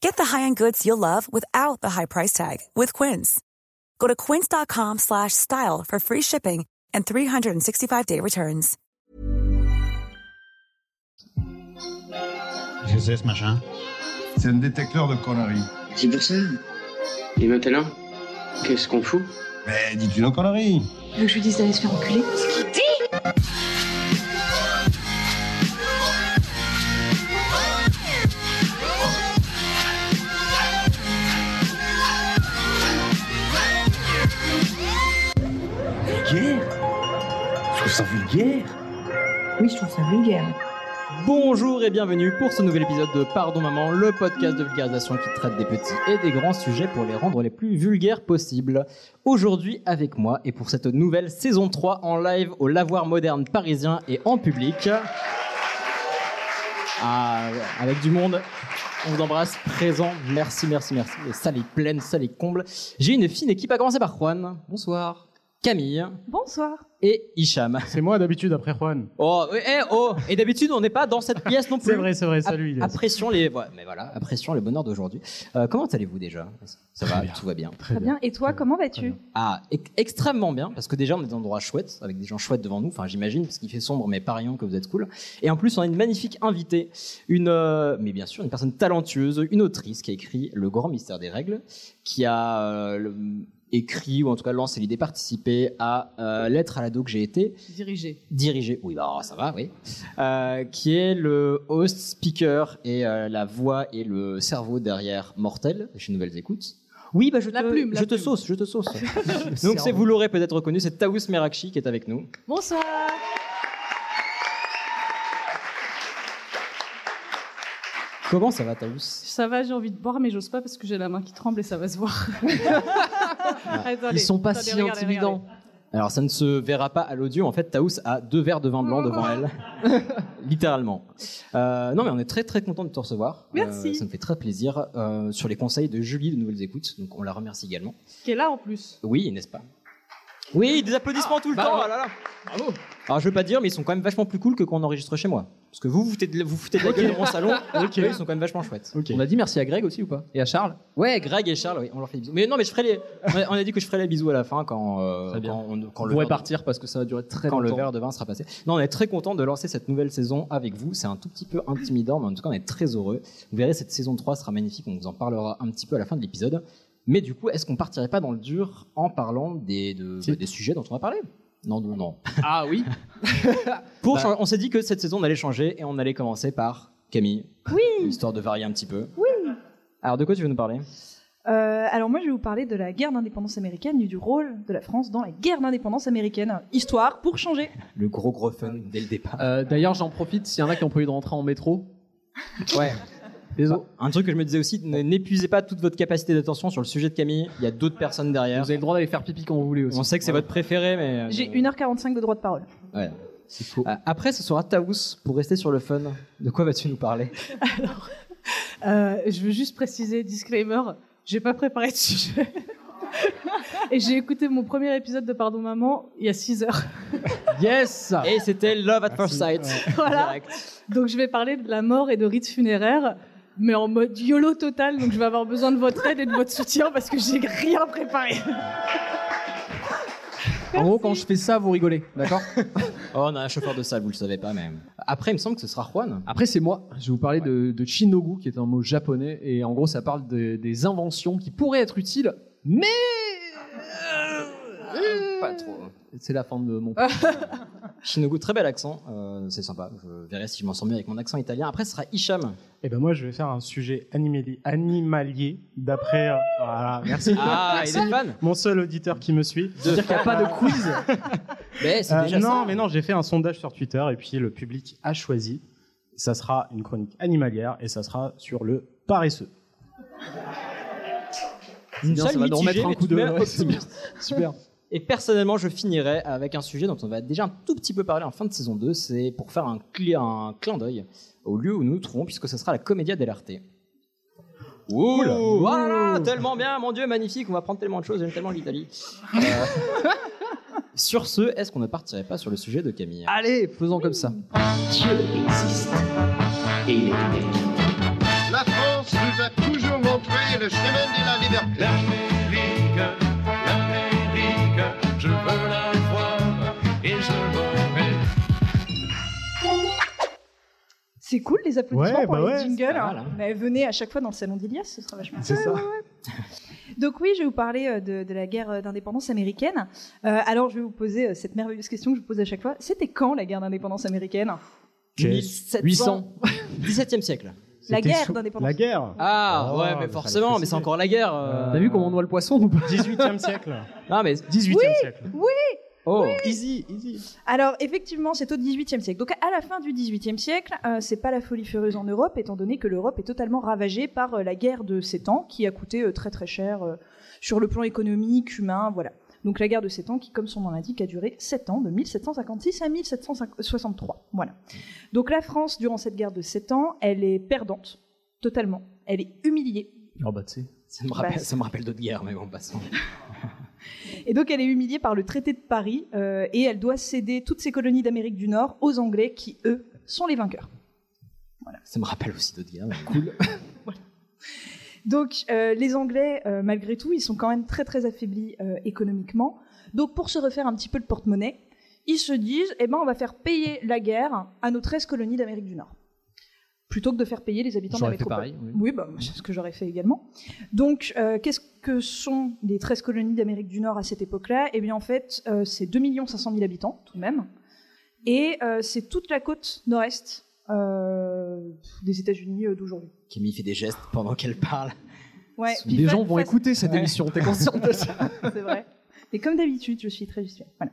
Get the high-end goods you'll love without the high price tag with Quince. Go to quince.com slash style for free shipping and 365-day returns. Qu'est-ce que c'est ce machin C'est un détecteur de conneries. C'est pour ça. Et maintenant, qu'est-ce qu'on fout Mais dis-tu nos conneries Tu veux que je lui dise d'aller se faire enculer Oui, je trouve ça vulgaire. Bonjour et bienvenue pour ce nouvel épisode de Pardon Maman, le podcast de vulgarisation qui traite des petits et des grands sujets pour les rendre les plus vulgaires possibles. Aujourd'hui avec moi et pour cette nouvelle saison 3 en live au lavoir moderne parisien et en public. Ah, avec du monde, on vous embrasse présent. Merci, merci, merci. Les salles est pleine, salle est comble. J'ai une fine équipe à commencer par Juan. Bonsoir. Camille Bonsoir. et Hicham. C'est moi d'habitude après Juan. Oh, eh, eh, oh. Et d'habitude, on n'est pas dans cette pièce non plus. C'est vrai, c'est vrai, À- salut. Inès. À pression les, ouais, mais voilà, à pression les bonheurs d'aujourd'hui. Euh, comment allez-vous déjà Ça va, Très bien. tout va bien. Très bien. Et toi, comment vas-tu Ah, e- extrêmement bien, parce que déjà on est dans un endroit chouette, avec des gens chouettes devant nous. Enfin, j'imagine, parce qu'il fait sombre, mais parions que vous êtes cool. Et en plus, on a une magnifique invitée, une, euh, mais bien sûr, une personne talentueuse, une autrice qui a écrit Le Grand Mystère des Règles, qui a euh, le- écrit ou en tout cas lancé l'idée, participé à euh, Lettre à l'ado que j'ai été, Dirigé. dirigé, oui, bah, ça va, oui, Euh, qui est le host, speaker et euh, la voix et le cerveau derrière Mortel chez Nouvelles Écoutes. Oui, bah, je, La te, plume, la je te plume. sauce, je te sauce. Donc c'est vous l'aurez peut-être reconnu, c'est Taous Merakchi qui est avec nous. Bonsoir. Comment ça va Taous Ça va, j'ai envie de boire, mais j'ose pas parce que j'ai la main qui tremble et ça va se voir. Attendez, Ah, Ils sont pas attendez, si regardez, intimidants. Alors ça ne se verra pas à l'audio, en fait Taous a deux verres de vin blanc devant elle. Littéralement. Euh, non mais on est très très content de te recevoir. Merci. Euh, ça me fait très plaisir. Euh, sur les conseils de Julie de Nouvelles Écoutes, donc on la remercie également. regardez. Qui est là en plus. Oui, n'est-ce pas Oui, des applaudissements tout le temps. ah là là. Alors je veux pas dire, mais ils sont quand même vachement plus cool que quand on enregistre chez moi. Parce que vous vous foutez de, la- vous foutez de la gueule dans mon salon. Ok. Eux, ils sont quand même vachement chouettes. Ok. On a dit merci à Greg aussi ou pas Et à Charles Ouais, Eh, Greg et Charles, oui, on leur fait des bisous. Mais non, mais je ferai les. on a- On a dit que je ferai les bisous à la fin quand, euh, Très bien. quand, on- quand On le pourrait verre de- partir parce que ça va durer très quand le longtemps. verre de vin sera passé. Non, on est très content de lancer cette nouvelle saison avec vous. C'est un tout petit peu intimidant, mais en tout cas, on est très heureux. Vous verrez, cette saison 3 sera magnifique. On vous en parlera un petit peu à la fin de l'épisode. Mais du coup, est-ce qu'on partirait pas dans le dur en parlant des, de- Si. bah, des sujets dont on va parler Non, non, non. Ah oui Pour Bah. changer- on s'est dit que cette saison, on allait changer et on allait commencer par Camille. Oui. Histoire de varier un petit peu. Oui. Alors, de quoi tu veux nous parler Euh, alors moi, je vais vous parler de la guerre d'indépendance américaine et du rôle de la France dans la guerre d'indépendance américaine. Histoire pour changer. Le gros gros fun dès le départ. Euh, D'ailleurs, j'en profite s'il y en a qui ont pas eu de rentrer en métro. Ouais. Désolé. Un truc que je me disais aussi, ne- n'épuisez pas toute votre capacité d'attention sur le sujet de Camille. Il y a d'autres personnes derrière. Vous avez le droit d'aller faire pipi quand vous voulez aussi. On sait que c'est votre préféré, mais. euh, J'ai 1h45 de droit de parole. Ouais. C'est faux. Euh, Après, ce sera Taous pour rester sur le fun. De quoi vas-tu nous parler Euh, je veux juste préciser, disclaimer, j'ai pas préparé de sujet. Et j'ai écouté mon premier épisode de Pardon Maman il y a 6 heures. Yes Et c'était Love at First Sight. Voilà. Direct. Donc je vais parler de la mort et de rites funéraires, mais en mode YOLO total, donc je vais avoir besoin de votre aide et de votre soutien parce que j'ai rien préparé. En gros, quand je fais ça, vous rigolez. D'accord Oh, on a un chauffeur de salle, vous le savez pas, mais. Après, il me semble que ce sera Juan. Après, c'est moi. Je vais vous parler de, de Shinogu, qui est un mot japonais. Et en gros, ça parle de- des inventions qui pourraient être utiles, mais. Pas trop. C'est la fin de mon. Shinogu, très bel accent. euh, c'est sympa. Je verrai si je m'en sors mieux avec mon accent italien. Après, ce sera Hicham. Et ben moi je vais faire un sujet animali- animalier d'après. euh, voilà, merci. Ah, il est fan. Mon seul auditeur qui me suit. C'est-à-dire qu'il n'y a pas de quiz. Mais c'est Euh, déjà non, ça. mais non, j'ai fait un sondage sur Twitter et puis le public a choisi. Ça sera une chronique animalière et ça sera sur le paresseux. Une bien, salle ça va nous mitigée, remettre un mais coup tout de de- même ouais, c'est bien. optimiste. Super. Et personnellement, je finirai avec un sujet dont on va déjà un tout petit peu parler en fin de saison 2, c'est pour faire un, cli- un clin d'œil au lieu où nous nous trouvons, puisque ce sera la Comédia dell'Arte. Oula Voilà Tellement bien, mon Dieu, magnifique, on va prendre tellement de choses, j'aime tellement l'Italie. Euh, sur ce, est-ce qu'on ne partirait pas sur le sujet de Camille Allez, faisons comme ça. Dieu existe. Et il est avec. La France nous a toujours montré le chemin de la liberté. C'est cool les applaudissements Ouais, pour bah les ouais, jingles. pas mal, hein. Mais venez à chaque fois dans le salon d'Ilias, ce sera vachement C'est ça. Donc oui, je vais vous parler euh, de, de la guerre euh, d'indépendance américaine. Euh, alors je vais vous poser euh, cette merveilleuse question que je vous pose à chaque fois. C'était quand la guerre d'indépendance américaine 1700 17e siècle. La C'était guerre sous- d'indépendance. La guerre. Ah, Oh, ouais, mais mais fallait forcément, mais c'est préciser. encore la guerre. euh. T'as vu comment on noie le poisson ou pas 18e siècle. Ah, mais 18e Oui, siècle. oh. Easy, easy. Alors effectivement, c'est au XVIIIe siècle. Donc à la fin du XVIIIe siècle, euh, c'est pas la folie furieuse en Europe, étant donné que l'Europe est totalement ravagée par euh, la guerre de Sept Ans, qui a coûté euh, très très cher euh, sur le plan économique, humain, voilà. Donc la guerre de Sept Ans, qui, comme son nom l'indique, a duré sept ans, de 1756 à 1763. Voilà. Donc la France, durant cette guerre de Sept Ans, elle est perdante, totalement. Elle est humiliée. Oh bah tu sais. ça me rappelle, Bah, ça me rappelle d'autres guerres, mais bon, passons. Et donc elle est humiliée par le traité de Paris euh, et elle doit céder toutes ses colonies d'Amérique du Nord aux Anglais qui, eux, sont les vainqueurs. Ça me rappelle aussi d'autres guerres. mais Cool. Donc euh, les Anglais, euh, malgré tout, ils sont quand même très très affaiblis euh, économiquement. Donc pour se refaire un petit peu le porte-monnaie, ils se disent, eh ben on va faire payer la guerre à nos 13 colonies d'Amérique du Nord. Plutôt que de faire payer les habitants de la J'aurais fait métropole. pareil. oui. Oui, bah, moi, c'est ce que j'aurais fait également. Donc, euh, qu'est-ce que sont les 13 colonies d'Amérique du Nord à cette époque-là Eh bien, en fait, euh, c'est 2 500 000 habitants, tout de même. Et euh, c'est toute la côte nord-est euh, des États-Unis euh, d'aujourd'hui. Camille fait des gestes pendant qu'elle parle. Ouais, puis Les fa- gens vont fa- écouter cette Ouais. émission, t'es conscient de ça C'est vrai. Mais comme d'habitude, je suis très gestuelle. Voilà.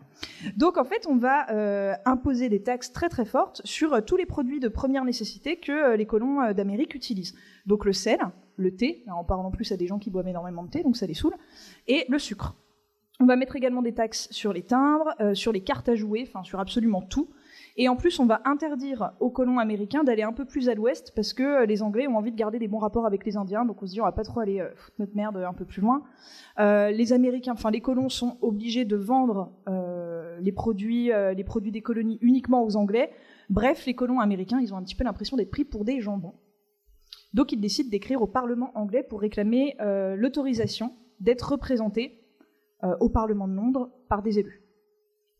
Donc en fait, on va euh, imposer des taxes très très fortes sur euh, tous les produits de première nécessité que euh, les colons euh, d'Amérique utilisent. Donc le sel, le thé, là, on parle en plus à des gens qui boivent énormément de thé, donc ça les saoule, et le sucre. On va mettre également des taxes sur les timbres, euh, sur les cartes à jouer, enfin sur absolument tout. Et en plus, on va interdire aux colons américains d'aller un peu plus à l'ouest parce que euh, les Anglais ont envie de garder des bons rapports avec les Indiens, donc on se dit on va pas trop aller euh, foutre notre merde un peu plus loin. Euh, les Américains, enfin les colons sont obligés de vendre euh, les produits, euh, les produits des colonies uniquement aux Anglais. Bref, les colons américains, ils ont un petit peu l'impression d'être pris pour des jambons. Donc ils décident d'écrire au Parlement anglais pour réclamer euh, l'autorisation d'être représentés euh, au Parlement de Londres par des élus.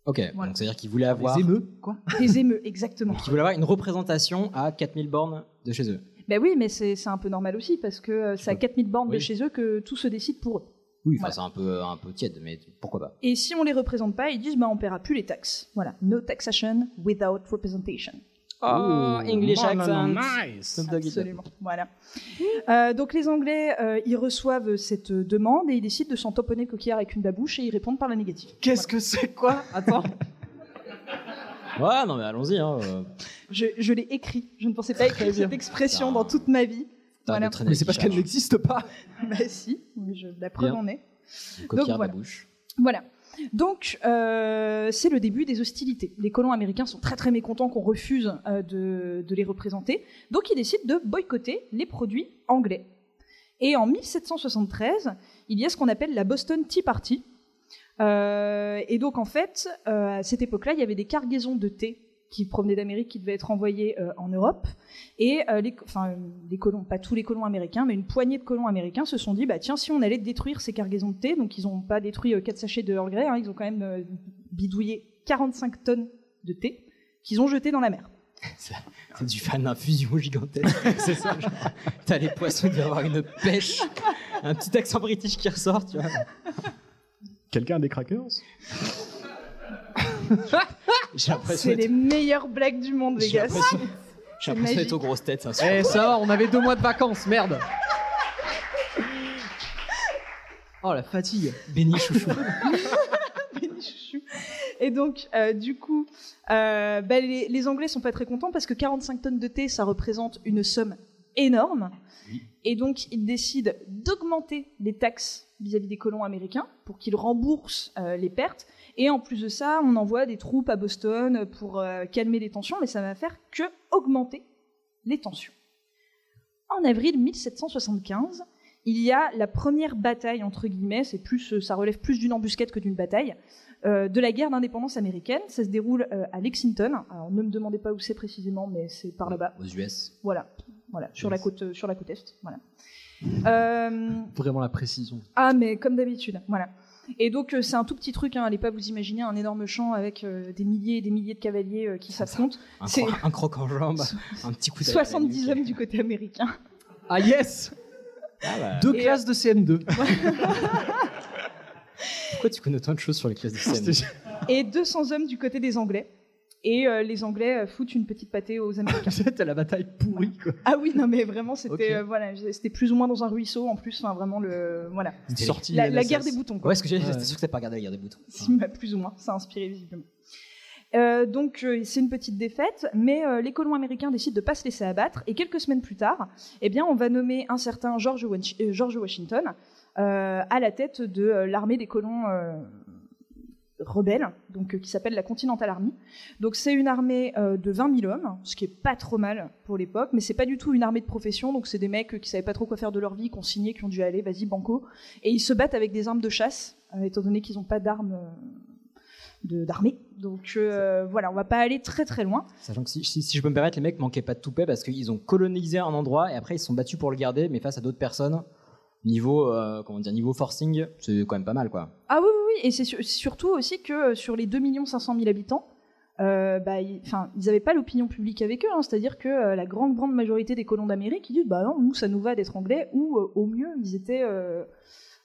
Ok, Voilà. donc c'est-à-dire qu'il voulait avoir. Les émeux, quoi. Des émeux, exactement. Donc, ils voulaient avoir une représentation à 4000 bornes de chez eux. Ben oui, mais c'est c'est un peu normal aussi parce que euh, c'est à 4000 bornes Oui. de chez eux que tout se décide pour eux. Oui, enfin, Voilà. c'est un peu, un peu tiède, mais pourquoi pas. Et si on les représente pas, ils disent bah on paiera plus les taxes. Voilà, no taxation without representation. Oh, English accent. Nice. Snoop Doggy. Absolument. Voilà. Euh, donc les Anglais, euh, ils reçoivent cette euh, demande et ils décident de s'en tamponner le coquillard avec une babouche et ils répondent par la négative. Qu'est-ce que c'est quoi Attends. Ouais, non, mais allons-y. Hein. euh, Je, je l'ai écrit. Je ne pensais pas écrire cette expression dans toute ma vie. putain, Voilà. de traîner Mais le c'est parce t-shirt, qu'elle n'existe pas. Bah si, mais je- la preuve Bien. en est. une coquille à la voilà. bouche. Voilà. Donc, euh, c'est le début des hostilités. Les colons américains sont très très mécontents qu'on refuse euh, de, de les représenter. Donc, ils décident de boycotter les produits anglais. Et en 1773, il y a ce qu'on appelle la Boston Tea Party. Euh, et donc, en fait, euh, à cette époque-là, il y avait des cargaisons de thé qui provenaient d'Amérique qui devaient être envoyées euh, en Europe. Et euh, les, enfin, euh, les colons, pas tous les colons américains, mais une poignée de colons américains se sont dit, bah tiens, si on allait détruire ces cargaisons de thé, donc ils n'ont pas détruit euh, quatre sachets de Earl Grey, hein, ils ont quand même euh, bidouillé 45 tonnes de thé qu'ils ont jeté dans la mer. C'est du fan d'infusion gigantesque. c'est ça. genre, T'as les poissons, il doit y avoir une pêche. Un petit accent british qui ressort, tu vois. Quelqu'un a des crackers J'ai l'impression C'est les d'être- meilleures blagues du monde, j'ai Vegas. l'impression- j'ai l'impression magique. d'être aux grosses têtes. hein, sur- Eh, ça va, on avait deux mois de vacances, merde. Oh la fatigue. Béni chouchou. Benny Chouchou. Et donc, euh, du coup, euh, bah, les, les Anglais sont pas très contents parce que 45 tonnes de thé, ça représente une somme énorme. Et donc, il décide d'augmenter les taxes vis-à-vis des colons américains pour qu'ils remboursent euh, les pertes. Et en plus de ça, on envoie des troupes à Boston pour euh, calmer les tensions, mais ça va faire que augmenter les tensions. En avril 1775, il y a la première bataille entre guillemets, c'est plus, euh, ça relève plus d'une embuscade que d'une bataille, euh, de la guerre d'indépendance américaine. Ça se déroule euh, à Lexington. Alors ne me demandez pas où c'est précisément, mais c'est par là-bas. Aux US. Voilà, voilà, sur la côte, euh, sur la côte est. Voilà. Euh, Vraiment la précision. ah, mais comme d'habitude, voilà. Et donc, euh, c'est un tout petit truc, hein, allez pas vous imaginer un énorme champ avec euh, des milliers et des milliers de cavaliers euh, qui s'affrontent. Un, C'est- cro- un croc en jambe, un petit coup de 70 hommes du côté américain. Ah yes Ah bah, Deux Et, classes de CM2. Pourquoi tu connais autant de choses sur les classes de CM Et 200 hommes du côté des Anglais. Et euh, les Anglais euh, foutent une petite pâtée aux Américains. C'était la bataille pourrie. Quoi. ah oui, non, mais vraiment, c'était Ok. euh, voilà, c'était plus ou moins dans un ruisseau en plus. Enfin, vraiment, le, voilà. C'était Sortie La, la NSS. guerre des boutons. quoi. Ouais, ce que j'ai Ouais. j'étais sûr que t'as pas regardé la guerre des boutons. Si, bah, plus ou moins, ça a inspiré visiblement. Euh, donc euh, c'est une petite défaite, mais euh, les colons américains décident de pas se laisser abattre et quelques semaines plus tard, eh bien on va nommer un certain George, Wash- euh, George Washington euh, à la tête de euh, l'armée des colons euh, rebelles, donc euh, qui s'appelle la Continental Army. Donc c'est une armée euh, de 20 000 hommes, ce qui est pas trop mal pour l'époque, mais c'est pas du tout une armée de profession, donc c'est des mecs euh, qui savaient pas trop quoi faire de leur vie, qui ont signé, qui ont dû aller, vas-y banco, et ils se battent avec des armes de chasse, euh, étant donné qu'ils n'ont pas d'armes euh, de- d'armée. Donc euh, voilà, on va pas aller très très loin. Sachant que si, si- si je peux me permettre, les mecs manquaient pas de toupet parce qu'ils ont colonisé un endroit et après ils se sont battus pour le garder, mais face à d'autres personnes. Niveau, euh, comment dire, niveau forcing, c'est quand même pas mal quoi. Ah oui, oui, oui, et c'est sur- c'est surtout aussi que euh, sur les 2 500 000 habitants, euh, bah, ils- enfin, ils n'avaient pas l'opinion publique avec eux, hein. c'est-à-dire que euh, la grande, grande majorité des colons d'Amérique, ils disent, bah non, nous, ça nous va d'être anglais, ou euh, au mieux, ils étaient, euh,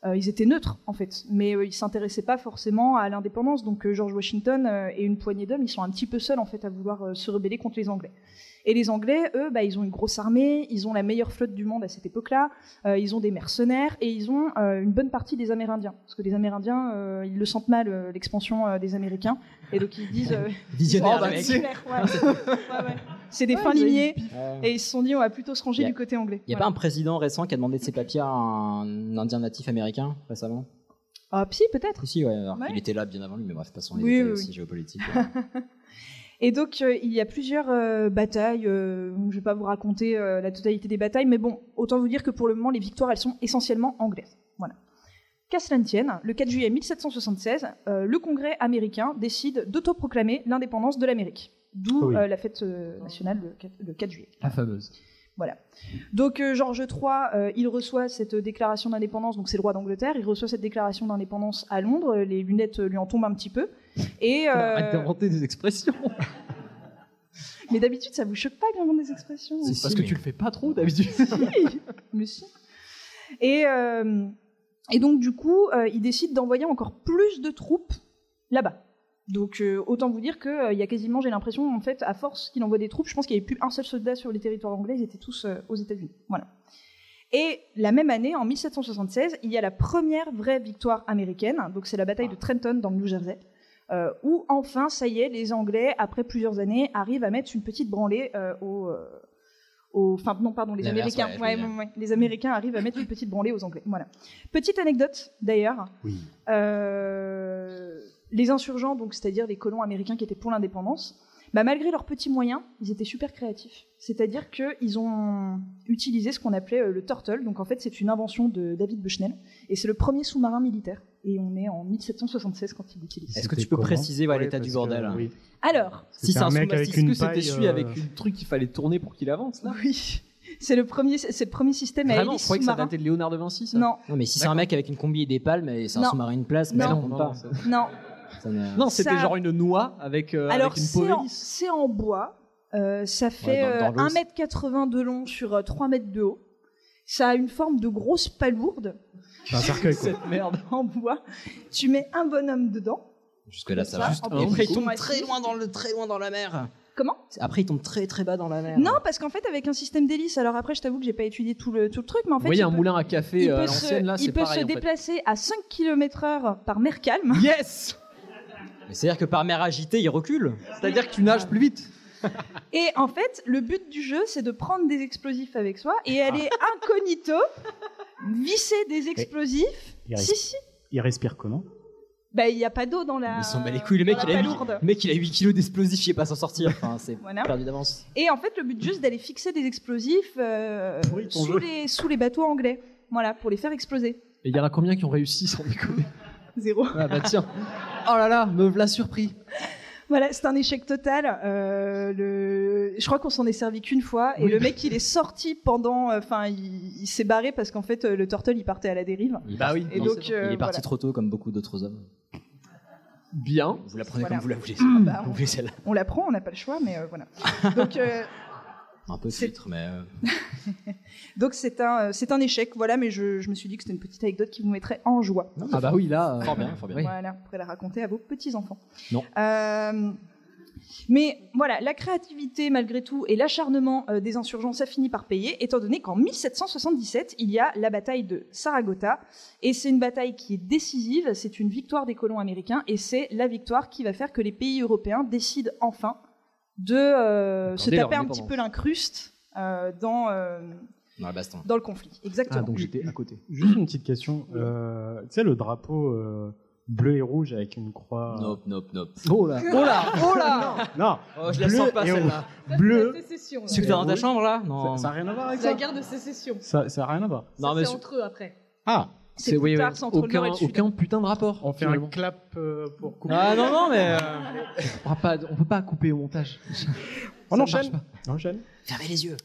euh, ils étaient neutres, en fait, mais euh, ils s'intéressaient pas forcément à l'indépendance, donc euh, George Washington euh, et une poignée d'hommes, ils sont un petit peu seuls, en fait, à vouloir euh, se rebeller contre les Anglais. Et les Anglais, eux, bah, ils ont une grosse armée, ils ont la meilleure flotte du monde à cette époque-là, euh, ils ont des mercenaires et ils ont euh, une bonne partie des Amérindiens. Parce que les Amérindiens, euh, ils le sentent mal, euh, l'expansion euh, des Américains. Et donc ils disent. euh, Visionnaire, Oh, bah, les mecs. c'est clair, ouais. Ouais, ouais. C'est des fins limiers. Et ils se sont dit, on va plutôt se ranger Y a- du côté anglais. Il y a Voilà. pas un président récent qui a demandé de ses papiers à un indien natif américain récemment Ah, psy, peut-être. Si, si, ouais. alors, Ouais. Il était là bien avant lui, mais bref, passons les Oui, détails oui, aussi oui. géopolitiques. Et donc, euh, il y a plusieurs euh, batailles. euh, je vais pas vous raconter euh, la totalité des batailles, mais bon, autant vous dire que pour le moment, les victoires, elles sont essentiellement anglaises. Voilà. Qu'à cela ne tienne, le 4 juillet 1776, euh, le Congrès américain décide d'autoproclamer l'indépendance de l'Amérique. D'où Oui. euh, la fête euh, nationale le 4 le 4 juillet. La fameuse. Donc euh, Georges III, euh, il reçoit cette euh, déclaration d'indépendance, donc c'est le roi d'Angleterre, il reçoit cette déclaration d'indépendance à Londres, euh, les lunettes euh, lui en tombent un petit peu. Et, Arrête euh, d'inventer des expressions. mais d'habitude, ça vous choque pas que j'invente des expressions Si, C'est si, parce que mais- tu le fais pas trop d'habitude. Oui, mais si. Et, euh, et donc, du coup, euh, il décide d'envoyer encore plus de troupes là-bas. Donc, euh, autant vous dire qu'il y a quasiment, j'ai l'impression, en fait, à force qu'il envoie des troupes, je pense qu'il n'y avait plus un seul soldat sur les territoires anglais, ils étaient tous euh, aux États-Unis. Voilà. Et la même année, en 1776, il y a la première vraie victoire américaine, donc c'est la bataille de Ah. Trenton dans le New Jersey, euh, où enfin, ça y est, les Anglais, après plusieurs années, arrivent à mettre une petite branlée euh, aux, euh, aux- Enfin, non, pardon, les L'inverse, Américains. ouais, je Ouais, veux dire. ouais, ouais. Les Américains arrivent à mettre une petite branlée aux Anglais. Voilà. Petite anecdote, d'ailleurs. Oui. Euh, les insurgents, donc c'est-à-dire les colons américains qui étaient pour l'indépendance, bah, malgré leurs petits moyens, ils étaient super créatifs. C'est-à-dire qu'ils ont utilisé ce qu'on appelait euh, le turtle. Donc en fait, c'est une invention de David Bushnell et c'est le premier sous-marin militaire. Et on est en 1776 quand il l'utilise. Est-ce que tu peux préciser ouais, l'état du bordel hein. Alors, Si c'est un, mec sous- avec est-ce une que c'était paille, celui euh, avec une- Le truc qu'il fallait tourner pour qu'il avance là. oui, c'est le premier, c'est le premier système à Vraiment, hélice je croyais que ça sous-marin. datait de Léonard de Vinci. Ça. Non, Non, mais si c'est un D'accord. mec avec une combi et des palmes, et c'est un Non. sous-marin une place, mais Mais ça non, compte non, pas. ça- non. Ça ne- non, c'était Ça- genre une noix avec, euh, Alors avec une peau c'est en, hélice. c'est en bois, Euh, ça fait dans- dans l'eau, euh, 1m80 de long sur euh, 3 mètres de haut. Ça a une forme de grosse palourde Un cercueil, quoi. Cette merde. en bois. Tu mets un bonhomme dedans. Jusque-là, ça comme va. Juste En un, plus, Après, ils il tombe sont très assis. loin, dans le, très loin dans la mer. Comment Après, il tombe très très bas dans la mer. Non, parce qu'en fait, avec un système d'hélice, alors après, je t'avoue que j'ai pas étudié tout le, tout le truc, mais en Vous fait, voyez il un peut- moulin à café il euh, à peut se, l'ancienne là, il c'est peut pareil. se en fait. déplacer à 5 km/h par mer calme. Yes Mais c'est-à-dire que par mer agitée, il recule. C'est-à-dire que tu nages plus Ah, vite. Et en fait, le but du jeu, c'est de prendre des explosifs avec soi et Ah. aller incognito visser des explosifs. Il, Si, si. il respire comment Bah, il n'y a pas d'eau dans la. Ils s'en bat les couilles, le mec, dans il la a, palourde. 8, mec il a 8 kilos d'explosifs, il est pas s'en sortir. Enfin, c'est Voilà. perdu d'avance. Et en fait, le but du jeu, c'est d'aller fixer des explosifs euh, Oui, ton sous, jeu. les, sous les bateaux anglais. Voilà, pour les faire exploser. Et il y en a combien qui ont réussi sans déconner Zéro. Ah bah tiens. Oh là là, me l'a surpris. Voilà, c'est un échec total. Euh, le... Je crois qu'on s'en est servi qu'une fois. Et Oui. le mec, il est sorti pendant. euh, Enfin, il, il s'est barré parce qu'en fait, euh, le turtle, il partait à la dérive. Il est Bah parti- oui. Et non, donc, c'est bon. euh, il est parti voilà. trop tôt, comme beaucoup d'autres hommes. Bien. Vous la prenez Voilà. comme vous la voulez. bah, Vous voulez celle-là On l'apprend, on n'a pas le choix, mais euh, voilà. Donc, euh, Un peu C'est- filtre, mais. euh, donc c'est un, euh, c'est un échec. Voilà, mais je, je me suis dit que c'était une petite anecdote qui vous mettrait en joie. non, mais Ah bah oui, là. euh, Fort bien, fort bien. oui. Voilà, vous pourrez la raconter à vos petits-enfants. Non. Euh, mais voilà, la créativité, malgré tout, et l'acharnement euh, des insurgents, ça finit par payer, étant donné qu'en 1777, il y a la bataille de Saragota. Et c'est une bataille qui est décisive, c'est une victoire des colons américains, et c'est la victoire qui va faire que les pays européens décident enfin de euh, se Accorder leur taper un petit indépendance. peu l'incruste euh, dans, euh, Dans le baston. dans le conflit. Exactement. Ah donc j'étais à côté. Juste une petite question. Euh, tu sais, le drapeau euh, bleu et rouge avec une croix. euh, Nope, nope, nope. Oh là. Oh là Oh là Non, Oh, je bleu la sens pas et rouge. celle-là. Bleu. C'est la sécession. là. C'est que t'as dans ta rouge. chambre là Ça Non. ça a rien à voir avec C'est la ça guerre de sécession. Ça ça a rien à voir. Non, Ça, mais c'est sur- entre eux après. Ah, C'est plus tard, c'est entre le Nord aucun, et le Sud. hein. aucun putain de rapport. on fait un finalement. clap euh, pour couper. Ah non, non, mais. On, va pas, on peut pas couper au montage. on Ça marche enchaîne. pas. On enchaîne. Fermez les yeux.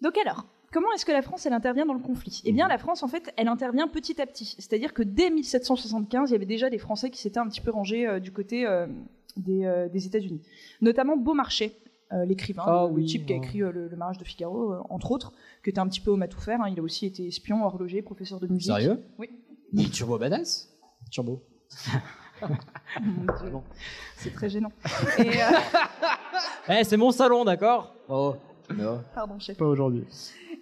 Donc alors, comment est-ce que la France, elle intervient dans le conflit Eh bien, la France, en fait, elle intervient petit à petit. C'est-à-dire que dès 1775, il y avait déjà des Français qui s'étaient un petit peu rangés euh, du côté euh, des, euh, des États-Unis. Notamment Beaumarchais, euh, l'écrivain, Ah le oui, type qui a ouais. écrit euh, le, Le mariage de Figaro, euh, entre autres, qui était un petit peu homme à tout faire. hein. Il a aussi été espion, horloger, professeur de musique. Sérieux Oui. Ni Turbo Badass Turbo. Ah Mon Dieu, C'est très gênant. Et, euh, Eh, c'est mon salon, d'accord Oh. Non. pardon, chef. Pas aujourd'hui.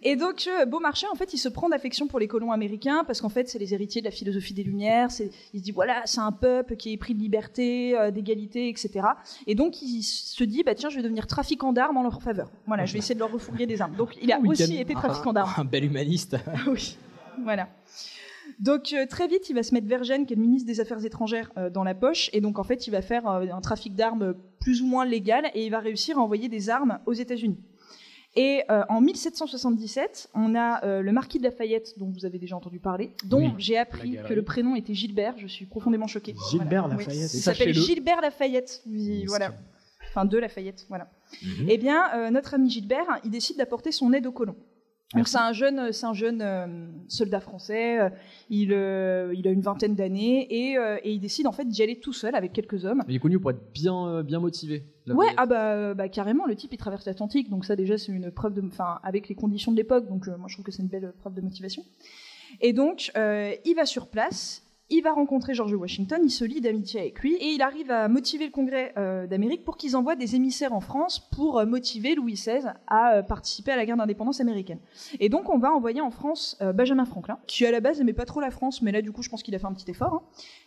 Et donc euh, Beaumarchais, en fait, il se prend d'affection pour les colons américains parce qu'en fait, c'est les héritiers de la philosophie des Lumières. c'est- Il se dit voilà, c'est un peuple qui est pris de liberté, euh, d'égalité, etc. Et donc il se dit bah tiens, je vais devenir trafiquant d'armes en leur faveur. Voilà, je vais essayer de leur refourguer des armes. Donc il a Oui, aussi quel- été trafiquant d'armes. Un bel humaniste. Ah oui, voilà. Donc euh, très vite, il va se mettre Vergène, qui est le ministre des Affaires étrangères, euh, dans la poche, et donc en fait, il va faire euh, un trafic d'armes plus ou moins légal, et il va réussir à envoyer des armes aux États-Unis. Et euh, en 1777, on a euh, le marquis de Lafayette, dont vous avez déjà entendu parler, dont Oui, j'ai la appris galerie. que le prénom était Gilbert. Je suis profondément choquée. Gilbert Voilà. Lafayette. Il s'appelle Sachez-le. Gilbert Lafayette. Oui, Yes. voilà. Enfin, de Lafayette, voilà. Eh bien, euh, notre ami Gilbert, il décide d'apporter son aide aux colons. Donc c'est un jeune, c'est un jeune euh, soldat français. euh, il, euh, il a une vingtaine d'années et, euh, et il décide en fait d'y aller tout seul avec quelques hommes. Mais Il est connu pour être bien, euh, bien motivé. la ouais, Lafayette. ah bah, euh, bah, carrément, le type il traverse l'Atlantique, donc ça déjà c'est une preuve de, enfin avec les conditions de l'époque, donc euh, moi je trouve que c'est une belle preuve de motivation. Et donc euh, il va sur place, il va rencontrer George Washington, il se lie d'amitié avec lui et il arrive à motiver le Congrès euh, d'Amérique pour qu'ils envoient des émissaires en France pour euh, motiver Louis XVI à euh, participer à la guerre d'indépendance américaine. Et donc on va envoyer en France euh, Benjamin Franklin, qui à la base n'aimait pas trop la France, mais là du coup je pense qu'il a fait un petit effort. hein.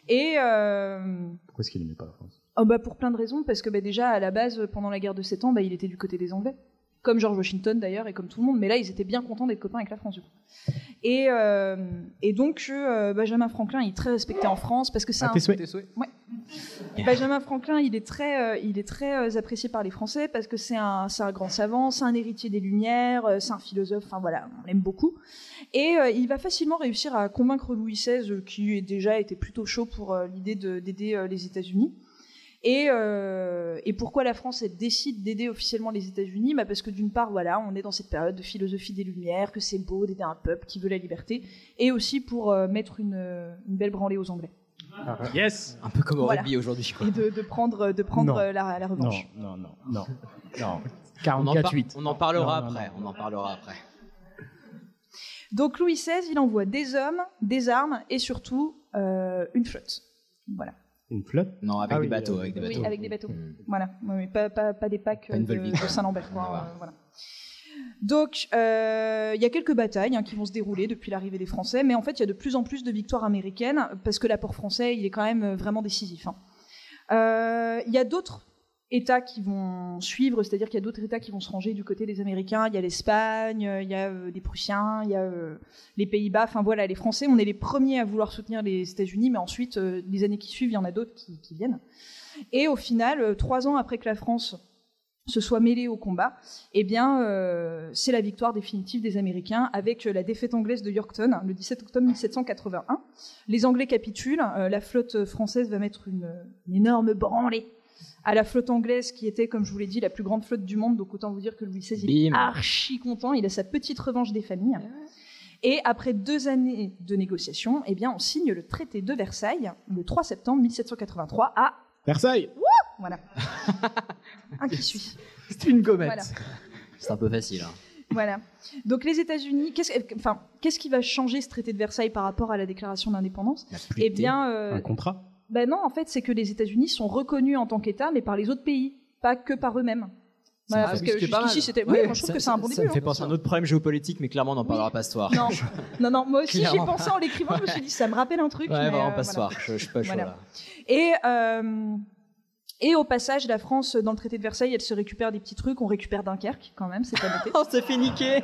Et euh, Pourquoi est-ce qu'il aimait pas la France Oh bah pour plein de raisons, parce que bah déjà à la base, pendant la guerre de 7 ans, bah il était du côté des Anglais. Comme George Washington d'ailleurs, et comme tout le monde, mais là ils étaient bien contents d'être copains avec la France du coup. Et, euh, et donc euh, Benjamin Franklin, il est très respecté en France parce que c'est Ah, un tes souhaits. Tes souhaits Benjamin Franklin, il est très, euh, il est très euh, apprécié par les Français parce que c'est un, c'est un grand savant, c'est un héritier des Lumières, euh, c'est un philosophe, enfin voilà, on l'aime beaucoup. Et euh, il va facilement réussir à convaincre Louis XVI, euh, qui est déjà était plutôt chaud pour euh, l'idée de- d'aider euh, les États-Unis. Et, euh, et pourquoi la France elle décide d'aider officiellement les États-Unis bah Parce que d'une part, voilà, on est dans cette période de philosophie des Lumières, que c'est beau d'aider un peuple qui veut la liberté, et aussi pour euh, mettre une, euh, une belle branlée aux Anglais. Yes Un peu comme au Voilà. rugby aujourd'hui. quoi. Et de, de prendre, de Non. prendre euh, la, la Non, revanche. non, non, non. non. ah, On en, par- 44-8. on en parlera Non, non, non. après. On en parlera après. Donc Louis XVI, il envoie des hommes, des armes et surtout euh, une flotte. Voilà. Une flotte Non, avec Ah des oui, bateaux, euh, avec des oui, bateaux. Oui, avec des bateaux. Mm. Voilà. Ouais, Mais pas, pas, pas des packs Pas euh, une de, Volvic. de Saint-Lambert. quoi. On va voir. Euh, voilà. Donc, euh, il y a quelques batailles hein, qui vont se dérouler depuis l'arrivée des Français, mais en fait, il y a de plus en plus de victoires américaines parce que l'apport français, il est quand même euh, vraiment décisif. hein. Euh, Il y a d'autres États qui vont suivre, c'est-à-dire qu'il y a d'autres États qui vont se ranger du côté des Américains. Il y a l'Espagne, euh, il y a euh, les Prussiens, il y a euh, les Pays-Bas. Enfin voilà, les Français, on est les premiers à vouloir soutenir les États-Unis, mais ensuite, euh, les années qui suivent, il y en a d'autres qui, qui viennent. Et au final, euh, trois ans après que la France se soit mêlée au combat, eh bien, euh, c'est la victoire définitive des Américains avec euh, la défaite anglaise de Yorkton hein, le 17 octobre 1781. Les Anglais capitulent, euh, la flotte française va mettre une, une énorme branlée à la flotte anglaise qui était, comme je vous l'ai dit, la plus grande flotte du monde, donc autant vous dire que Louis XVI il est Bim. archi content, il a sa petite revanche des familles. Et après deux années de négociations, eh bien, on signe le traité de Versailles le 3 septembre 1783 à Versailles voilà. Un Ah, qui suit. C'est une gommette. Voilà. C'est un peu facile. hein. voilà. Donc les États-Unis, qu'est-ce enfin, qu'est-ce qui va changer ce traité de Versailles par rapport à la déclaration d'indépendance La pluie. Eh bien, euh, Un contrat ben non, en fait, c'est que les États-Unis sont reconnus en tant qu'État, mais par les autres pays, pas que par eux-mêmes. Voilà, Ah, bah, parce oui, que ce qui est pas jusqu'ici, mal. c'était. Oui, Ouais, moi, je trouve ça- que c'est un bon ça- début. Ça me fait hein. penser à un autre problème géopolitique, mais clairement, on n'en parlera pas ce soir. Non, non, non, moi aussi, j'y Clairement. pensais en l'écrivant, je me suis dit, ça me rappelle un truc. Ouais, mais, vraiment, euh, pas ce voilà. soir. Je, je suis pas chaud Voilà. là. Et, euh, et au passage, la France, dans le traité de Versailles, elle se récupère des petits trucs. On récupère Dunkerque, quand même, c'est à noter. On s'est Oh, fait niquer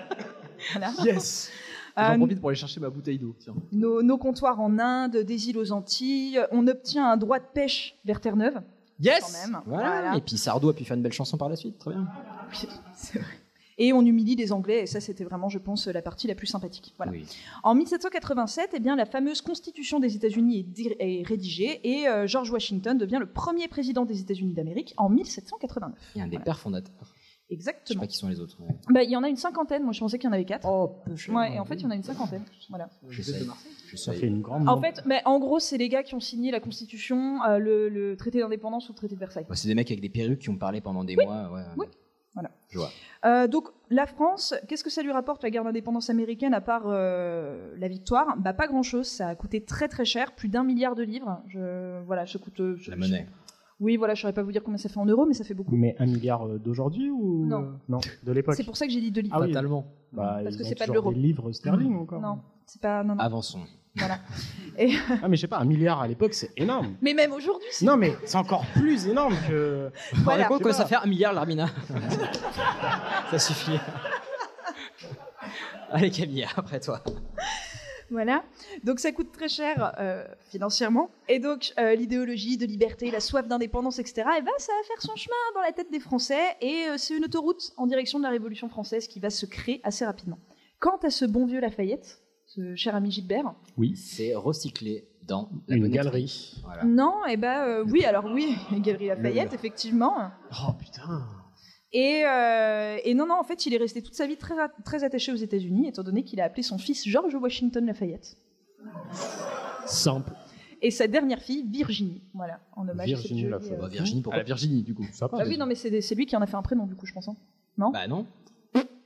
Voilà. Yes Euh, J'en profite pour aller chercher ma bouteille d'eau. tiens. nos, nos comptoirs en Inde, des îles aux Antilles. On obtient un droit de pêche vers Terre-Neuve, quand Yes même. Voilà. Et puis Sardou a pu faire une belle chanson par la suite, très bien. Oui, c'est vrai. Et on humilie les Anglais, et ça, c'était vraiment, je pense, la partie la plus sympathique. Voilà. Oui. En 1787, eh bien, la fameuse Constitution des États-Unis est, dir- est rédigée, et euh, George Washington devient le premier président des États-Unis d'Amérique en 1789. Il y a un des Voilà. pères fondateurs. Je sais Exactement. pas qui sont les autres. hein. Bah, il y en a une cinquantaine, moi je pensais qu'il y en avait quatre. Oh, peu cher. Ouais, et en fait, il y en a une cinquantaine. Voilà. Je sais. Je Ça sais. fait une grande. En fait, mais en gros, c'est les gars qui ont signé la Constitution, euh, le, le traité d'indépendance ou le traité de Versailles. Bah, c'est des mecs avec des perruques qui ont parlé pendant des mois. ouais. Oui. Voilà. Je vois. Euh, donc la France, qu'est-ce que ça lui rapporte la guerre d'indépendance américaine à part euh, la victoire Bah pas grand-chose. Ça a coûté très très cher, plus d'un milliard de livres. Je, voilà, ça coûte. euh, je- La monnaie. Oui, voilà, je saurais pas vous dire combien ça fait en euros, mais ça fait beaucoup. Mais un milliard euh, d'aujourd'hui ou Non. de l'époque. C'est pour ça que j'ai dit deux livres. Ah oui. Fatalement. Bah, parce ils que ont c'est pas de toujours l'euro. Des livres Mmh. sterling encore. Non, c'est pas. Non, non. Avançons. Ah mais je sais pas, un milliard à l'époque c'est énorme. Mais même aujourd'hui, c'est. Non mais c'est encore plus énorme que. Par Voilà. contre, Je quoi, sais ça pas. fait un milliard, l'Armina Ça suffit. Allez, Camille, après toi. Voilà. Donc ça coûte très cher euh, financièrement. Et donc euh, l'idéologie de liberté, la soif d'indépendance, etc., eh ben, ça va faire son chemin dans la tête des Français. Et euh, c'est une autoroute en direction de la Révolution française qui va se créer assez rapidement. Quant à ce bon vieux Lafayette, ce cher ami Gilbert, C'est recyclé dans la Une bonneterie. galerie. Voilà. non, eh ben euh, oui, alors oui, les Galeries Lafayette, effectivement. Oh putain. Et, euh, et non, non, en fait, il est resté toute sa vie très, très attaché aux États-Unis, étant donné qu'il a appelé son fils George Washington Lafayette. Simple. Et sa dernière fille, Virginie. Voilà, en hommage à cette Virginie jolie, Lafayette. euh, Bah, Virginie, À Ah, la pourquoi Virginie, du coup. Ça Bah oui, non, mais c'est c'est lui qui en a fait un prénom, du coup, je pense. hein. Bah non.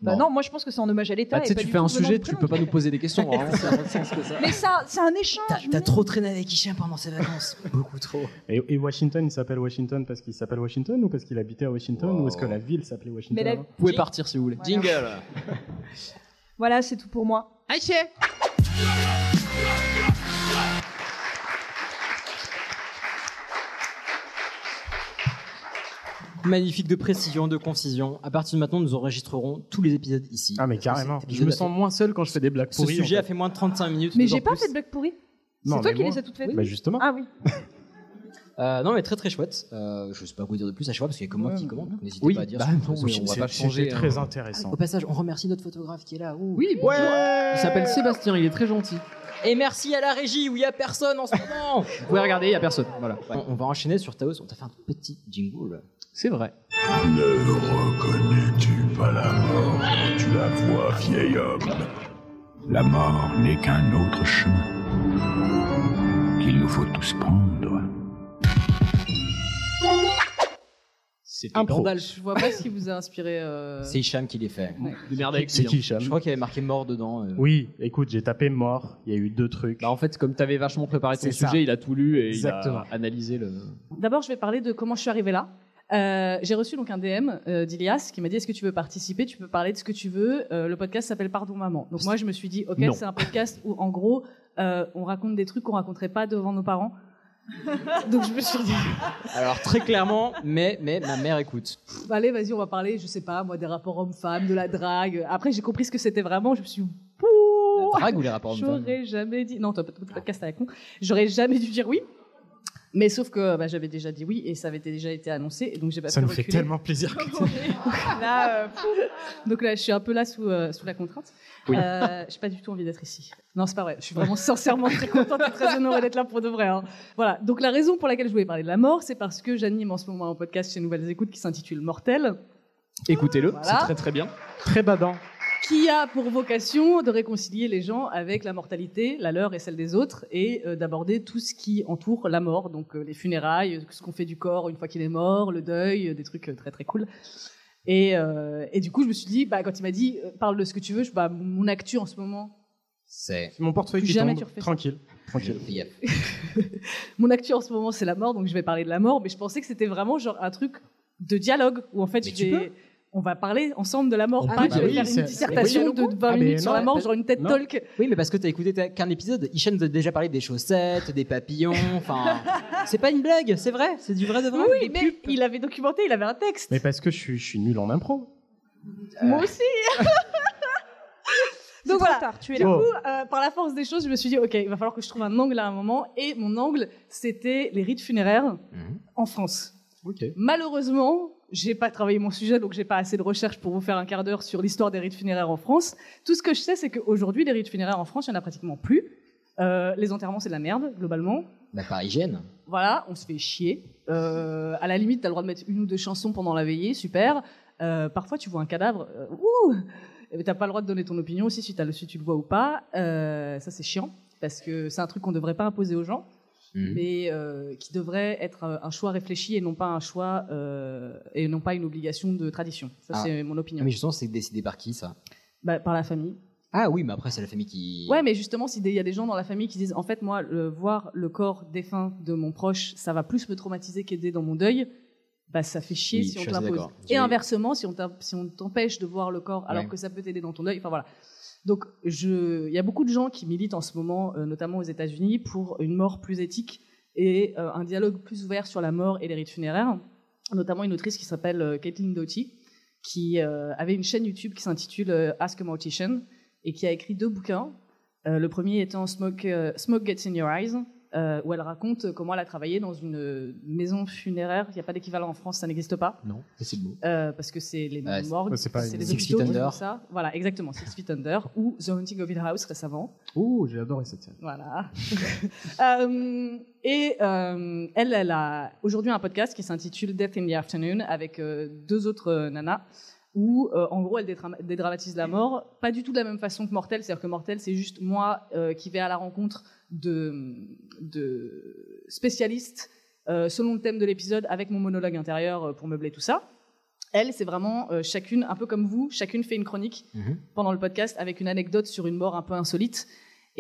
Bah non, moi je pense que c'est en hommage à l'État. Bah, tu et sais, pas tu du fais tout un venant sujet, du tu prénom, peux pas en nous fait. poser des questions. hein. vraiment, ça a pas de sens que ça. Mais ça, c'est un échange. T'as mais- t'as trop traîné avec Hichem pendant ses vacances. Beaucoup trop. Et, et Washington, il s'appelle Washington parce qu'il s'appelle Washington ou parce qu'il habitait à Washington Wow. ou est-ce que la ville s'appelait Washington Mais la- avant Vous pouvez Jing- partir si vous voulez. Voilà. Jingle. Voilà, c'est tout pour moi. Magnifique de précision, de concision. À partir de maintenant, nous enregistrerons tous les épisodes ici. Ah mais Parce que carrément. cet Je me épisode a sens moins seul quand je fais des blagues fait- Ce pourries. sujet en a fait moins de 35 minutes. Mais nous en j'ai pas plus. fait de blague pourrie. Non, C'est toi mais qui moi- les as toutes faites. Bah justement. Ah oui. Euh, non, mais très très chouette. Euh, je sais pas quoi dire de plus à chaque fois parce qu'il y a que moi Ouais. qui commande. donc N'hésitez Oui, pas à dire. bah ce que non, vous oui, pensez. on va C'est- pas changer, C'était hein. très Ah, intéressant. Au passage, on remercie notre photographe qui est là. ouh. Oui, bonjour. Il s'appelle Sébastien, il est très gentil. Et merci à la régie où il y a personne en ce moment. Vous pouvez regarder, il y a personne. Voilà. On, on va enchaîner sur Taos. On t'a fait un petit jingle. C'est vrai. Ne reconnais-tu pas la mort quand tu la vois, vieil homme La mort n'est qu'un autre chemin qu'il nous faut tous prendre. C'est Impro. Je vois pas ce qui vous a inspiré. euh, C'est Hicham qui les fait. Des merdes avec C'est lui, qui, hein. Je Cham crois qu'il y avait marqué mort dedans. euh. Oui, écoute, j'ai tapé mort. Il y a eu deux trucs. Bah, en fait, comme t'avais vachement préparé ton C'est ça. sujet, il a tout lu et Exactement. il a analysé le. D'abord, je vais parler de comment je suis arrivée là. Euh, j'ai reçu donc un DM euh, d'Ilias qui m'a dit est-ce que tu veux participer Tu peux parler de ce que tu veux. Euh, le podcast s'appelle Pardon Maman. Donc moi, je me suis dit ok, Non. c'est un podcast où en gros, euh, on raconte des trucs qu'on raconterait pas devant nos parents. Donc je me suis dit, Alors très clairement, mais, mais ma mère écoute. bah, allez, vas-y, on va parler, je sais pas, moi, des rapports hommes-femmes, de la drague. Après, j'ai compris ce que c'était vraiment. Je me suis dit, Pouh La drague ou les rapports hommes-femmes J'aurais jamais dit. Non, t'as pas de podcast à la con. J'aurais jamais dû dire oui. Mais sauf que bah, j'avais déjà dit oui et ça avait déjà été annoncé. et Donc j'ai pas Ça pu nous fait reculer. tellement plaisir. Là, euh, Donc là, je suis un peu là sous, euh, sous la contrainte. Oui. Euh, j'ai pas du tout envie d'être ici. Non, c'est pas vrai. Je suis vraiment sincèrement très contente et très honorée d'être là pour de vrai. hein. Voilà. Donc la raison pour laquelle je voulais parler de la mort, c'est parce que j'anime en ce moment un podcast chez Nouvelles Écoutes qui s'intitule Mortel, Écoutez-le, Voilà. c'est très très bien. Très badant. qui a pour vocation de réconcilier les gens avec la mortalité, la leur et celle des autres, et euh, d'aborder tout ce qui entoure la mort. Donc euh, les funérailles, ce qu'on fait du corps une fois qu'il est mort, le deuil, euh, des trucs euh, très très cool. Et, euh, et du coup, je me suis dit, bah, quand il m'a dit, euh, parle de ce que tu veux, je, bah, mon actu en ce moment, C'est. C'est mon portefeuille Plus qui jamais tombe. tu refais ça. Tranquille. Tranquille. Yep. mon actu en ce moment, c'est la mort, donc je vais parler de la mort, mais je pensais que c'était vraiment genre un truc de dialogue où en fait, Mais je tu vais- on va parler ensemble de la mort. On Pas peut, que Ah, je vais bah oui, faire c'est- une dissertation oui, de 20 Ah, mais minutes sur non, la mort, bah, genre une tête non. talk. Oui, mais parce que t'as écouté t'as qu'un épisode. Hichem t'a déjà parlé des chaussettes, des papillons. Enfin, c'est pas une blague, c'est vrai, c'est du vrai de vrai. Oui, mais il avait documenté, il avait un texte. Mais parce que je suis, je suis nul en impro. Moi aussi. hein. donc Donc voilà. tard, tu es Du là. Oh. coup, euh, par la force des choses, je me suis dit, ok, il va falloir que je trouve un angle à un moment. Et mon angle, c'était les rites funéraires Mhm. en France. Ok. Malheureusement, j'ai pas travaillé mon sujet, donc j'ai pas assez de recherche pour vous faire un quart d'heure sur l'histoire des rites funéraires en France. Tout ce que je sais, c'est qu'aujourd'hui, les rites funéraires en France, il y en a pratiquement plus. Euh, les enterrements, c'est de la merde, globalement. Bah, par hygiène. Voilà, on se fait chier. Euh, à la limite, t'as le droit de mettre une ou deux chansons pendant la veillée, super. Euh, parfois, tu vois un cadavre, euh, ouh, Eh ben, t'as pas le droit de donner ton opinion aussi si, t'as le- si tu le vois ou pas. Euh, ça, c'est chiant parce que c'est un truc qu'on devrait pas imposer aux gens, Mhm. mais euh, qui devrait être euh, un choix réfléchi et non pas un choix euh, et non pas une obligation de tradition. Ça, Ah. c'est mon opinion. Ah, mais justement, c'est décidé par qui ça Bah, par la famille. Ah oui, mais après, c'est la famille qui. Ouais, mais justement, s'il y a des gens dans la famille qui disent, en fait, moi, le- voir le corps défunt de mon proche, ça va plus me traumatiser qu'aider dans mon deuil, bah ça fait chier Oui, si je on suis te assez l'impose. d'accord. Et J'ai- inversement, si on t'im- si on t'empêche de voir le corps alors Ouais. que ça peut t'aider dans ton deuil, enfin voilà. Donc, je- il y a beaucoup de gens qui militent en ce moment, euh, notamment aux États-Unis, pour une mort plus éthique et euh, un dialogue plus ouvert sur la mort et les rites funéraires. Notamment une autrice qui s'appelle euh, Caitlin Doughty, qui euh, avait une chaîne YouTube qui s'intitule euh, Ask a Mortician et qui a écrit deux bouquins. Euh, le premier étant Smoke, euh, Smoke Gets in Your Eyes, euh, où elle raconte comment elle a travaillé dans une euh, maison funéraire. Il n'y a pas d'équivalent en France, ça n'existe pas, Non, ça, c'est le mot. euh, parce que c'est les Ouais, morgues, c'est pas c'est une- les Six hôpitaux Feet qui font Under. ça. Voilà, exactement, Six Feet Under, ou The Haunting of Hill House récemment. Oh, j'ai adoré cette série. Voilà. Euh, et euh, elle, elle a aujourd'hui un podcast qui s'intitule Death in the Afternoon avec euh, deux autres euh, nanas où, euh, en gros, elle dédrama- dédramatise la mort, pas du tout de la même façon que Mortel. C'est-à-dire que Mortel, c'est juste moi euh, qui vais à la rencontre de, de spécialistes euh, selon le thème de l'épisode avec mon monologue intérieur euh, pour meubler tout ça. Elle, c'est vraiment euh, chacune, un peu comme vous, chacune fait une chronique Mhm. pendant le podcast avec une anecdote sur une mort un peu insolite.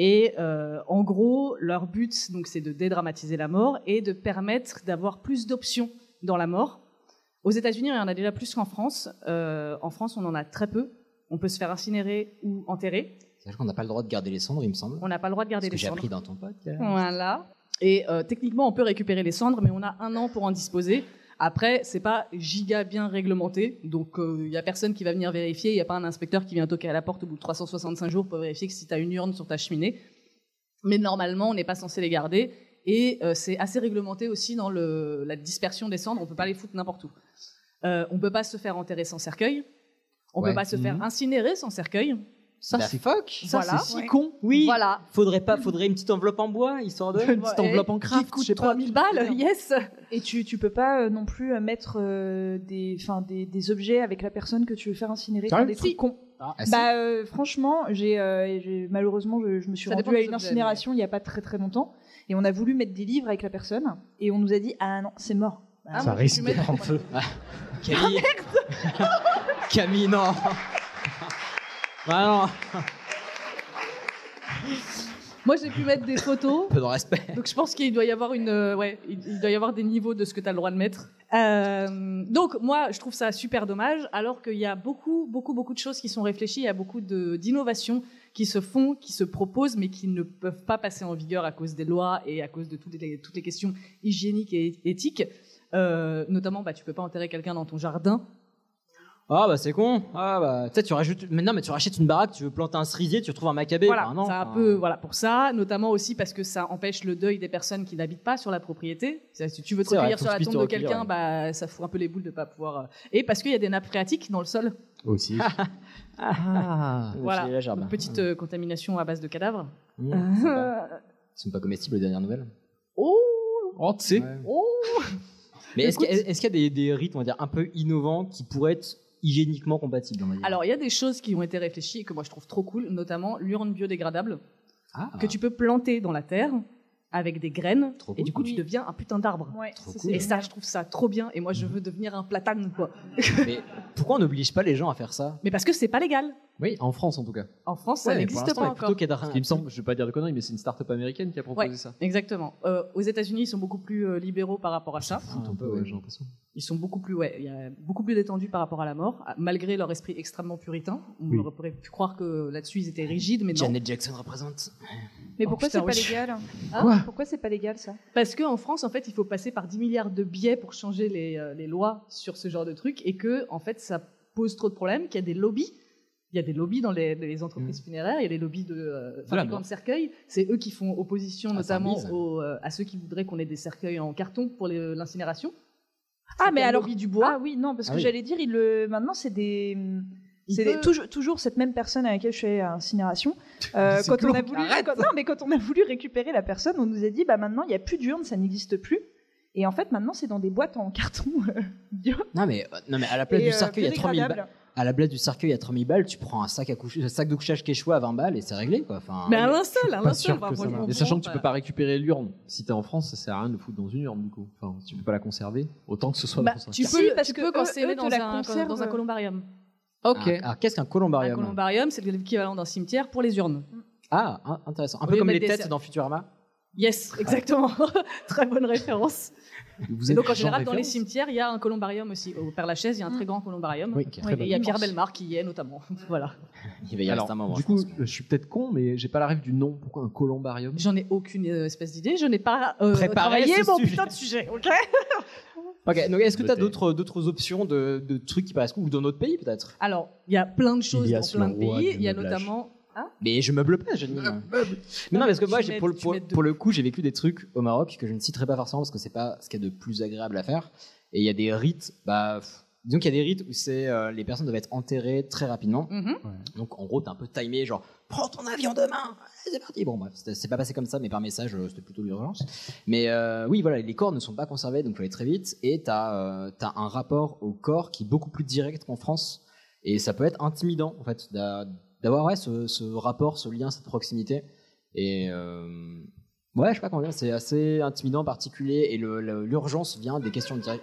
Et euh, en gros, leur but, donc, c'est de dédramatiser la mort et de permettre d'avoir plus d'options dans la mort. Aux États-Unis, il y en a déjà plus qu'en France. Euh, en France, on en a très peu. On peut se faire incinérer ou enterrer. Sachant qu'on n'a pas le droit de garder les cendres, il me semble. On n'a pas le droit de Ce garder que les j'ai cendres. appris dans ton euh. podcast. Voilà. Et euh, techniquement, on peut récupérer les cendres, mais on a un an pour en disposer. Après, c'est pas giga bien réglementé, donc il n'y y a personne qui va venir vérifier. Il y a pas un inspecteur qui vient toquer à la porte au bout de 365 jours pour vérifier que si tu as une urne sur ta cheminée. Mais normalement, on n'est pas censé les garder. Et euh, c'est assez réglementé aussi dans le- la dispersion des cendres. On peut pas les foutre n'importe où. Euh, on peut pas se faire enterrer sans cercueil. On Ouais. peut pas se Mhm. faire incinérer sans cercueil. Ça, Bah, c'est fuck Ça, Voilà. c'est si con. Oui Voilà. Faudrait pas, faudrait une petite enveloppe en bois, histoire de. Une petite enveloppe en craft, Qui je sais coûte pas. 3000 balles, yes. Et tu, tu peux pas euh, non plus euh, mettre euh, des, enfin, des, des objets avec la personne que tu veux faire incinérer. Ah, Enfin, des si. trucs cons. Ah, si. Bah, euh, franchement, j'ai euh, j'ai- malheureusement, je, je me suis Ça dépend rendue à des une objets, incinération il n'y a pas très très longtemps, et on a voulu mettre des livres avec la personne, et on nous a dit ah non, c'est mort. Ah, Ça moi, je risque suis de mettre- prendre feu. Ah, Camille Camille, non Ah non, Moi, j'ai pu mettre des photos. peu de respect. Donc, je pense qu'il doit y avoir une, euh, ouais, il il doit y avoir des niveaux de ce que tu as le droit de mettre. Euh, donc, moi, je trouve ça super dommage, alors qu'il y a beaucoup, beaucoup, beaucoup de choses qui sont réfléchies, il y a beaucoup de- d'innovations qui se font, qui se proposent, mais qui ne peuvent pas passer en vigueur à cause des lois et à cause de toutes les, toutes les questions hygiéniques et éthiques. Euh, notamment, bah, tu peux pas enterrer quelqu'un dans ton jardin. Ah bah c'est con. Ah bah peut-être tu rajoutes. Mais non, mais tu rachètes une baraque, tu veux planter un cerisier, tu retrouves un macabé. Voilà, Bah, non. c'est un Enfin, peu voilà pour ça, notamment aussi parce que ça empêche le deuil des personnes qui n'habitent pas sur la propriété. C'est-à-dire, Si tu veux te C'est vrai, recueillir faut sur la vite te tombe de recueillir, quelqu'un, ouais. bah ça fout un peu les boules de pas pouvoir. euh, Et parce qu'il y a des nappes phréatiques dans le sol. Aussi. Ah. Voilà. C'est la gerbe. Donc, petite euh, contamination à base de cadavres. Euh, Mmh. Ils sont pas comestibles les dernières nouvelles. oh, Oh, tu sais. oh. Mais est-ce Écoute. qu'il y a, est-ce qu'il y a des, des rites, on va dire, un peu innovants qui pourraient être hygiéniquement compatibles on va dire Alors il y a des choses qui ont été réfléchies et que moi je trouve trop cool, notamment l'urne biodégradable Ah, que tu peux planter dans la terre avec des graines Trop et cool. du coup tu deviens un putain d'arbre. Ouais, Trop ça, cool. Et ça je trouve ça trop bien et moi Mhm. je veux devenir un platane quoi. Mais pourquoi on n'oblige pas les gens à faire ça Mais parce que c'est pas légal. Oui, en France en tout cas. En France, ça Ouais, mais pour n'existe l'instant, pas ouais, encore. Plutôt qu'il y a de- Parce qu'il me semble, je vais pas dire de conneries, mais c'est une start-up américaine qui a proposé Ouais. ça. Exactement. Euh, aux États-Unis, ils sont beaucoup plus euh, libéraux par rapport à ça. Foutent un Ah, peu, ouais, j'ai l'impression. Ils sont beaucoup plus, ouais, il y a beaucoup plus détendus par rapport à la mort, à- malgré leur esprit extrêmement puritain. On Oui. aurait pu croire que là-dessus ils étaient rigides, mais non. Janet Jackson représente. Mais Oh, pourquoi putain, c'est pas oui. légal Hein Quoi Pourquoi c'est pas légal ça Parce qu'en France, en fait, il faut passer par 10 milliards de biais pour changer les, euh, les lois sur ce genre de truc et que, en fait, ça pose trop de problèmes, qu'il y a des lobbies. Il y a des lobbies dans les, les entreprises funéraires, il y a des lobbies de euh, fabricants mort. de cercueils. C'est eux qui font opposition Ah, c'est un notamment bise. aux, euh, à ceux qui voudraient qu'on ait des cercueils en carton pour les- euh, l'incinération. Ah mais le alors lobby du bois. Ah oui non parce Ah que oui. j'allais dire il le maintenant c'est des Il c'est peut- des- toujours, toujours cette même personne à laquelle je fais incinération. Euh, C'est quand on a glauque, voulu, quand- non, mais quand on a voulu récupérer la personne, on nous a dit bah maintenant il n'y a plus d'urne, ça n'existe plus. Et en fait maintenant c'est dans des boîtes en carton euh, bio. Non mais, euh, non mais à la place et, du euh, cercueil, il y a 3000 biodégradable. balles. À la place du cercueil, il y a 3000 balles, tu prends un sac, à coucher, un sac de couchage quechua à 20 balles et c'est réglé quoi. Enfin, Mais à l'instinct, à pas sûr l'instinct, on va que ça prendre- marche. on Et sachant que tu prend, peux pas récupérer l'urne, si t'es en France, ça sert à rien de le foutre dans une urne du coup. Enfin, tu peux pas la conserver, autant que ce soit Bah, dans ton tu cercueil. peux, Si, le- parce tu que peux eux- conserver eux te dans, la un, conservent. dans un columbarium. Ah, Alors qu'est-ce qu'un Un columbarium columbarium, c'est l'équivalent d'un cimetière pour les urnes. Ah, hein, intéressant. Un Au peu lieu comme de les mettre des têtes cer- dans Futurama. Yes, exactement. Très bonne référence. Vous Et êtes donc en genre général, dans les référence. cimetières, il y a un columbarium aussi. Au Père-Lachaise, il y a un très grand columbarium. Oui, qui est très Et bonne. il y a Pierre Immense. Belmar qui y est notamment. voilà. Il va y Alors, rester un moment. du je coup, euh, pense. je suis peut-être con, mais j'ai pas la rêve du nom. Pourquoi un columbarium J'en ai aucune euh, espèce d'idée. Je n'ai pas euh, Préparé travaillé ce mon sujet. putain de sujet. ok Ok, donc est-ce que Je tu as t'ai. d'autres d'autres options de, de trucs qui paraissent cool ou dans notre pays peut-être Alors, il y a plein de choses Ilias, dans plein le de roi pays. du Il y a meublage. notamment. Mais je meuble pas, Janine. Mais non, mais parce que tu moi, j'ai- mets- pour, le- tu pour, mets de- pour le coup, j'ai vécu des trucs au Maroc que je ne citerai pas forcément parce que c'est pas ce qu'il y a de plus agréable à faire. Et il y a des rites, bah, pff, disons qu'il y a des rites où c'est euh, les personnes doivent être enterrées très rapidement. Mhm. Donc en gros, t'es un peu timé, genre prends ton avion demain, allez, c'est parti. Bon, bref, c'était- c'est pas passé comme ça, mais par message, euh, c'était plutôt l'urgence. Mais euh, oui, voilà, les corps ne sont pas conservés, donc faut aller très vite. Et t'as euh, t'as un rapport au corps qui est beaucoup plus direct qu'en France. Et ça peut être intimidant, en fait, d'a- d'avoir ouais, ce, ce rapport, ce lien, cette proximité. Et euh, ouais, je sais pas comment dire, c'est assez intimidant, particulier. Et le- le- l'urgence vient des questions directes.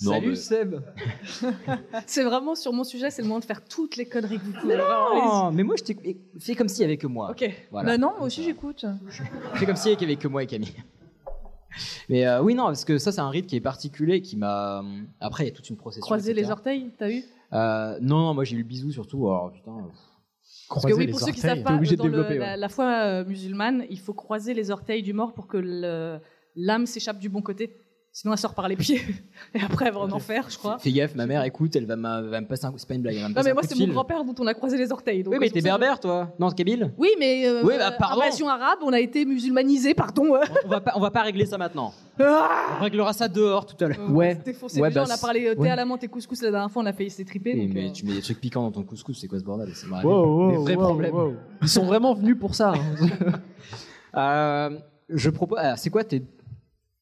Non, Salut mais- Seb C'est vraiment sur mon sujet, c'est le moment de faire toutes les conneries que vous pouvez. Oh, mais moi, je t'ai fait comme s'il y avait que moi. Ok. Voilà. Bah non moi aussi j'écoute. Fais comme si il n'y avait que moi et Camille. Mais euh, oui, non, parce que ça, c'est un rite qui est particulier, qui m'a. euh, Après, il y a toute une procession. Croiser etc. les orteils, t'as vu Euh, Non, non, moi j'ai eu le bisou surtout. Alors, putain. euh, Parce que oui, pour ceux qui savent pas, T'es obligé dans de le- développer, la, ouais. la foi euh, musulmane, il faut croiser les orteils du mort pour que le- l'âme s'échappe du bon côté. Sinon, elle sort par les pieds. Et après, elle va en enfer, je crois. Fais gaffe, ma mère écoute, elle va, m'a- va me passer un coup. C'est pas une blague, elle va me Non, passer mais un moi, coup de c'est mon fil. grand-père dont on a croisé les orteils. donc euh, Oui, mais c'est pour t'es ça que- berbère, toi Non, c'est Kabyle Oui, mais euh, Oui, bah, pardon. invasion arabe, on a été musulmanisé, pardon. on, va pas, on va pas régler ça maintenant. On réglera ça dehors tout à l'heure. Ouais. Défoncé Ouais, déjà, bah, on a parlé euh, thé ouais. à la menthe et couscous la dernière fois, on a failli s'étriper. Oui, donc, mais euh, tu mets des trucs piquants dans ton couscous, c'est quoi ce bordel C'est marrant. Des vrais problèmes. Ils sont vraiment venus pour ça. hein. Euh, je propose. alors, C'est quoi tes,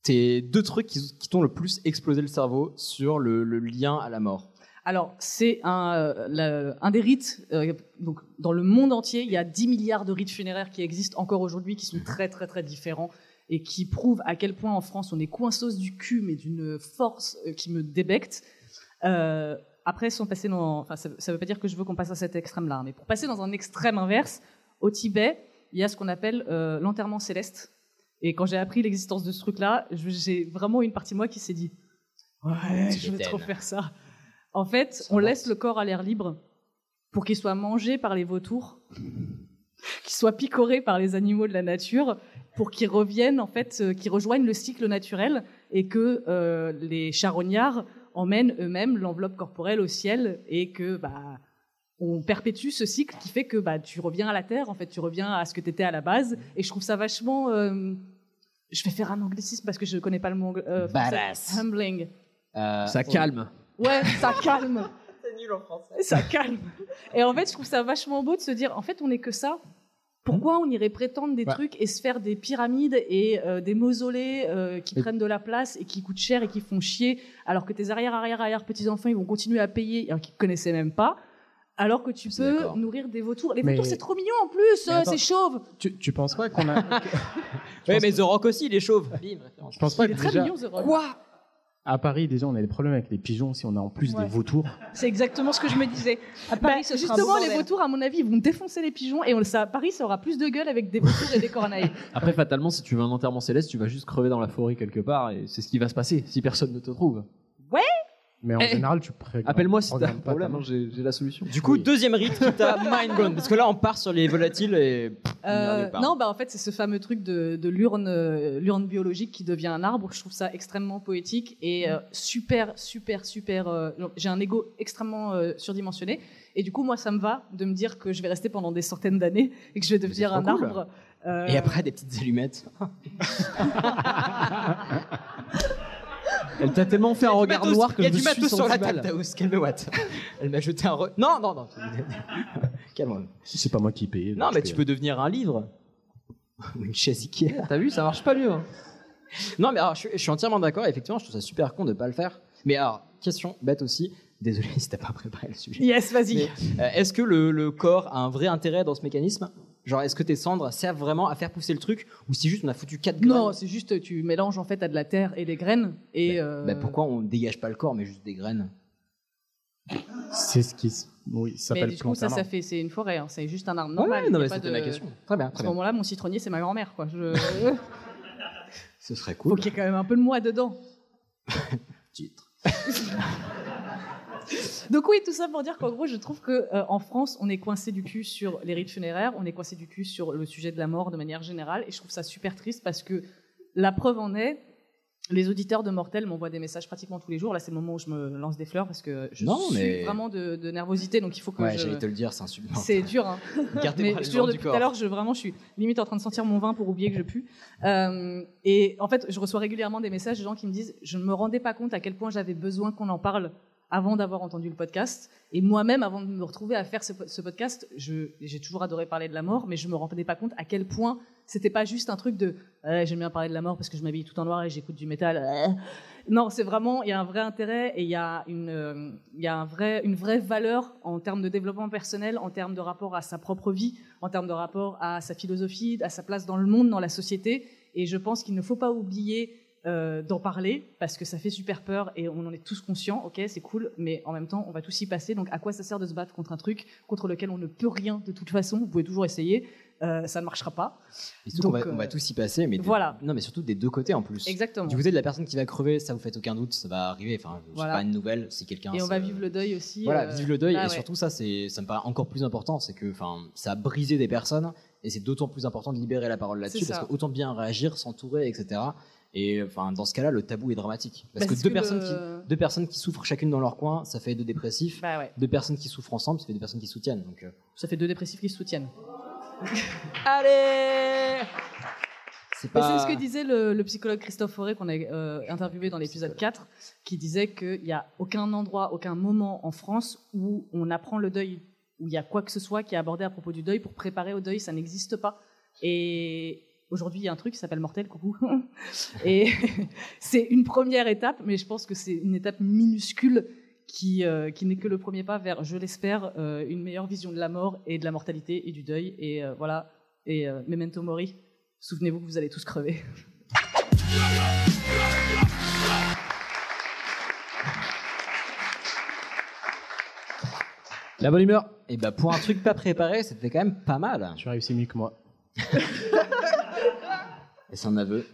tes deux trucs qui, qui t'ont le plus explosé le cerveau sur le, le lien à la mort Alors, c'est un, euh, la- un des rites. euh, donc, dans le monde entier, il y a 10 milliards de rites funéraires qui existent encore aujourd'hui, qui sont très, très, très différents et qui prouvent à quel point en France on est coinceuse du cul, mais d'une force euh, qui me débecte. Euh, après, sans passer dans. Enfin, ça ne veut pas dire que je veux qu'on passe à cet extrême-là, hein, mais pour passer dans un extrême inverse, au Tibet, il y a ce qu'on appelle euh, l'enterrement céleste. Et quand j'ai appris l'existence de ce truc-là, je- j'ai vraiment une partie de moi qui s'est dit Ouais, Tu je veux m'étonnes. trop faire ça. En fait, Ça on va. laisse le corps à l'air libre. pour qu'ils soient mangés par les vautours, qu'ils soient picorés par les animaux de la nature, pour qu'ils reviennent, en fait, euh, qu'ils rejoignent le cycle naturel et que euh, les charognards emmènent eux-mêmes l'enveloppe corporelle au ciel et que, bah, on perpétue ce cycle qui fait que bah, tu reviens à la terre, en fait, tu reviens à ce que tu étais à la base. Et je trouve ça vachement. euh, je vais faire un anglicisme parce que je connais pas le mot anglais. euh, français. Badass. Humbling. Euh, Ça calme. Ouais, ça calme. C'est nul en français. ça calme. Et en fait, je trouve ça vachement beau de se dire, en fait, on n'est que ça. Pourquoi on irait prétendre des Ouais. trucs et se faire des pyramides et euh, des mausolées euh, qui Et- prennent de la place et qui coûtent cher et qui font chier, alors que tes arrière, arrière, arrière petits-enfants, ils vont continuer à payer, alors qu'ils ne connaissaient même pas, alors que tu suis peux d'accord. nourrir des vautours. Les Mais- vautours, c'est trop mignon en plus, Mais euh, attends. c'est chauve. Tu, tu penses pas qu'on a. Ouais, mais The Rock aussi, il est chauve. Bim, référence. Je pense pas Il que est très déjà, mignon, ce rock. à Paris, déjà, on a des problèmes avec les pigeons si on a en plus Ouais. des vautours. C'est exactement ce que je me disais. À Bah, Paris, ce sera un justement, les bordel. vautours, à mon avis, ils vont défoncer les pigeons et on, le sait, à Paris, ça aura plus de gueule avec des vautours et des corneilles. Après, fatalement, si tu veux un enterrement céleste, tu vas juste crever dans la forêt quelque part et c'est ce qui va se passer si personne ne te trouve. Mais en Eh général, tu pré- Appelle-moi si t'as un programmes pas ta problème, mort. hein, j'ai j'ai la solution. Du coup, deuxième rite qui t'a mind blown. Parce que là, on part sur les volatiles et. pff, on Euh, ira nulle part. non, bah en fait, c'est ce fameux truc de, de l'urne, euh, l'urne biologique qui devient un arbre. Je trouve ça extrêmement poétique et euh, super, super, super. euh, non, J'ai un ego extrêmement euh, surdimensionné et du coup, moi, ça me va de me dire que je vais rester pendant des centaines d'années et que je vais c'est devenir trop un cool. arbre. Euh, Et après, des petites allumettes. Elle t'a tellement fait un regard Matos- noir que il y je a me du suis matos senti sur la table, mal. Taos. Calme-toi. Elle m'a jeté un. re- Non, non, non. Calme-toi. C'est pas moi qui paye. Non, mais tu peux devenir un livre. Ou une chaise Ikea. T'as vu, ça marche pas mieux. hein. Non, mais alors, je, suis- je suis entièrement d'accord. Effectivement, je trouve ça super con de pas le faire. Mais alors, question bête aussi. Désolé si t'as pas préparé le sujet. Yes, vas-y. Mais- Euh, est-ce que le, le corps a un vrai intérêt dans ce mécanisme Genre, est-ce que tes cendres servent vraiment à faire pousser le truc Ou si juste on a foutu 4 grammes Non, c'est juste tu mélanges en fait à de la terre et des graines et. euh, Bah, pourquoi on dégage pas le corps mais juste des graines C'est ce qui. s- Oui, ça Mais s'appelle du coup, ça, Plantain. ça fait, c'est une forêt, hein, c'est juste un arbre Non, normal. il non, y a mais pas c'était de- ma question. Très bien, À ce très bien. moment-là, mon citronnier, c'est ma grand-mère, quoi. Je... Ce serait Faut cool. qu'il y ait quand même un peu de moi dedans. Titre. Donc oui, tout ça pour dire qu'en gros, je trouve que euh, en France, on est coincé du cul sur les rites funéraires, on est coincé du cul sur le sujet de la mort de manière générale, et je trouve ça super triste parce que la preuve en est, les auditeurs de Mortel m'envoient des messages pratiquement tous les jours. Là, c'est le moment où je me lance des fleurs parce que je Non, suis mais- vraiment de, de nervosité, donc il faut que Ouais, je... j'allais te le dire, c'est insupportable. C'est dur, hein. Gardez Mais pas je les te jure, membres du depuis tout à corps. l'heure, je, vraiment, je suis limite en train de sentir mon vin pour oublier que je pue. Euh, et en fait, je reçois régulièrement des messages de gens qui me disent Je ne me rendais pas compte à quel point j'avais besoin qu'on en parle avant d'avoir entendu le podcast. Et moi-même, avant de me retrouver à faire ce, po- ce podcast, je- j'ai toujours adoré parler de la mort, mais je me rendais pas compte à quel point c'était pas juste un truc de Ouais, J'aime bien parler de la mort parce que je m'habille tout en noir et j'écoute du métal. euh, Ouais. Non, c'est vraiment, il y a un vrai intérêt et il y a, une, euh, il y a un vrai, une vraie valeur en termes de développement personnel, en termes de rapport à sa propre vie, en termes de rapport à sa philosophie, à sa place dans le monde, dans la société. Et je pense qu'il ne faut pas oublier euh, d'en parler parce que ça fait super peur et on en est tous conscients. Ok, c'est cool, mais en même temps, on va tous y passer. Donc, à quoi ça sert de se battre contre un truc contre lequel on ne peut rien de toute façon Vous pouvez toujours essayer, euh, ça ne marchera pas. Et surtout qu'on Donc, va, on euh, va tous y passer, mais des- voilà. Non, mais surtout des deux côtés en plus. Exactement. Du côté de la personne qui va crever, ça vous fait aucun doute, ça va arriver. Enfin, c'est Voilà. pas une nouvelle, c'est quelqu'un. Et on c'est- va vivre le deuil aussi. Voilà, euh, vive le deuil. là, et ouais. surtout, ça, c'est, ça me paraît encore plus important. C'est que enfin, ça a brisé des personnes. Et c'est d'autant plus important de libérer la parole là-dessus. C'est Parce ça. qu'autant bien réagir, s'entourer, etc. Et enfin, dans ce cas-là, le tabou est dramatique. Parce Bah, que c'est deux, ce personnes qui, le- deux personnes qui souffrent chacune dans leur coin, ça fait deux dépressifs. Bah ouais. Deux personnes qui souffrent ensemble, ça fait deux personnes qui soutiennent. Donc, euh, Ça fait deux dépressifs qui se soutiennent. Allez C'est Mais pas. Bah, C'est ce que disait le, le psychologue Christophe Fauré qu'on a euh, interviewé dans l'épisode 4, qui disait qu'il n'y a aucun endroit, aucun moment en France où on apprend le deuil, où il y a quoi que ce soit qui est abordé à propos du deuil pour préparer au deuil, ça n'existe pas. Et aujourd'hui, il y a un truc qui s'appelle mortel, coucou. Et c'est une première étape, mais je pense que c'est une étape minuscule qui, euh, qui n'est que le premier pas vers, je l'espère, euh, une meilleure vision de la mort et de la mortalité et du deuil. Et euh, voilà, et euh, memento mori. Souvenez-vous que vous allez tous crever. La bonne humeur. Et bah, pour un truc pas préparé, c'était quand même pas mal. Tu as réussi mieux que moi. Et c'est un aveu.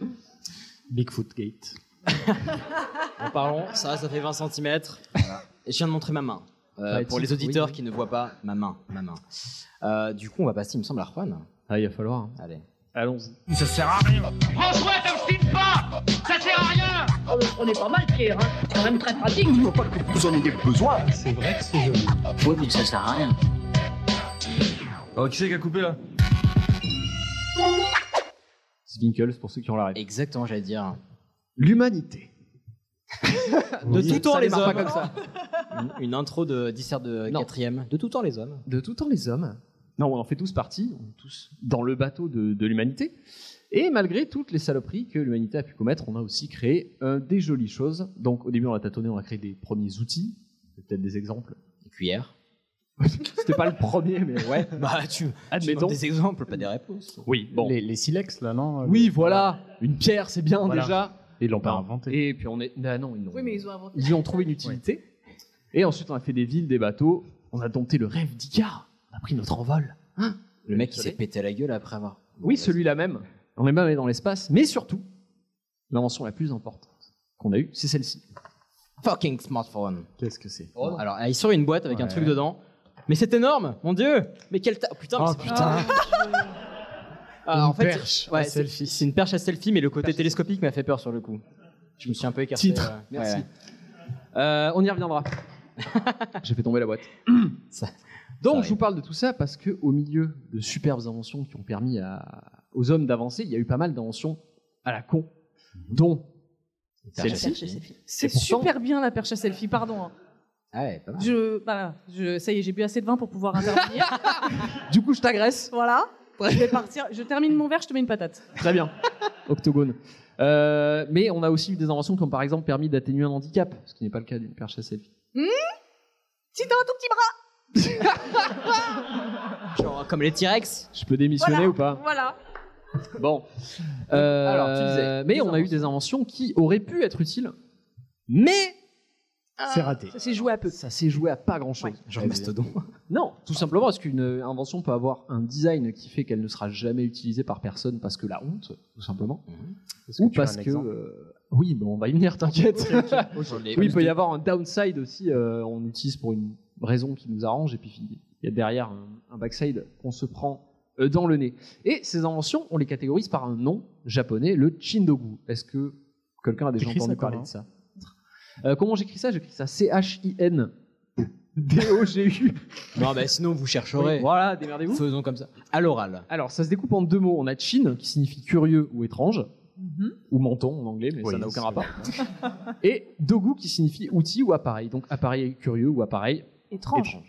Bigfoot Gate. En parlant, ça, ça fait 20 cm. Et je viens de montrer ma main. Euh, Ouais, titre, pour les auditeurs oui. qui ne voient pas ma main, ma main. Euh, du coup, on va passer, il me semble, à Juan. Ah, il va falloir. hein. Allez. Allons-y. Ça sert à rien. François, t'obstine pas Ça sert à rien On est pas mal, Pierre, hein C'est quand même très pratique. Vous en avez besoin C'est vrai que c'est joli. Ouais, mais ça sert à rien. Oh, qui c'est qui a coupé là Spinkles, pour ceux qui ont la rêve. Exactement, j'allais dire. L'humanité. De tout temps, Ça les démarre hommes. pas comme ça. Une, une intro de dissert de Non. quatrième. De tout temps, les hommes. De tout temps, les hommes. Non, on en fait tous partie, on est tous dans le bateau de, de l'humanité. Et malgré toutes les saloperies que l'humanité a pu commettre, on a aussi créé euh, des jolies choses. Donc au début, on a tâtonné, on a créé des premiers outils, peut-être des exemples. Des cuillères. C'était pas le premier, mais ouais. Bah, tu, tu Admettons. demandes des exemples, pas des réponses. Oui, bon. les, les silex là, non Oui, voilà. Une pierre, c'est bien Voilà. déjà. Ils l'ont pas Non. inventé. Et puis on est. Ah non, ils l'ont. Oui, mais ils ont inventé. ils y ont trouvé une utilité. Et ensuite, on a fait des villes, des bateaux. On a dompté le rêve d'Icar. On a pris notre envol. Hein Le mec, il s'est pété la gueule après avoir. Oui, celui-là même. On est même allé dans l'espace. Mais surtout, l'invention la plus importante qu'on a eue, c'est celle-ci. Fucking smartphone. Qu'est-ce que c'est Oh, Bon, Oh, Alors, il sort une boîte avec un Ouais. truc dedans. Mais c'est énorme, mon dieu! Mais quelle ta... oh, Putain, mais Oh c'est- putain Ah, Une en fait, perche à ouais, c'est- selfie. C'est une perche à selfie, mais le côté Perche à télescopique m'a fait peur sur le coup. Je me suis un peu écarté. Titre. ouais. Merci. Ouais, ouais. Euh, on y reviendra. J'ai fait tomber la boîte. Ça- Donc, arrive. je vous parle de tout ça parce que au milieu de superbes inventions qui ont permis à- aux hommes d'avancer, il y a eu pas mal d'inventions à la con, dont Perche à Celle-ci. selfie. C'est Et pourtant- super bien la perche à selfie, pardon. hein. Ah ouais, pas mal. Je, bah, je, ça y est, j'ai bu assez de vin pour pouvoir intervenir. Du coup, je t'agresse. voilà. Je vais partir. Je termine mon verre, je te mets une patate. Très bien. Octogone. Euh, mais on a aussi eu des inventions qui ont par exemple permis d'atténuer un handicap, ce qui n'est pas le cas d'une perche à selfie. Si t'as un tout petit bras, Genre euh, comme les T-Rex. Je peux démissionner Voilà. ou pas voilà. Bon. Euh, Alors, tu disais, mais des on a eu des inventions qui auraient pu être utiles, mais C'est Ah. raté. Ça s'est joué à peu. ça s'est joué à pas grand chose. Genre Mastodon. Non, tout simplement parce qu'une euh, invention peut avoir un design qui fait qu'elle ne sera jamais utilisée par personne parce que la honte, tout simplement. Est-ce Ou tu as parce un que. exemple euh, oui, mais on va y venir, t'inquiète. Oh, Oui, il peut y avoir un downside aussi. euh, on utilise pour une raison qui nous arrange, et puis il y a derrière un, un backside qu'on se prend euh, dans le nez. Et ces inventions, on les catégorise par un nom japonais, le chindogu. Est-ce que quelqu'un a déjà T'écris entendu ça parler comment de ça Euh, Comment j'écris ça J'écris ça C-H-I-N. D-O-G-U. Non, mais sinon vous chercherez. Voilà, démerdez-vous. Faisons comme ça. À l'oral. Alors, ça se découpe en deux mots. On a chin, qui signifie curieux ou étrange, Mhm. ou menton en anglais, mais Oui, ça n'a aucun c'est- rapport. Et dogu, qui signifie outil ou appareil. Donc, appareil curieux ou appareil Étrange.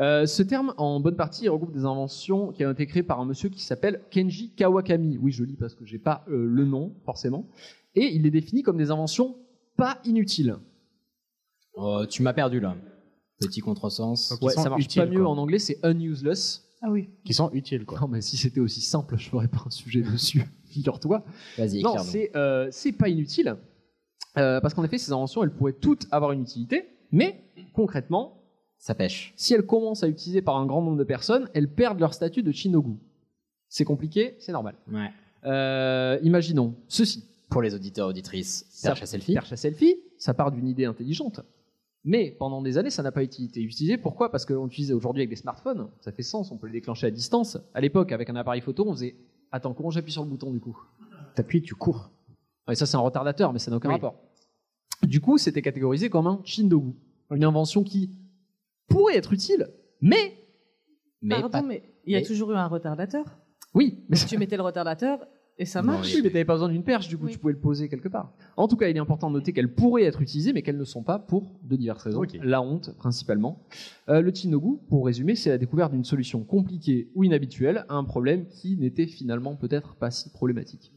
euh, ce terme, en bonne partie, il regroupe des inventions qui ont été créées par un monsieur qui s'appelle Kenji Kawakami. Oui, je lis parce que j'ai pas euh, le nom, forcément. Et il les définit comme des inventions pas inutiles. Oh, tu m'as perdu là. Petit contresens. Qui ouais, sont ça marche utiles, pas mieux quoi. en anglais, c'est unuseless. Ah oui. Qui sont utiles quoi. Non, mais si c'était aussi simple, je ferais pas un sujet dessus. Figure-toi. Vas-y, Non, éclaire-nous. c'est euh, c'est pas inutile. Euh, parce qu'en effet, ces inventions, elles pourraient toutes avoir une utilité, mais concrètement, Ça pêche. si elles commencent à utiliser par un grand nombre de personnes, elles perdent leur statut de chinogu. C'est compliqué, c'est normal. Ouais. Euh, imaginons ceci Pour les auditeurs auditrices, Ça- cherche à selfie. perche à selfie, ça part d'une idée intelligente. Mais pendant des années, ça n'a pas été été utilisé. Pourquoi Parce que l'on l'utilisait aujourd'hui avec des smartphones. Ça fait sens, on peut les déclencher à distance. À l'époque, avec un appareil photo, on faisait Attends, comment j'appuie sur le bouton du coup T'appuies, tu cours. Ouais, Ça, c'est un retardateur, mais ça n'a aucun Oui. rapport. Du coup, c'était catégorisé comme un shindogu. Une invention qui pourrait être utile, mais. Mais pardon, pas- mais il y a mais- toujours eu un retardateur. Oui, mais tu mettais le retardateur et ça Non, marche. Oui, mais t'avais pas besoin d'une perche, du coup, Oui. tu pouvais le poser quelque part. En tout cas, il est important de noter qu'elles pourraient être utilisées, mais qu'elles ne sont pas pour de diverses raisons. Ok. La honte, principalement. Euh, le chinogu, pour résumer, c'est la découverte d'une solution compliquée ou inhabituelle à un problème qui n'était finalement peut-être pas si problématique.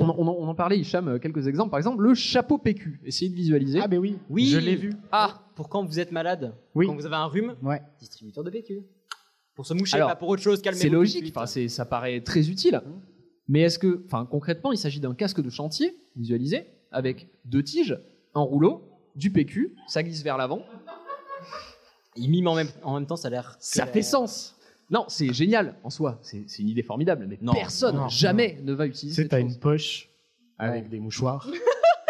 On en, on en- on en parlait, Hicham, euh, quelques exemples. Par exemple, le chapeau PQ. Essayez de visualiser. Ah ben oui. Oui. Je l'ai vu. Ah, pour quand vous êtes malade, Oui. quand vous avez un rhume, Ouais. distributeur de PQ. Pour se moucher, Alors, pas pour autre chose, calmez-vous. c'est tout de logique, suite. enfin, c'est- ça paraît très utile. Mais est-ce que, enfin, concrètement, il s'agit d'un casque de chantier, visualisé, avec deux tiges, un rouleau, du PQ, ça glisse vers l'avant. Il mime en même, en même temps, ça a l'air. Ça fait sens. Non, c'est génial en soi. C'est c'est une idée formidable, mais Non, personne non, jamais ne va utiliser C'est cette t'as chose. une poche avec des mouchoirs.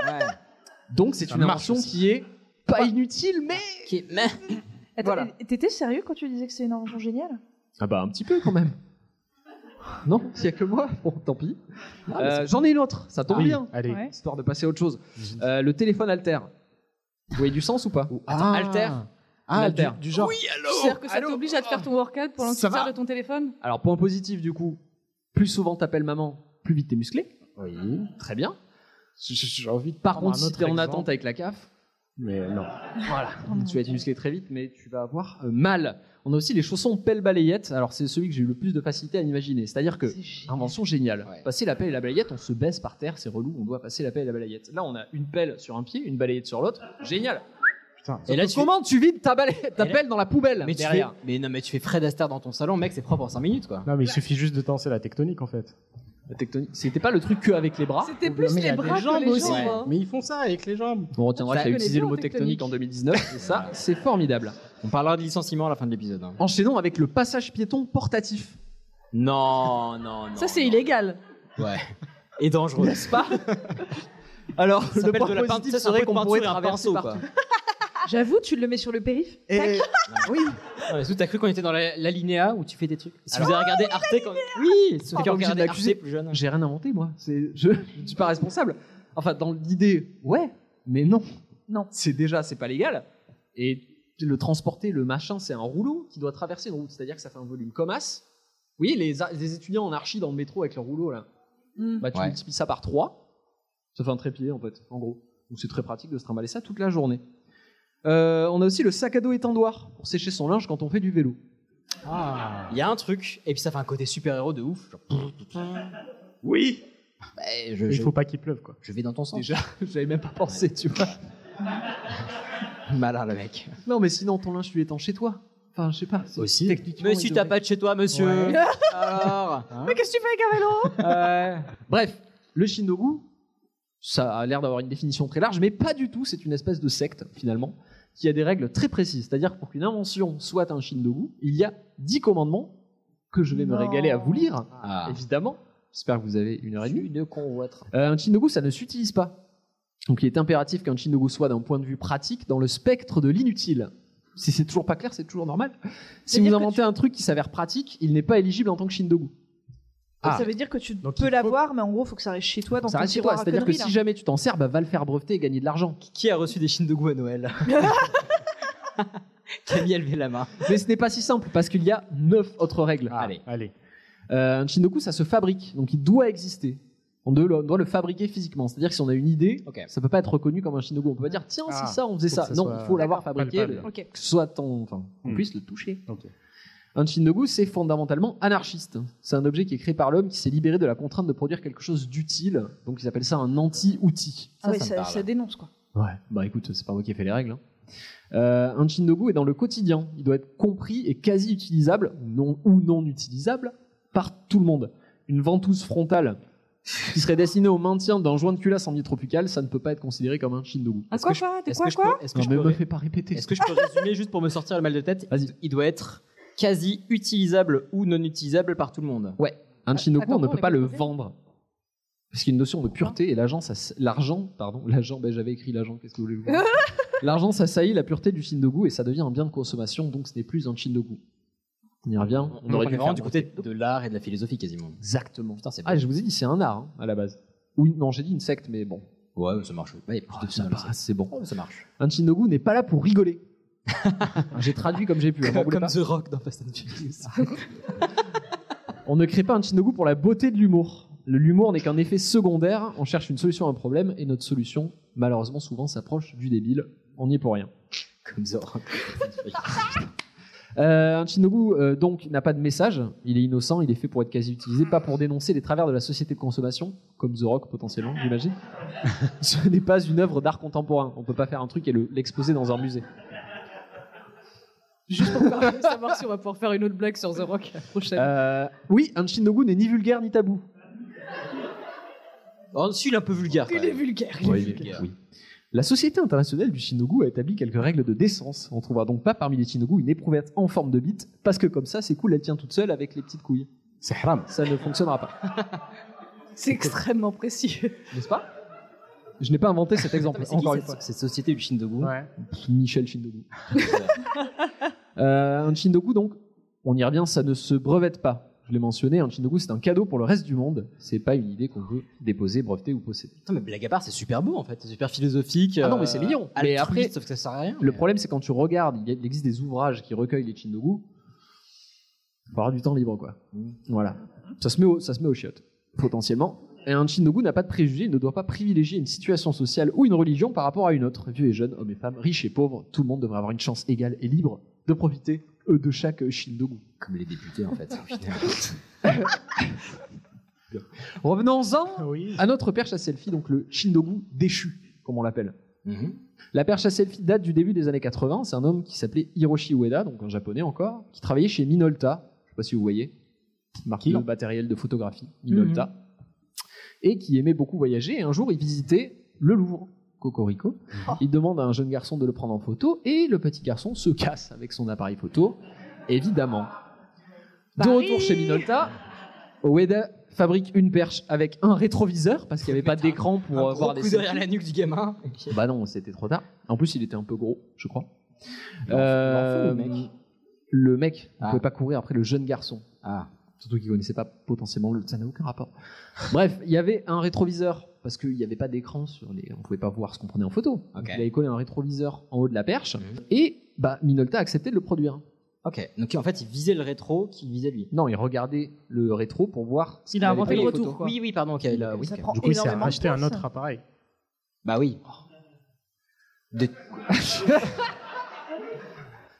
Ouais. Donc c'est Ça une marche invention aussi. qui est pas inutile, mais Ok, mais- Attends, Voilà. et- t'étais sérieux quand tu disais que c'est une invention géniale Ah bah un petit peu quand même. Non, s'il n'y a que moi, bon, tant pis. Euh, J'en ai une autre, ça tombe Oui, bien, allez. Ouais. histoire de passer à autre chose. Euh, le téléphone Alter. Vous voyez du sens ou pas Attends, Alter Ah, L'Alter. du- du genre. Oui, C'est-à-dire que ça t'oblige à te faire ton workout pendant que tu Ça sers va de ton téléphone Alors, point positif du coup, plus souvent t'appelles maman, plus vite t'es musclé. Oui. Très bien. J'ai envie de Par prendre contre, un si autre t'es en exemple. attente avec la CAF, Mais non. Voilà, tu vas être musclé très vite, mais tu vas avoir euh, mal. On a aussi les chaussons pelle-balayette. Alors, c'est celui que j'ai eu le plus de facilité à imaginer. C'est-à-dire que, invention géniale. Passer la pelle et la balayette, on se baisse par terre, c'est relou, on doit passer la pelle et la balayette. Là, on a une pelle sur un pied, une balayette sur l'autre. Génial. Et là, tu comment tu vides ta, balayette, ta pelle dans la poubelle mais tu, fais, derrière mais, non, mais tu fais Fred Astaire dans ton salon, mec, c'est propre en 5 minutes quoi. Non, mais il suffit juste de danser la tectonique en fait. La tectonique, c'était pas le truc que avec les Ah. bras. C'était plus les bras que les jambes, hein. Mais ils font ça avec les jambes. On retiendra Ça qu'il a connaît utilisé le bien, mot tectonique en 2019, et ça, c'est formidable. On parlera de licenciement à la fin de l'épisode. hein. Enchaînons avec le passage piéton portatif. Non, non, non. Ça, c'est illégal. Ouais. Et dangereux. N'est-ce pas Alors, Ça le s'appelle point de la peinte- positif ça, c'est un serait peu de qu'on pourrait peinture et un traverser pinceau, partout. J'avoue, tu le mets sur le périph. Tac. Oui. Non, mais tout, t'as cru qu'on était dans la, la linéa où tu fais des trucs. Si Alors- vous avez regardé Arte quand Oui, Ceux qui ont regardé Arte plus jeune. J'ai rien inventé, moi. C'est, je, je suis pas responsable. Enfin, dans l'idée, ouais, mais non. Non. C'est déjà, c'est pas légal. Et le transporter, le machin, c'est un rouleau qui doit traverser une route. C'est-à-dire que ça fait un volume comme as. Vous voyez, les, a- les étudiants en archi dans le métro avec leur rouleau, là. Bah, tu Ouais. multiplies ça par 3. Ça fait un trépied, en fait, en gros. Donc, c'est très pratique de se trimballer ça toute la journée. Euh, on a aussi le sac à dos étendoir pour sécher son linge quand on fait du vélo. Il y a un truc, et puis ça fait un côté super-héros de ouf. bah, Oui. je- il je- faut pas qu'il pleuve quoi. Je vais dans ton sens. Déjà, j'avais même pas pensé, tu vois. Malin le mec. Non, mais sinon, ton linge, tu l'étends chez toi. Enfin, je sais pas. Aussi. Techniquement, Monsieur, ils t'as auraient- pas de chez toi, monsieur. Ouais. Alors. Ah. Mais qu'est-ce que tu fais avec un hein? vélo Euh, bref, le Shindogu, ça a l'air d'avoir une définition très large, mais pas du tout. C'est une espèce de secte, finalement, qui a des règles très précises. C'est-à-dire que pour qu'une invention soit un Shindogu, il y a 10 commandements que je vais me Non. régaler à vous lire, Ah. évidemment. J'espère que vous avez une heure et demie. Une convoitre. Euh, un Shindogu, ça ne s'utilise pas. Donc il est impératif qu'un Shindogu soit d'un point de vue pratique dans le spectre de l'inutile. Si c'est toujours pas clair, c'est toujours normal. Si vous inventez un truc qui s'avère pratique, il n'est pas éligible en tant que Shindogu. Ah. Ça veut dire que tu peux l'avoir, mais en gros, faut que ça reste chez toi dans Ça ton reste chez toi, tiroir à c'est-à-dire que conneries, si là. jamais tu t'en sers, bah, va le faire breveter et gagner de l'argent. Qui a reçu des Shindogu à Noël Camille a levé la main. Mais ce n'est pas si simple parce qu'il y a neuf autres règles. Ah, allez. Ah, Euh, un Shindoku, ça se fabrique, donc il doit exister. On doit le, on doit le fabriquer physiquement. C'est-à-dire que si on a une idée, ça peut pas être reconnu comme un Shindoku. On peut pas dire tiens, Ah, si ça, on faisait faut que ça ça. non, soit il faut l'avoir palpable. fabriqué, Ok. que ce soit ton, enfin, qu'on Hmm. puisse le toucher. Ok. Un Shindogu, c'est fondamentalement anarchiste. C'est un objet qui est créé par l'homme qui s'est libéré de la contrainte de produire quelque chose d'utile. Donc ils appellent ça un anti-outil. Ah ouais, ça, ça dénonce quoi. Ouais, bah écoute, c'est pas moi qui ai fait les règles. hein. Euh, un Shindogu est dans le quotidien. Il doit être compris et quasi utilisable, ou non, ou non utilisable, par tout le monde. Une ventouse frontale qui serait destinée au maintien d'un joint de culasse en milieu tropical, ça ne peut pas être considéré comme un Shindogu. Un quoi quoi T'es est-ce quoi que je quoi peux- est-ce que Non, Ah, je mais peux me ré- fais pas répéter. Est-ce que je peux résumer juste pour me sortir le mal de tête Vas-y. Il doit être quasi utilisable ou non utilisable par tout le monde. Ouais. Un Shindoku, on ne peut pas le vendre. Parce qu'il y a une notion de pureté et l'agent, ça- l'argent, pardon, l'agent, ben j'avais écrit l'agent, qu'est-ce que vous voulez que je vous dise L'argent, ça saillit la pureté du Shindogu et ça devient un bien de consommation, donc ce n'est plus un Shindogu. On y revient, on On aurait aurait dû vraiment faire du côté de l'art et de la philosophie quasiment. Exactement. Putain, c'est Ah, je vous ai dit, c'est un art hein, à la base. Ou une- non, j'ai dit une secte, mais bon. Ouais, ça marche. Ouais, plus de Ah, ça passe, c'est bon. ça marche. Un Shindogu n'est pas là pour rigoler. j'ai traduit comme j'ai pu. hein, m'en voulez Comme, comme pas. Ah, The Rock dans Fast and Furious. On ne crée pas un Shindogu pour la beauté de l'humour. Le- L'humour n'est qu'un effet secondaire. On cherche une solution à un problème et notre solution, malheureusement, souvent s'approche du débile. On n'y est pour rien. comme The Rock. Euh, un Shinobu, euh, donc, n'a pas de message. Il est innocent, il est fait pour être quasi utilisé, pas pour dénoncer les travers de la société de consommation, comme The Rock potentiellement, j'imagine. Ce n'est pas une œuvre d'art contemporain. On peut pas faire un truc et le- l'exposer dans un musée. Je veux savoir si on va pouvoir faire une autre blague sur The Rock la prochaine. Euh, oui, un Shindogu n'est ni vulgaire ni tabou. Oh, si, il est un peu vulgaire. il est vulgaire. Oui, il est vulgaire. Oui. La Société internationale du Shinogu a établi quelques règles de décence. On trouvera donc pas parmi les Shinogu une éprouvette en forme de bite, parce que comme ça, c'est cool, elle tient toute seule avec les petites couilles. C'est haram. Ça ne fonctionnera pas. C'est extrêmement précieux. N'est-ce pas Je n'ai pas inventé cet exemple, Attends, mais c'est qui encore une cette- fois. cette société du Shindogu Pff, Michel Shindogu. Euh, un Shindogu, donc, on y revient, ça ne se brevette pas. Je l'ai mentionné, un Shindogu, c'est un cadeau pour le reste du monde. C'est pas une idée qu'on peut déposer, breveter ou posséder. Putain, mais blague à part, c'est super beau en fait, c'est super philosophique. Ah non, mais c'est mignon. Mais Mais après- après, sauf que ça sert à rien. Le problème, c'est quand tu regardes, il y a- il existe des ouvrages qui recueillent les Shindogu. Faut avoir du temps libre, quoi. Voilà. Ça se met au, ça se met aux chiottes, potentiellement. Et un Shindogu n'a pas de préjugés, il ne doit pas privilégier une situation sociale ou une religion par rapport à une autre. Vieux et jeunes, hommes et femmes, riches et pauvres, tout le monde devrait avoir une chance égale et libre de profiter eux, de chaque Shindogu. Comme les députés, en fait. Ah Revenons-en à notre perche à selfie, donc le Shindogu déchu, comme on l'appelle. La perche à selfie date du début des années 80. C'est un homme qui s'appelait Hiroshi Ueda, donc un japonais encore, qui travaillait chez Minolta. Je sais pas si vous voyez. Marque de Non. matériel de photographie, Minolta. Mhm. Et qui aimait beaucoup voyager. Et un jour, il visitait le Louvre, Cocorico. Oh. Il demande à un jeune garçon de le prendre en photo. Et le petit garçon se casse avec son appareil photo, évidemment. De retour chez Minolta, Ueda fabrique une perche avec un rétroviseur parce qu'il n'y avait pas d'écran pour Un euh, gros voir des coup derrière selfies. la nuque du gamin. Bah non, c'était trop tard. En plus, il était un peu gros, je crois. L'enfant, le mec Le mec ne Ah. pouvait pas courir après le jeune garçon. Surtout qu'il connaissait pas potentiellement le. Ça n'a aucun rapport. Bref, il y avait un rétroviseur parce qu'il n'y avait pas d'écran sur les. On pouvait pas voir ce qu'on prenait en photo. Donc, il avait collé un rétroviseur en haut de la perche et bah Minolta a accepté de le produire. Ok, donc en fait, il visait le rétro qui visait lui. Non, il regardait le rétro pour voir. ce Il qu'il a avait inventé fait le les retour, photos. quoi. Oui, oui, pardon, ok, là, oui, Ça ok. prend Du coup, il s'est énormément de acheté racheté un place. autre appareil. Bah oui. Des-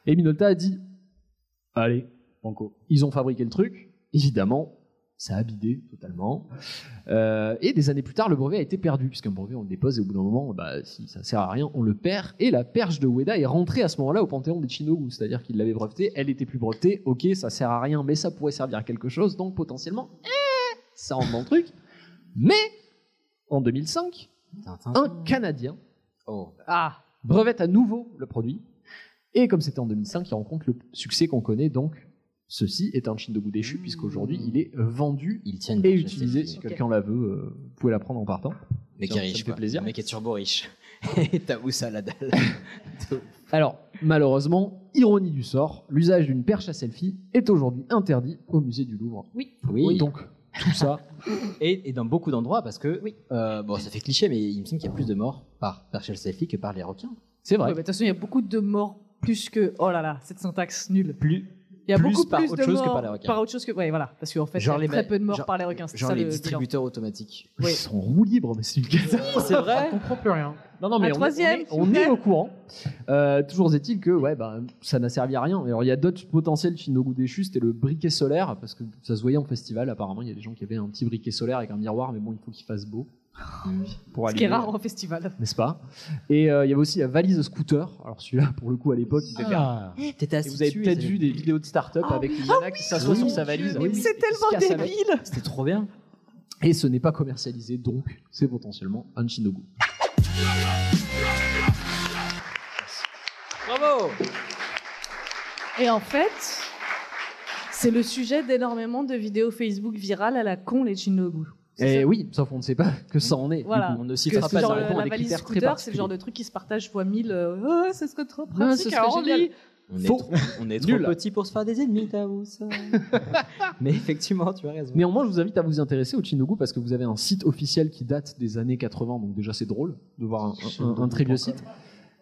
Et Minolta a dit Allez, banco. Ils ont fabriqué le truc. Évidemment, ça a bidé totalement. Euh, et des années plus tard, le brevet a été perdu, puisqu'un brevet, on le dépose et au bout d'un moment, bah, si ça sert à rien, on le perd. Et la perche de Ueda est rentrée à ce moment-là au panthéon des Chinogu, c'est-à-dire qu'il l'avait brevetée, elle était plus brevetée, ok, ça sert à rien, mais ça pourrait servir à quelque chose, donc potentiellement, eh, ça rentre dans le truc. Mais, en 2005, un Canadien Oh, ah, brevette à nouveau le produit. Et comme c'était en 2005, il rencontre le succès qu'on connaît, donc ceci est un Shindogu déchu, puisqu'aujourd'hui il est euh, vendu et utilisé. Si quelqu'un la veut, euh, vous pouvez la prendre en partant. mec Ça- ça est me riche, fait quoi. plaisir. Le mec est turbo riche. Et t'as où ça, la dalle Alors, malheureusement, ironie du sort, l'usage d'une perche à selfie est aujourd'hui interdit au musée du Louvre. Oui. donc, tout ça. Et, et dans beaucoup d'endroits, parce que, euh, bon, ça fait cliché, mais il me semble qu'il y a plus de morts par Perchel Selfie que par les requins. C'est Ouais, mais De toute façon, il y a beaucoup de morts plus que. Oh là là, cette syntaxe nulle. Plus. Il y a plus beaucoup par plus autre de chose que morts par les requins. Par autre chose que. Ouais, voilà. Parce qu'en fait, Genre il les y a très ma- peu de morts genre- par les requins. c'est Genre ça les le bilan. distributeurs automatiques. Oui. Ils sont en roue libre, mais c'est une catastrophe. C'est vrai. On comprend plus rien. Non, non, Un mais on- troisième, on, est, on est au courant. Euh, toujours est-il que ouais, bah, ça n'a servi à rien. Alors, il y a d'autres potentiels Shindogu déchus. C'était le briquet solaire, parce que ça se voyait en festival. Apparemment, il y a des gens qui avaient un petit briquet solaire avec un miroir, mais bon, il faut qu'il fasse beau. Pour Ce qui est allumer, rare en festival. N'est-ce pas Et euh, il y avait aussi la valise scooter. Alors, celui-là, pour le coup, à l'époque, il devait Ah. faire- T'étais Et vous avez assis peut-être dessus, vu des vidéos de start-up avec une nana qui s'assoit Ah, Oui, sur mon sa Dieu, valise. mais oui, c'est et qui se tellement casse avec. débile. C'était trop bien. Et ce n'est pas commercialisé, donc c'est potentiellement un Shindogu. Bravo Et en fait, c'est le sujet d'énormément de vidéos Facebook virales à la con, les Shindogu. Eh Et oui, sauf qu'on ne sait pas que ça en est. Voilà. On ne Parce citera que pas genre, ça répond à la des valise critères très scooter, c'est le genre de particuliers. truc qui se partage fois mille. euh, oh, ce serait trop pratique. hein, Ah, ce serait alors, génial. lit. On est Faux. trop, on est Nul. trop petit pour se faire des ennemis, t'as où ça Mais effectivement, tu as raison. Néanmoins, je vous invite à vous intéresser au Chinogu parce que vous avez un site officiel qui date des années 80, donc déjà c'est drôle de voir un, un- un très vieux site.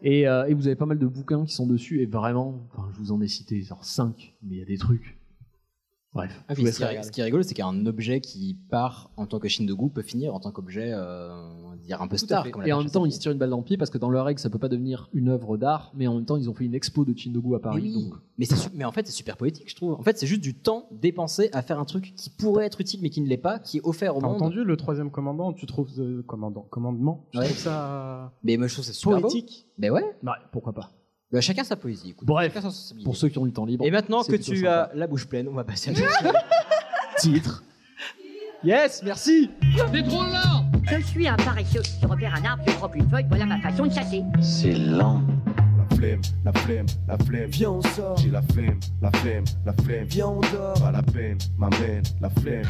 Et, euh, et vous avez pas mal de bouquins qui sont dessus, et vraiment, enfin, je vous en ai cité genre 5, mais il y a des trucs. Bref, Ah je oui, vous ce, qui laisserai est, regarder. ce qui est rigolo, c'est qu'un objet qui part en tant que Shindogu peut finir en tant qu'objet, euh, on va dire un peu Tout à star. fait. Comme la Et en perche même temps, ils se tirent une balle dans le pied parce que dans leur règle, ça peut pas devenir une œuvre d'art, mais en même temps, ils ont fait une expo de Chindogu à à Paris. Paris. donc- Mais, c'est su- mais en fait, c'est super poétique, je trouve. En fait, c'est juste du temps dépensé à faire un truc qui pourrait être utile mais qui ne l'est pas, qui est offert au T'as monde. entendu le troisième commandant Tu trouves euh, commandant, commandement Je Ouais. trouve ça. Mais moi, je trouve que c'est super Poétique. Beau. Mais ouais. pourquoi pas Bah, chacun sa poésie. écoute. Bref, Chacun sa sensibilité. pour ceux qui ont du temps libre. Et maintenant c'est que plutôt tu sympa. as la bouche pleine, on va passer à la titre. Yes, merci. T'es trop lent Je suis un paresseux. Je repère un arbre, je prends une feuille, voilà ma façon de chasser. C'est lent. La flemme, la flemme, la flemme. Viens, on sort. J'ai la flemme, la flemme, la flemme. Viens, on dort. Pas la peine, m'amène la flemme.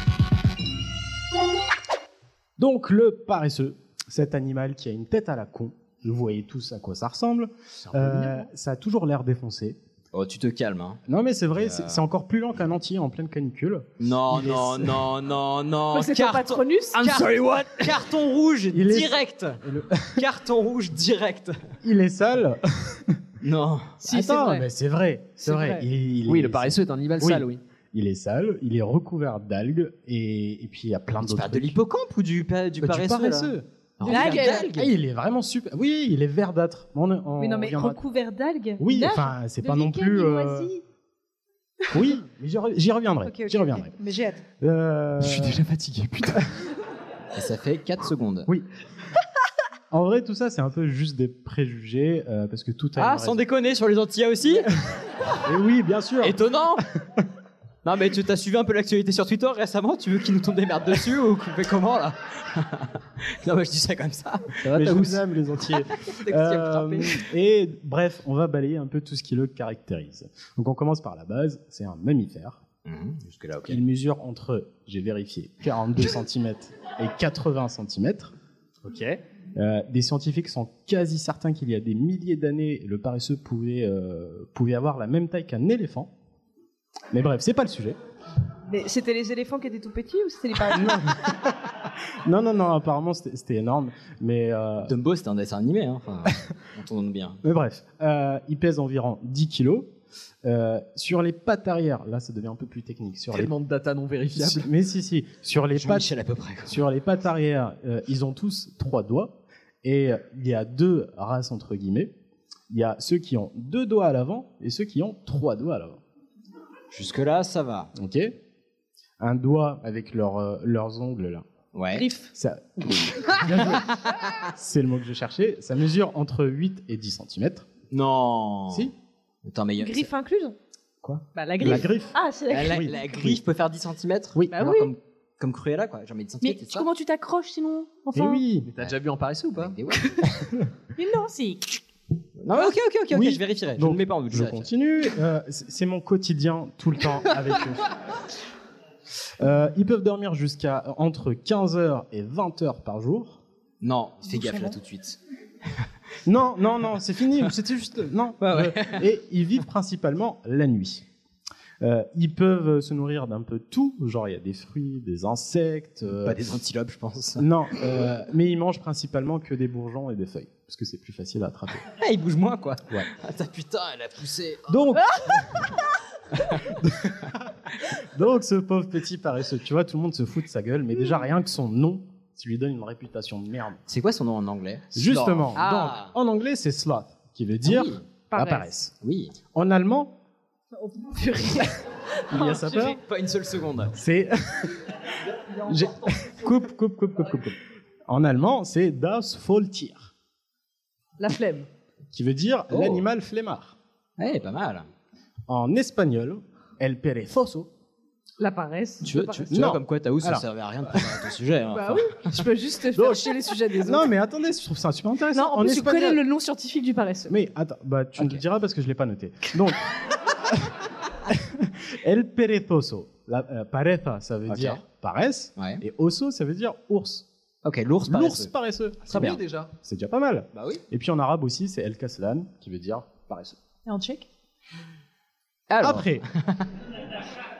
Donc le paresseux, Cet animal qui a une tête à la con, vous voyez tous à quoi ça ressemble. peu Euh, mignon. ça a toujours l'air défoncé. Oh, tu te calmes. Hein. Non mais c'est vrai, Euh, c'est c'est encore plus lent qu'un entier en pleine canicule. Non, Il est- non, non, non, non. Mais c'est ton Carton... patronus, I'm carton- sorry, what Carton rouge Il est- direct. Carton rouge direct. Il est sale. non. Si, c'est Attends, vrai. mais c'est vrai, c'est C'est vrai. vrai. Il- il Oui, est- le paresseux est un animal sale, oui. Il est sale, il est recouvert d'algues et, et puis il y a plein d'autres. parles de l'hippocampe ou du, du Bah, paresseux, là Non. D'algues. D'algues. Ah, il est vraiment super. Oui, il est verdâtre. On- on Mais non, mais reviendra- recouvert d'algues Oui, d'algues, enfin, c'est de pas non lichens plus, euh, limoisiers. Oui, mais j'y re- j'y reviendrai. Ok, ok, j'y reviendrai. Euh, ok. Mais j'ai hâte. Je suis déjà fatigué, putain. Et ça fait 4 secondes. Oui. En vrai, tout ça, c'est un peu juste des préjugés, euh, parce que tout a Ah, une sans raison. déconner, sur les Antilles aussi Et oui, bien sûr. Étonnant Non, mais tu t'as suivi un peu l'actualité sur Twitter récemment Tu veux qu'ils nous tombent des merdes dessus ou qu'on fait comment là Non, mais je dis ça comme ça. Mais t'as je où vous aime, les Antillais. Dès que tu as frappé. et bref, on va balayer un peu tout ce qui le caractérise. Donc on commence par la base, c'est un mammifère. Mhm, Jusque-là, ok. Il mesure entre, j'ai vérifié, 42 cm et 80 cm. Ok. des scientifiques sont quasi certains qu'il y a des milliers d'années, le paresseux pouvait, euh, pouvait avoir la même taille qu'un éléphant. Mais bref, c'est pas le sujet. Mais C'était les éléphants qui étaient tout petits ou c'était les parents Non, non, non, apparemment c'était c'était énorme. Mais euh, Dumbo, c'était un dessin animé, hein. enfin, on tourne bien. Mais bref, euh, il pèse environ 10 kilos. Euh, sur les pattes arrière, là ça devient un peu plus technique. Sur Tellement les... de data non vérifiables. Mais si, si. Sur les, pattes, à peu près, sur les pattes arrière, euh, ils ont tous trois doigts. Et euh, il y a deux races, entre guillemets. Il y a ceux qui ont deux doigts à l'avant et ceux qui ont trois doigts à l'avant. Jusque-là, ça va. Ok Un doigt avec leurs, euh, leurs ongles, là. Ouais. Ça... Bien joué. C'est le mot que je cherchais. Ça mesure entre 8 et 10 cm. Non. Si Attends, mais il y a- Griffe incluse Quoi Bah, la griffe. La griffe. Ah, c'est la la, la- griffe. la griffe peut faire 10 cm Oui. Bah oui. Comme, comme Cruella, quoi. Genre, Ah mais 10 cm, Mais tu- comment tu t'accroches sinon Enfin. Eh oui T'as déjà vu en paresseux ou pas Mais non, si. Non, mais ok, ok, ok, ok, Oui. je vérifierai. je Donc, ne mets pas en doute. je Je vérifierai. continue. Euh, c'est c'est mon quotidien tout le temps avec eux. Euh, ils peuvent dormir jusqu'à entre 15 heures et 20 heures par jour. Non, fais gaffe là tout de suite. Non, non, non, c'est fini. C'était juste. Non. Euh, et ils vivent principalement la nuit. Euh, ils peuvent se nourrir d'un peu tout. Genre, il y a des fruits, des insectes. euh, Pas des antilopes, je pense. Non, euh, mais ils mangent principalement que des bourgeons et des feuilles. Parce que c'est plus facile à attraper. Ah, il bouge moins, quoi. Ouais. Attends, putain, elle a poussé. Donc. Donc, ce pauvre petit paresseux, tu vois, tout le monde se fout de sa gueule, mais déjà rien que son nom, tu lui donnes une réputation de merde. C'est quoi son nom en anglais Justement, Sloth. Ah. donc, en anglais, c'est sloth, qui veut dire Oui. la Paresse. paresse. Oui. En allemand, il y Ah, a sa J'ai peur, Pas une seule seconde. c'est. J'ai- coupe, coupe, coupe, coupe, coupe, coupe. En allemand, c'est das Faultier, La flemme. qui veut dire Oh. l'animal flemmard. Eh, pas mal. En espagnol, el perezoso, La paresse. Tu vois, La tu, paresse. tu vois comme quoi Taou, ça Alors. servait à rien de préparer ton sujet. hein. Bah Enfin, oui, je peux juste faire chier les sujets des autres. Non, mais attendez, je trouve ça super intéressant. Non, en, plus, espagnol. tu connais le nom scientifique du paresseux. Mais attends, bah, tu me le diras parce que je ne l'ai pas noté. Donc, El Perezoso. La, euh, pareza, ça veut Ok. dire paresse. Ouais. Et oso, ça veut dire ours. Ok, l'ours L'ours paresseux. paresseux. Très bien. déjà. C'est déjà pas mal. Bah oui. Et puis en arabe aussi, c'est El Kaslan, qui veut dire paresseux. Et en tchèque Alors, Après.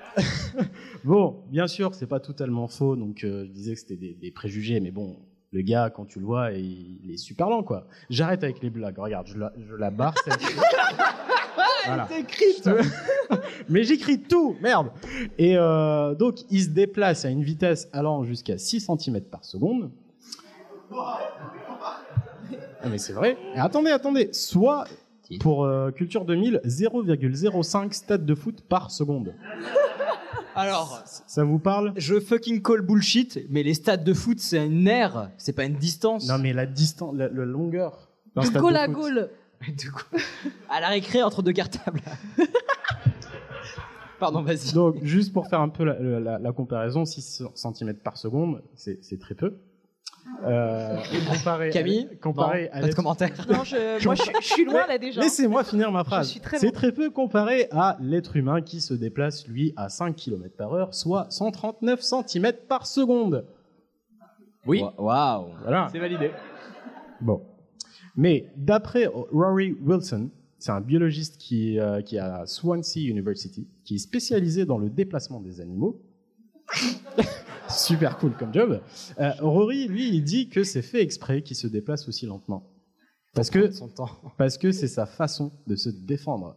bon, bien sûr, c'est pas totalement faux. Donc, euh, je disais que c'était des, des préjugés, mais bon, le gars, quand tu le vois, il, il est super lent, quoi. J'arrête avec les blagues. Regarde, je la, je la barre. celle- Voilà. Mais j'écris tout, merde. Et euh, donc, il se déplace à une vitesse allant jusqu'à 6 cm par seconde. Ah, mais c'est vrai. Et attendez, attendez. Soit, pour euh, Culture 2000, 0,05 stade de foot par seconde. alors, Ça vous parle je fucking call bullshit, mais les stades de foot, c'est une aire, c'est pas une distance. Non, mais la distance, la, la longueur d'un De stade Gaulle de à foot. Gaulle. De quoi À la récré entre deux cartables. Pardon, vas-y. Donc, juste pour faire un peu la, la- la comparaison, 6 cm par seconde, c'est c'est très peu. Euh, comparé à- Camille, comparé non, à pas de l'être- commentaire. Non, je, moi, je, je suis loin là déjà. Laissez-moi finir ma phrase. Je suis très C'est loin. très peu comparé à l'être humain qui se déplace, lui, à 5 km par heure, soit 139 cm par seconde. Oui. Waouh. Voilà. C'est validé. Bon. Mais d'après Rory Wilson, c'est un biologiste qui, euh, qui est à Swansea University, qui est spécialisé dans le déplacement des animaux. Super cool comme job. Euh, Rory, lui, il dit que c'est fait exprès qu'il se déplace aussi lentement. Parce que, son temps. parce que c'est sa façon de se défendre.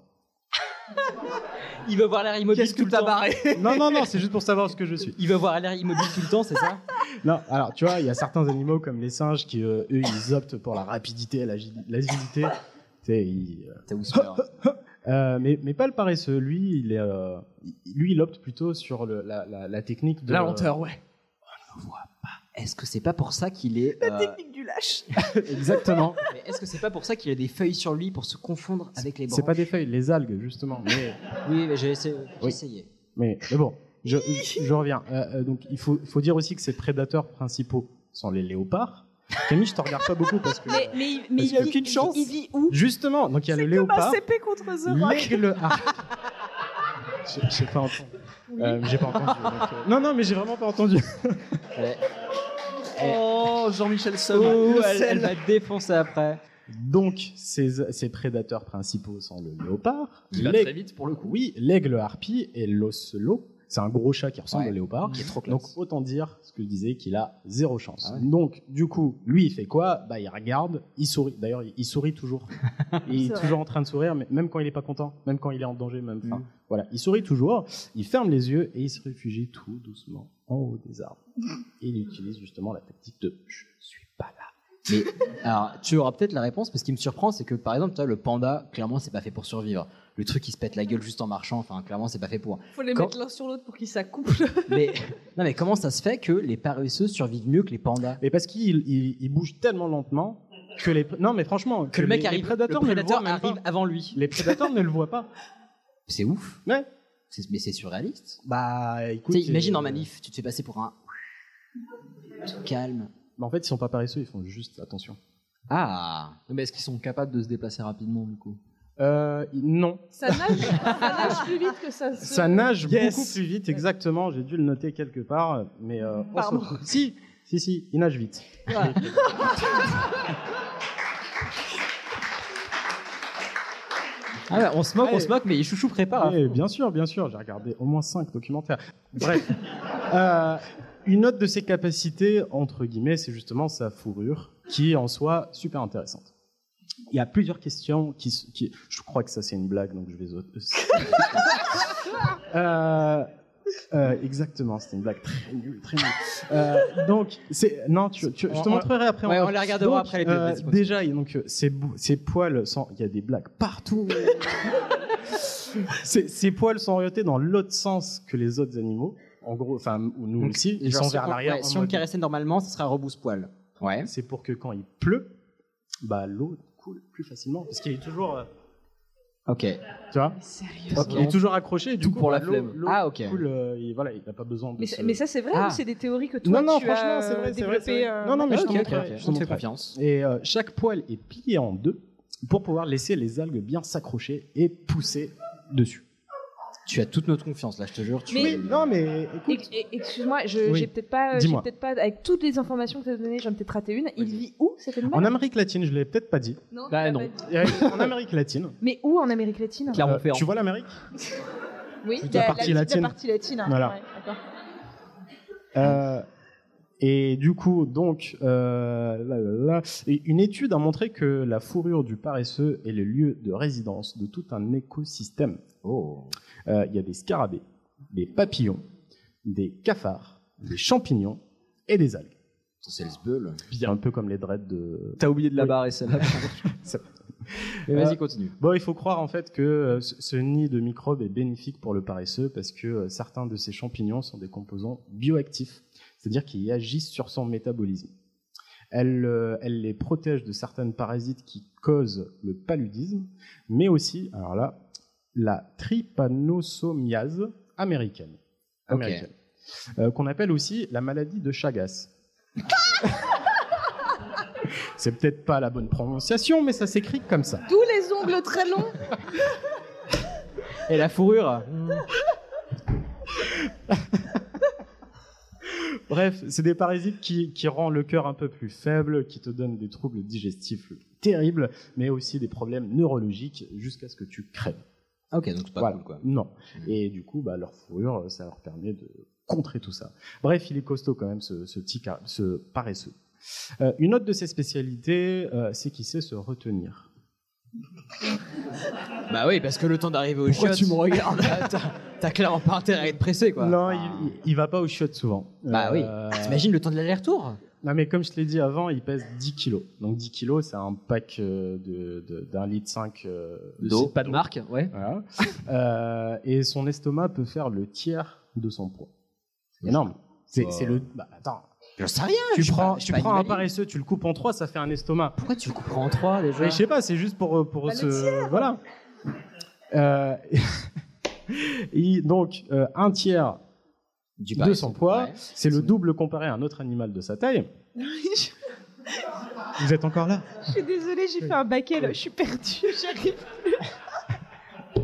Il veut voir l'air immobile Qu'est-ce tout que le le temps. temps Non, non, non, c'est juste pour savoir ce que je suis. Il veut voir l'air immobile tout le temps, c'est ça Non, alors tu vois, il y a certains animaux comme les singes qui, euh, eux, ils optent pour la rapidité, l'agi- l'agilité. Tu sais, ils, euh, euh, mais, mais pas le paresseux. Lui, il est, euh, il- lui, il opte plutôt sur le- la, la- la technique de La lenteur, ouais. Est-ce que c'est pas pour ça qu'il est. La euh, technique du lâche. Exactement. mais Est-ce que c'est pas pour ça qu'il a des feuilles sur lui pour se confondre avec les branches C'est pas des feuilles, les algues justement. Mais, Oui, mais j'ai essayé. j'ai Oui. essayé. mais, mais bon, je, je- je reviens. Euh, euh, donc, il faut, faut dire aussi que ses prédateurs principaux sont les léopards. Camille, je te regarde pas beaucoup parce que. Mais, mais, mais il, Parce qu'il a vit, aucune il- chance. il vit où Justement, donc il y a le léopard. CP contre Zorak. L'aigle arc. J'ai- J'ai pas entendu. Euh, j'ai pas entendu. donc, euh, Non, non, mais j'ai vraiment pas entendu. Oh, Jean-Michel Somme. Oh, Le elle, sel. elle va défoncer après. Donc, ses, ses prédateurs principaux sont le léopard. Il va l'aigle- très vite pour le coup. Oui, l'aigle harpie et l'ocelot. C'est un gros chat qui ressemble Ouais, au léopard. qui est trop Donc classe. autant dire ce que je disais qu'il a zéro chance. Ah ouais. Donc du coup, lui il fait quoi Bah il regarde, il sourit. D'ailleurs, il, il sourit toujours. il C'est est vrai. toujours en train de sourire, mais même quand il est pas content, même quand il est en danger, même. Mm. enfin, Voilà, il sourit toujours. Il ferme les yeux et il se réfugie tout doucement en haut des arbres. Et il utilise justement la tactique de je suis pas là. Mais alors, tu auras peut-être la réponse, mais ce qui me surprend, c'est que par exemple, tu vois, le panda, clairement, c'est pas fait pour survivre. Le truc, il se pète la gueule juste en marchant, enfin, clairement, c'est pas fait pour. Faut les Quand- mettre l'un sur l'autre pour qu'ils s'accouplent. Mais, non, mais comment ça se fait que les paresseux survivent mieux que les pandas Mais parce qu'il il, il bouge tellement lentement que les non mais franchement Que le mec les- les arrive, prédateurs le ne le voient prédateur même pas. arrive avant lui. Les prédateurs ne le voient pas. C'est ouf. Ouais. C'est- Mais c'est surréaliste. Bah écoute. Tu sais, imagine euh, en manif, tu te fais passer pour un. Tout calme. Mais bah, en fait, ils sont pas paresseux, ils font juste attention. Ah Mais est-ce qu'ils sont capables de se déplacer rapidement du coup Euh, non. Ça nage, ça nage plus vite que ça se. Ça nage Yes. beaucoup plus vite, exactement. J'ai dû le noter quelque part, mais euh, on Pardon. s'en fout. Si, si, si, il nage vite. Voilà. Ah ouais, on se moque, on Allez. se moque, mais Chouchou prépare. Eh, bien sûr, bien sûr, j'ai regardé au moins cinq documentaires. Bref, Euh, une autre de ses capacités, entre guillemets, c'est justement sa fourrure, qui est en soi super intéressante. Il y a plusieurs questions qui, s- qui- je crois que ça c'est une blague, donc je vais sauter. Euh, euh, exactement, c'était une blague très nulle, très nulle. Euh, donc, c'est non, tu, tu- je te On- on- montrerai après. ouais, encore. on les regardera Donc, après l'épisode, euh, vas-y, continue. déjà, il- donc euh, ses, bou- ses poils, sont- il y a des blagues partout. ses, ses poils sont orientés dans l'autre sens que les autres animaux. En gros, enfin, ou nous Donc, aussi, ils genre, sont si vers on- l'arrière. ouais, en si on le mode- caressait normalement, ce serait un rebousse poil. Ouais. c'est pour que quand il pleut, bah, l'eau coule plus facilement. Parce qu'il est toujours, euh, Ok. tu vois, Sérieux. il est toujours accroché. Du Tout coup, pour la l'eau- flemme. l'eau Ah, ok. coule, euh, il, voilà, il n'a pas besoin de Mais, se- c'est- mais ça, c'est vrai Ah. ou c'est des théories que toi Non, non, tu as franchement, c'est euh, vrai, c'est vrai. c'est développées vrai. euh, Non, non, mais je Ok, Ah, te ok, montrerai, ok, je te on te fait montrerai. confiance. Et euh, chaque poil est plié en deux pour pouvoir laisser les algues bien s'accrocher et pousser dessus. Tu as toute notre confiance, là, je te jure. Tu Oui, non, mais écoute, Ex- ex- Excuse-moi, je- Oui. j'ai peut-être pas, euh, j'ai Dis-moi. peut-être pas, avec toutes les informations que tu as données, j'en ai peut-être raté une. Il vit où C'était le en mal Amérique latine, je ne l'ai peut-être pas dit. Non, Bah, t'as non. pas dit. Et en Amérique latine, ah, Mais où en Amérique latine euh, Clermont-Ferrand. tu vois l'Amérique Oui, Toute la partie latine. La partie latine. hein, Voilà. ouais, d'accord. Euh, et du coup, donc, euh, là, là, là, et une étude a montré que la fourrure du paresseux est le lieu de résidence de tout un écosystème. Oh. Euh, Il y a des scarabées, des papillons, des cafards, des champignons et des algues. C'est le sbeul. Un peu comme les dreads de. T'as oublié de la Oui. barre et celle-là. Mais Euh, vas-y, continue. Bon, il faut croire en fait que euh, ce ce nid de microbes est bénéfique pour le paresseux parce que euh, certains de ces champignons sont des composants bioactifs, c'est-à-dire qu'ils agissent sur son métabolisme. Elle, euh, elle les protège de certaines parasites qui causent le paludisme, mais aussi, alors là, la trypanosomiase américaine, américaine euh, qu'on appelle aussi la maladie de Chagas. C'est peut-être pas la bonne prononciation, mais ça s'écrit comme ça. D'où les ongles très longs. Et Mm. la fourrure Bref, c'est des parasites qui, qui rendent le cœur un peu plus faible, qui te donnent des troubles digestifs terribles, mais aussi des problèmes neurologiques jusqu'à ce que tu crèves. Ah, ok, donc c'est pas Voilà. cool, quoi. Mmh. Non. Et du coup, bah, leur fourrure, ça leur permet de contrer tout ça. Bref, il est costaud quand même, ce, ce petit car- ce paresseux. Euh, une autre de ses spécialités, euh, c'est qu'il sait se retenir. Bah oui, parce que le temps d'arriver au Pourquoi chiottes... tu me regardes T'as- t'as- T'as clairement pas intérêt à être pressé, quoi. Non, Ah. il, il- il va pas aux chiottes souvent. Euh, Bah oui. Ah, t'imagines le temps de l'aller-retour Non, mais comme je te l'ai dit avant, il pèse 10 kilos. Donc 10 kilos, c'est un pack euh, de- de- d'un litre euh, 5 D'eau, pas de marque, ouais. Euh, et son estomac peut faire le tiers de son poids. Énorme. C'est Bah. c'est le. Bah, attends. J'en sais rien, Tu je suis prends, pas- je suis tu pas prends un animalier. paresseux, tu le coupes en trois, ça fait un estomac. Pourquoi tu le coupes en trois déjà Je sais pas, c'est juste pour, euh, pour Bah, le ce. tiers. Voilà. Euh, et donc, euh, un tiers de paresseux, son poids, ouais. c'est le double comparé à un autre animal de sa taille. Je Vous êtes encore là suis désolée, j'ai fait un baquet là, je suis perdue, j'arrive plus.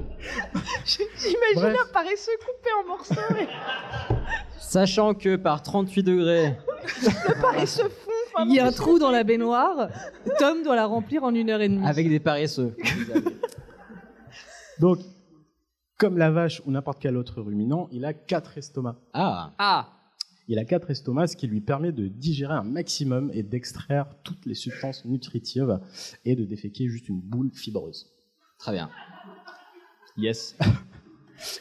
Je- J'imagine Bref. un paresseux coupé en morceaux et Sachant que par 38 degrés... le paresseux fond. enfin, Il y a mon un Dieu. trou dans la baignoire. Tom doit la remplir en une heure et demie. Avec des paresseux. Donc, comme la vache ou n'importe quel autre ruminant, il a quatre estomacs. Ah Ah Il a quatre estomacs, ce qui lui permet de digérer un maximum et d'extraire toutes les substances nutritives et de déféquer juste une boule fibreuse. Très bien. Yes.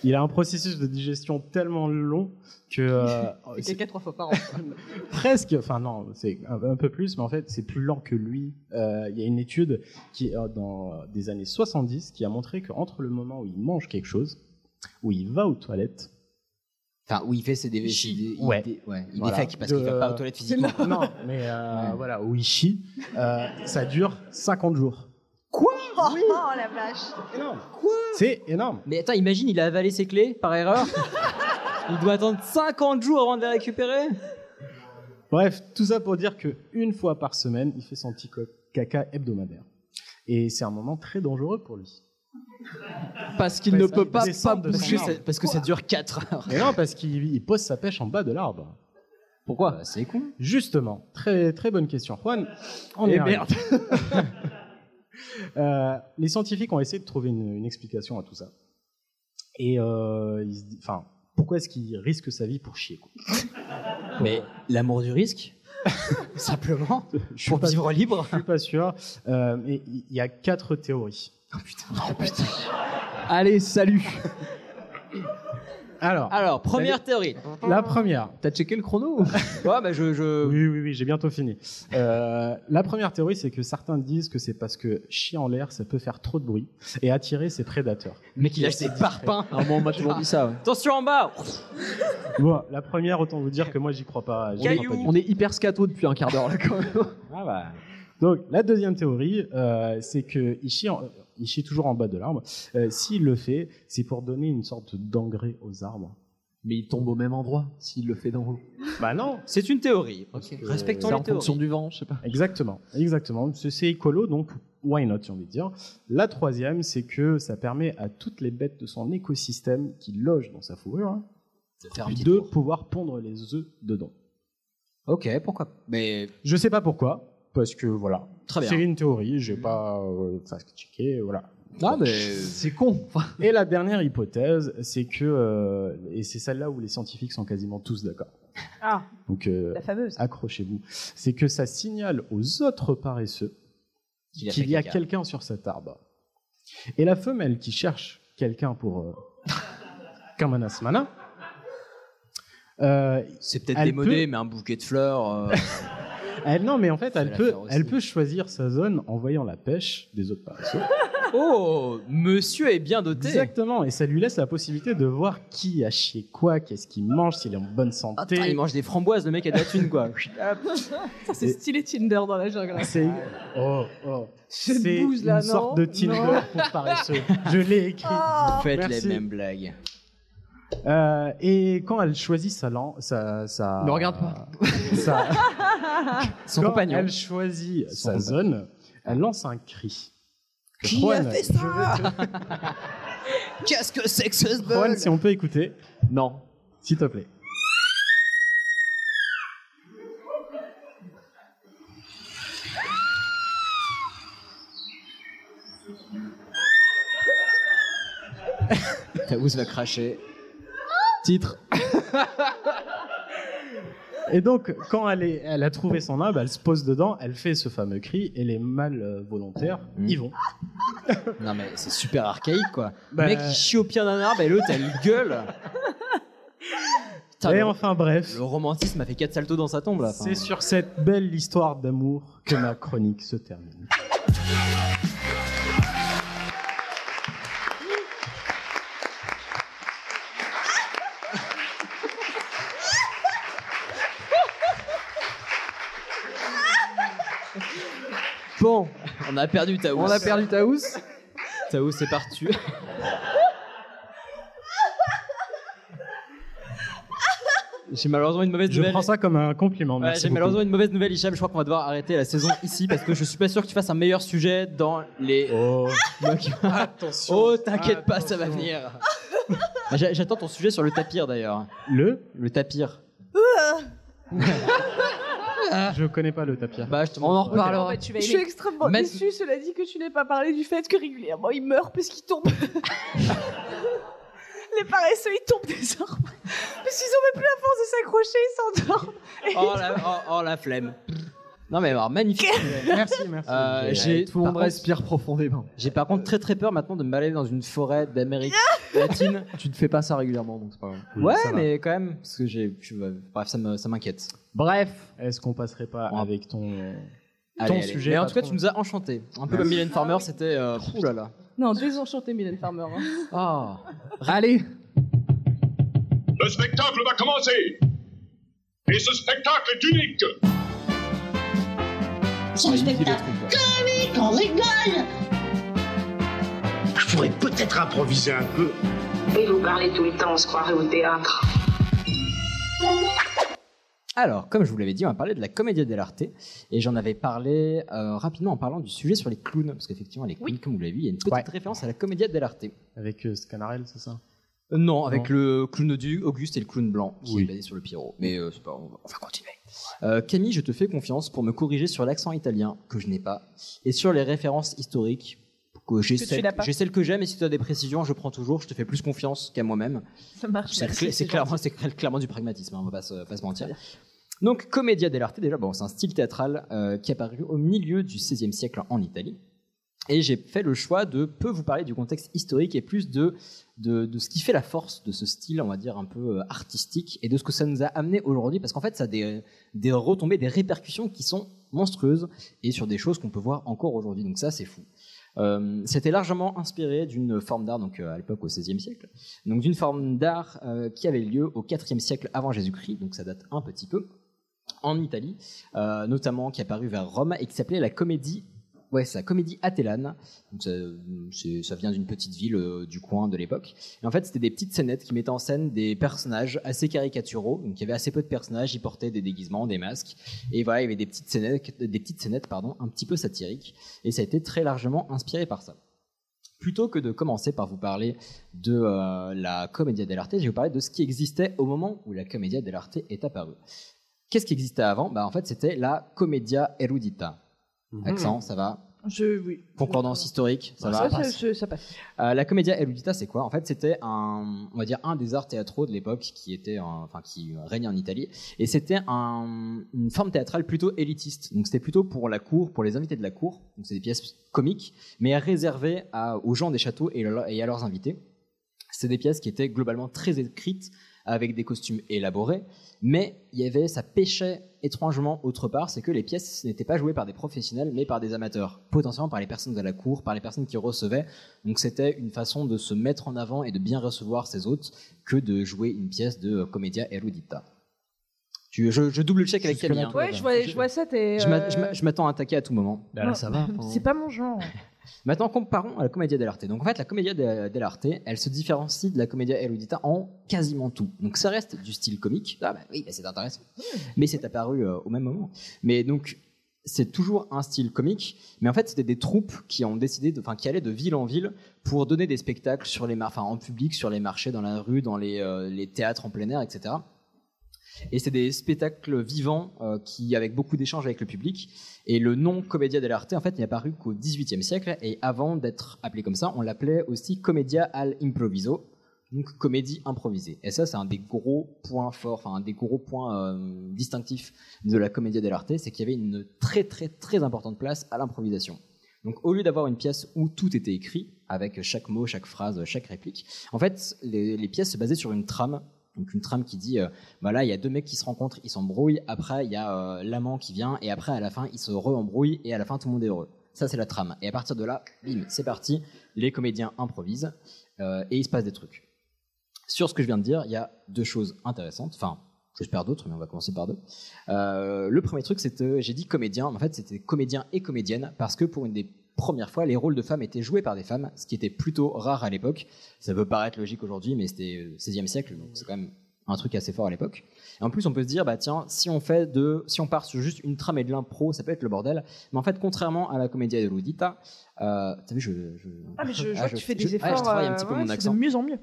Il a un processus de digestion tellement long que euh, C'est c'est quelqu'un trois fois par an. presque, enfin non, c'est un, un peu plus, mais en fait c'est plus lent que lui. Euh, Il y a une étude qui euh, dans des années 70 qui a montré qu'entre le moment où il mange quelque chose, où il va aux toilettes, Enfin, où il fait ses dév- ses dé- il Ouais. dé- ouais, euh, il Voilà. défèque parce De- euh, qu'il va pas aux toilettes physiquement. quoi. Non, mais euh, voilà, où il chie, euh, ça dure 50 jours. Quoi Oh la vache C'est énorme. Mais attends, imagine, il a avalé ses clés par erreur. il doit attendre 50 jours avant de les récupérer. Bref, tout ça pour dire que une fois par semaine, il fait son petit co- caca hebdomadaire. Et c'est un moment très dangereux pour lui. Parce qu'il ne peut pas- pas bouger, c'est- parce que ça dure 4 heures. Mais non, parce qu'il il pose sa pêche en bas de l'arbre. Pourquoi Bah, C'est con. Justement, très très bonne question, Juan. On Eh est arrivé. Euh, les scientifiques ont essayé de trouver une, une explication à tout ça. Et euh, ils se disent- enfin, pourquoi est-ce qu'il risque sa vie pour chier quoi Mais l'amour du risque Simplement Je suis Pour pas- vivre libre Je suis pas sûr. Euh, mais il il y a quatre théories. Allez, salut Alors, Alors, première théorie. La première. T'as checké le chrono Ouais, bah je, je- Oui, oui, oui, j'ai bientôt fini. Euh, la première théorie, c'est que certains disent que c'est parce que chier en l'air, ça peut faire trop de bruit et attirer ses prédateurs. Mais qu'il lâche ses parpaings. Ah, moi, on m'a toujours dit ça, ouais. Attention en bas Bon, la première, autant vous dire que moi, j'y crois pas. j'y crois pas du tout. On est hyper scato depuis un quart d'heure, là, quand même. Ah, bah. Donc, la deuxième théorie, euh, c'est que il chie, en- il chie toujours en bas de l'arbre. Euh, S'il le fait, c'est pour donner une sorte d'engrais aux arbres. Mais il tombe au même endroit s'il le fait d'en haut. Bah non C'est une théorie. Respectons Respectons les les en fonction théories. du vent, je sais pas. Exactement, exactement. C'est c'est écolo, donc why not, j'ai envie de dire. La troisième, c'est que ça permet à toutes les bêtes de son écosystème qui logent dans sa fourrure hein, faire un petit de pouvoir pondre les œufs dedans. Ok, pourquoi Mais Je sais pas pourquoi, parce que voilà. Très bien. C'est une théorie, j'ai pas euh, fact-checké, voilà. Ah, mais. C'est con. Et la dernière hypothèse, c'est que, euh, et c'est celle-là où les scientifiques sont quasiment tous d'accord. Ah, Donc euh, la fameuse. accrochez-vous. C'est que ça signale aux autres paresseux Qu'il a qu'il fait y a caca. quelqu'un sur cet arbre. Et la femelle qui cherche quelqu'un pour euh, Kamanasmana, euh, C'est peut-être Elle démodé, peut- mais un bouquet de fleurs. euh, elle, non mais en fait, elle la peut, faire aussi. elle peut choisir sa zone en voyant la pêche des autres paresseux. Oh, monsieur est bien doté. Exactement, et ça lui laisse la possibilité de voir qui a chié quoi, qu'est-ce qu'il mange, s'il est en bonne Ah, santé. putain, il mange des framboises, le mec a de la thune, quoi. Ça, c'est stylé Tinder dans la jungle. C'est oh, oh. Cette C'est bouse, là, une sorte non de Tinder Non. pour paresseux. Je l'ai écrit. Vous faites Merci. les mêmes blagues. Euh, et quand elle choisit sa lan- sa, sa Ne regarde pas. sa- Son quand compagnon. elle choisit Son sa compagnon. zone, elle lance un cri. Qui Juan, a fait je veux Qu'est-ce que c'est que ce te- Juan, si on peut écouter, Non. s'il te plaît. Taouz va cracher. Titre. Et donc, quand elle, est- elle a trouvé son âme, elle se pose dedans, elle fait ce fameux cri, et les mâles euh, volontaires y vont. non mais c'est super archaïque quoi. Bah- Le mec il chie au pied d'un arbre et l'autre elle gueule. Putain, Et le- enfin, bref. Le romantisme a fait quatre saltos dans sa tombe là. Enfin, C'est sur cette belle histoire d'amour que ma chronique se termine. Bon, on a perdu Taous. On a perdu Taous. Taous est parti. J'ai malheureusement une mauvaise Je nouvelle. prends ça comme un compliment. Ouais, Merci J'ai beaucoup. malheureusement une mauvaise nouvelle, Hicham. Je crois qu'on va devoir arrêter la saison ici parce que je suis pas sûr que tu fasses un meilleur sujet dans les. Oh, attention. Oh, t'inquiète pas, ça va venir. Bah, j'a- J'attends ton sujet sur le tapir d'ailleurs. Le Le tapir. Je connais pas le tapir. Bah, je te On en Oh, bah, tu vas Je suis aimer. extrêmement Même- déçue, cela dit, que tu n'aies pas parlé du fait que régulièrement il meurt parce qu'il tombe. Les paresseux, ils tombent désormais. Parce qu'ils ont même plus la force de s'accrocher, ils s'endorment. Et Oh ils- la, oh, oh, la flemme. Non mais alors magnifique. merci, merci. Euh, Et j'ai tout le monde par contre- respire profondément. J'ai par contre très très peur maintenant de m'aller dans une forêt d'Amérique latine. Tu ne fais pas ça régulièrement, donc c'est pas grave. Ouais, mais quand même, parce que j'ai, je- bref, ça me- ça m'inquiète. Bref. Est-ce qu'on passerait pas avec ton, ton Allez, allez. sujet Mais en tout cas, patron tu nous as enchantés. Un peu Merci. comme Mylène Farmer, c'était. Euh, ouh là là. Non, désenchanté, Mylène Farmer. hein. Ah. Allez. Le spectacle va commencer Et ce spectacle est unique Ah, C'est un spectacle comique, on rigole Je pourrais peut-être improviser un peu. Et vous parlez tout le temps, on se croirait au théâtre. Alors, comme je vous l'avais dit, on va parler de la comédie dell'arte. Et j'en avais parlé euh, rapidement en parlant du sujet sur les clowns. Parce qu'effectivement, les clowns, comme vous l'avez vu, il y a une petite référence à la comédie dell'arte. Avec euh, Scanarelle, c'est ça Euh, Non, avec le clown du Auguste et le clown blanc qui est basé sur le Pierrot. Mais euh, c'est pas, on va, on va continuer. Euh, Camille, je te fais confiance pour me corriger sur l'accent italien que je n'ai pas et sur les références historiques. Que j'ai Que tu celles n'as pas. j'ai celles que j'aime et si tu as des précisions, je prends toujours. Je te fais plus confiance qu'à moi-même. Ça marche. C'est cla- c'est clairement, c'est cla- clairement du pragmatisme, hein, on va pas se, pas se mentir. Donc, commedia dell'arte, déjà, bon, c'est un style théâtral euh, qui est apparu au milieu du XVIe siècle en Italie. Et j'ai fait le choix de peu vous parler du contexte historique et plus de, de, de ce qui fait la force de ce style, on va dire, un peu euh, artistique, et de ce que ça nous a amené aujourd'hui, parce qu'en fait, ça a des, des retombées, des répercussions qui sont monstrueuses, et sur des choses qu'on peut voir encore aujourd'hui. Donc ça, c'est fou. Euh, c'était largement inspiré d'une forme d'art, donc euh, à l'époque au XVIe siècle, donc d'une forme d'art euh, qui avait lieu au IVe siècle avant Jésus-Christ, donc ça date un petit peu, en Italie, euh, notamment qui est apparue vers Rome et qui s'appelait la comédie. Ouais, c'est la comédie Atellane. Donc ça, c'est- ça vient d'une petite ville euh, du coin de l'époque. Et en fait, c'était des petites scénettes qui mettaient en scène des personnages assez caricaturaux. Donc il y avait assez peu de personnages, ils portaient des déguisements, des masques. Et voilà, il y avait des petites scénettes, des petites scénettes pardon, un petit peu satiriques. Et ça a été très largement inspiré par ça plutôt que de commencer par vous parler de euh, la Commedia dell'arte, je vais vous parler de ce qui existait au moment où la Commedia dell'arte est apparue. Qu'est-ce qui existait avant bah, En fait, c'était la Commedia erudita. Mhm. Accent, ça va Je, oui. Concordance historique, ça va ça, ça- ça passe. euh, la commedia erudita, c'est quoi En fait, c'était un, on va dire, un des arts théâtraux de l'époque qui était, euh, enfin, qui régnait en Italie, et c'était un- une forme théâtrale plutôt élitiste. Donc, c'était plutôt pour la cour, pour les invités de la cour. Donc, c'est des pièces comiques, mais réservées à- aux gens des châteaux et, leur- et à leurs invités. C'est des pièces qui étaient globalement très écrites, avec des costumes élaborés, mais il y avait, ça pêchait étrangement autre part, c'est que les pièces n'étaient pas jouées par des professionnels, mais par des amateurs, potentiellement par les personnes de la cour, par les personnes qui recevaient. Donc c'était une façon de se mettre en avant et de bien recevoir ses hôtes que de jouer une pièce de euh, commedia erudita. Tu, je, je double check avec Camille. hein. Ouais, je vois, je vois ça, t'es. Je m'a- euh, je m'a- je m'attends à attaquer à tout moment. Ben, non, Ah, C'est pas mon genre. Maintenant, comparons à la commedia dell'arte. Donc, en fait, la commedia de- dell'arte, elle se différencie de la commedia erudita en quasiment tout. Donc, ça reste du style comique. Ah, bah oui, bah, c'est intéressant. Mais c'est apparu euh, au même moment. Mais donc, c'est toujours un style comique. Mais en fait, c'était des troupes qui ont décidé, de- enfin, qui allaient de ville en ville pour donner des spectacles sur les, mar- enfin, en public, sur les marchés, dans la rue, dans les, euh, les théâtres en plein air, etc. Et c'est des spectacles vivants euh, qui, avec beaucoup d'échanges avec le public. Et le nom Commedia dell'arte, en fait, n'est apparu qu'au XVIIIe siècle. Et avant d'être appelé comme ça, on l'appelait aussi Commedia al improviso, donc comédie improvisée. Et ça, c'est un des gros points forts, enfin un des gros points euh, distinctifs de la Commedia dell'arte, c'est qu'il y avait une très très très importante place à l'improvisation. Donc au lieu d'avoir une pièce où tout était écrit, avec chaque mot, chaque phrase, chaque réplique, en fait, les, les pièces se basaient sur une trame. Donc une trame qui dit, euh, bah là, il y a deux mecs qui se rencontrent, ils s'embrouillent, après, il y a euh, l'amant qui vient, et après, à la fin, ils se re-embrouillent, et à la fin, tout le monde est heureux. Ça, c'est la trame. Et à partir de là, bim, c'est parti, les comédiens improvisent, euh, et il se passe des trucs sur ce que je viens de dire, il y a deux choses intéressantes. Enfin, j'espère d'autres, mais on va commencer par deux. Euh, le premier truc, c'était, j'ai dit comédien. En fait, c'était comédien et comédienne parce que pour une des premières fois, les rôles de femmes étaient joués par des femmes, ce qui était plutôt rare à l'époque. Ça peut paraître logique aujourd'hui, mais c'était 16e siècle, donc c'est quand même un truc assez fort à l'époque. Et en plus, on peut se dire, bah tiens, si on fait de, si on part sur juste une trame et de l'impro, ça peut être le bordel. Mais en fait, contrairement à la comédia de Ludita, euh, t'as vu, je, je, ah mais je, vois ah, que tu fais des je, efforts. euh, Ah, je travaille un petit peu ouais, mon accent. De mieux en mieux.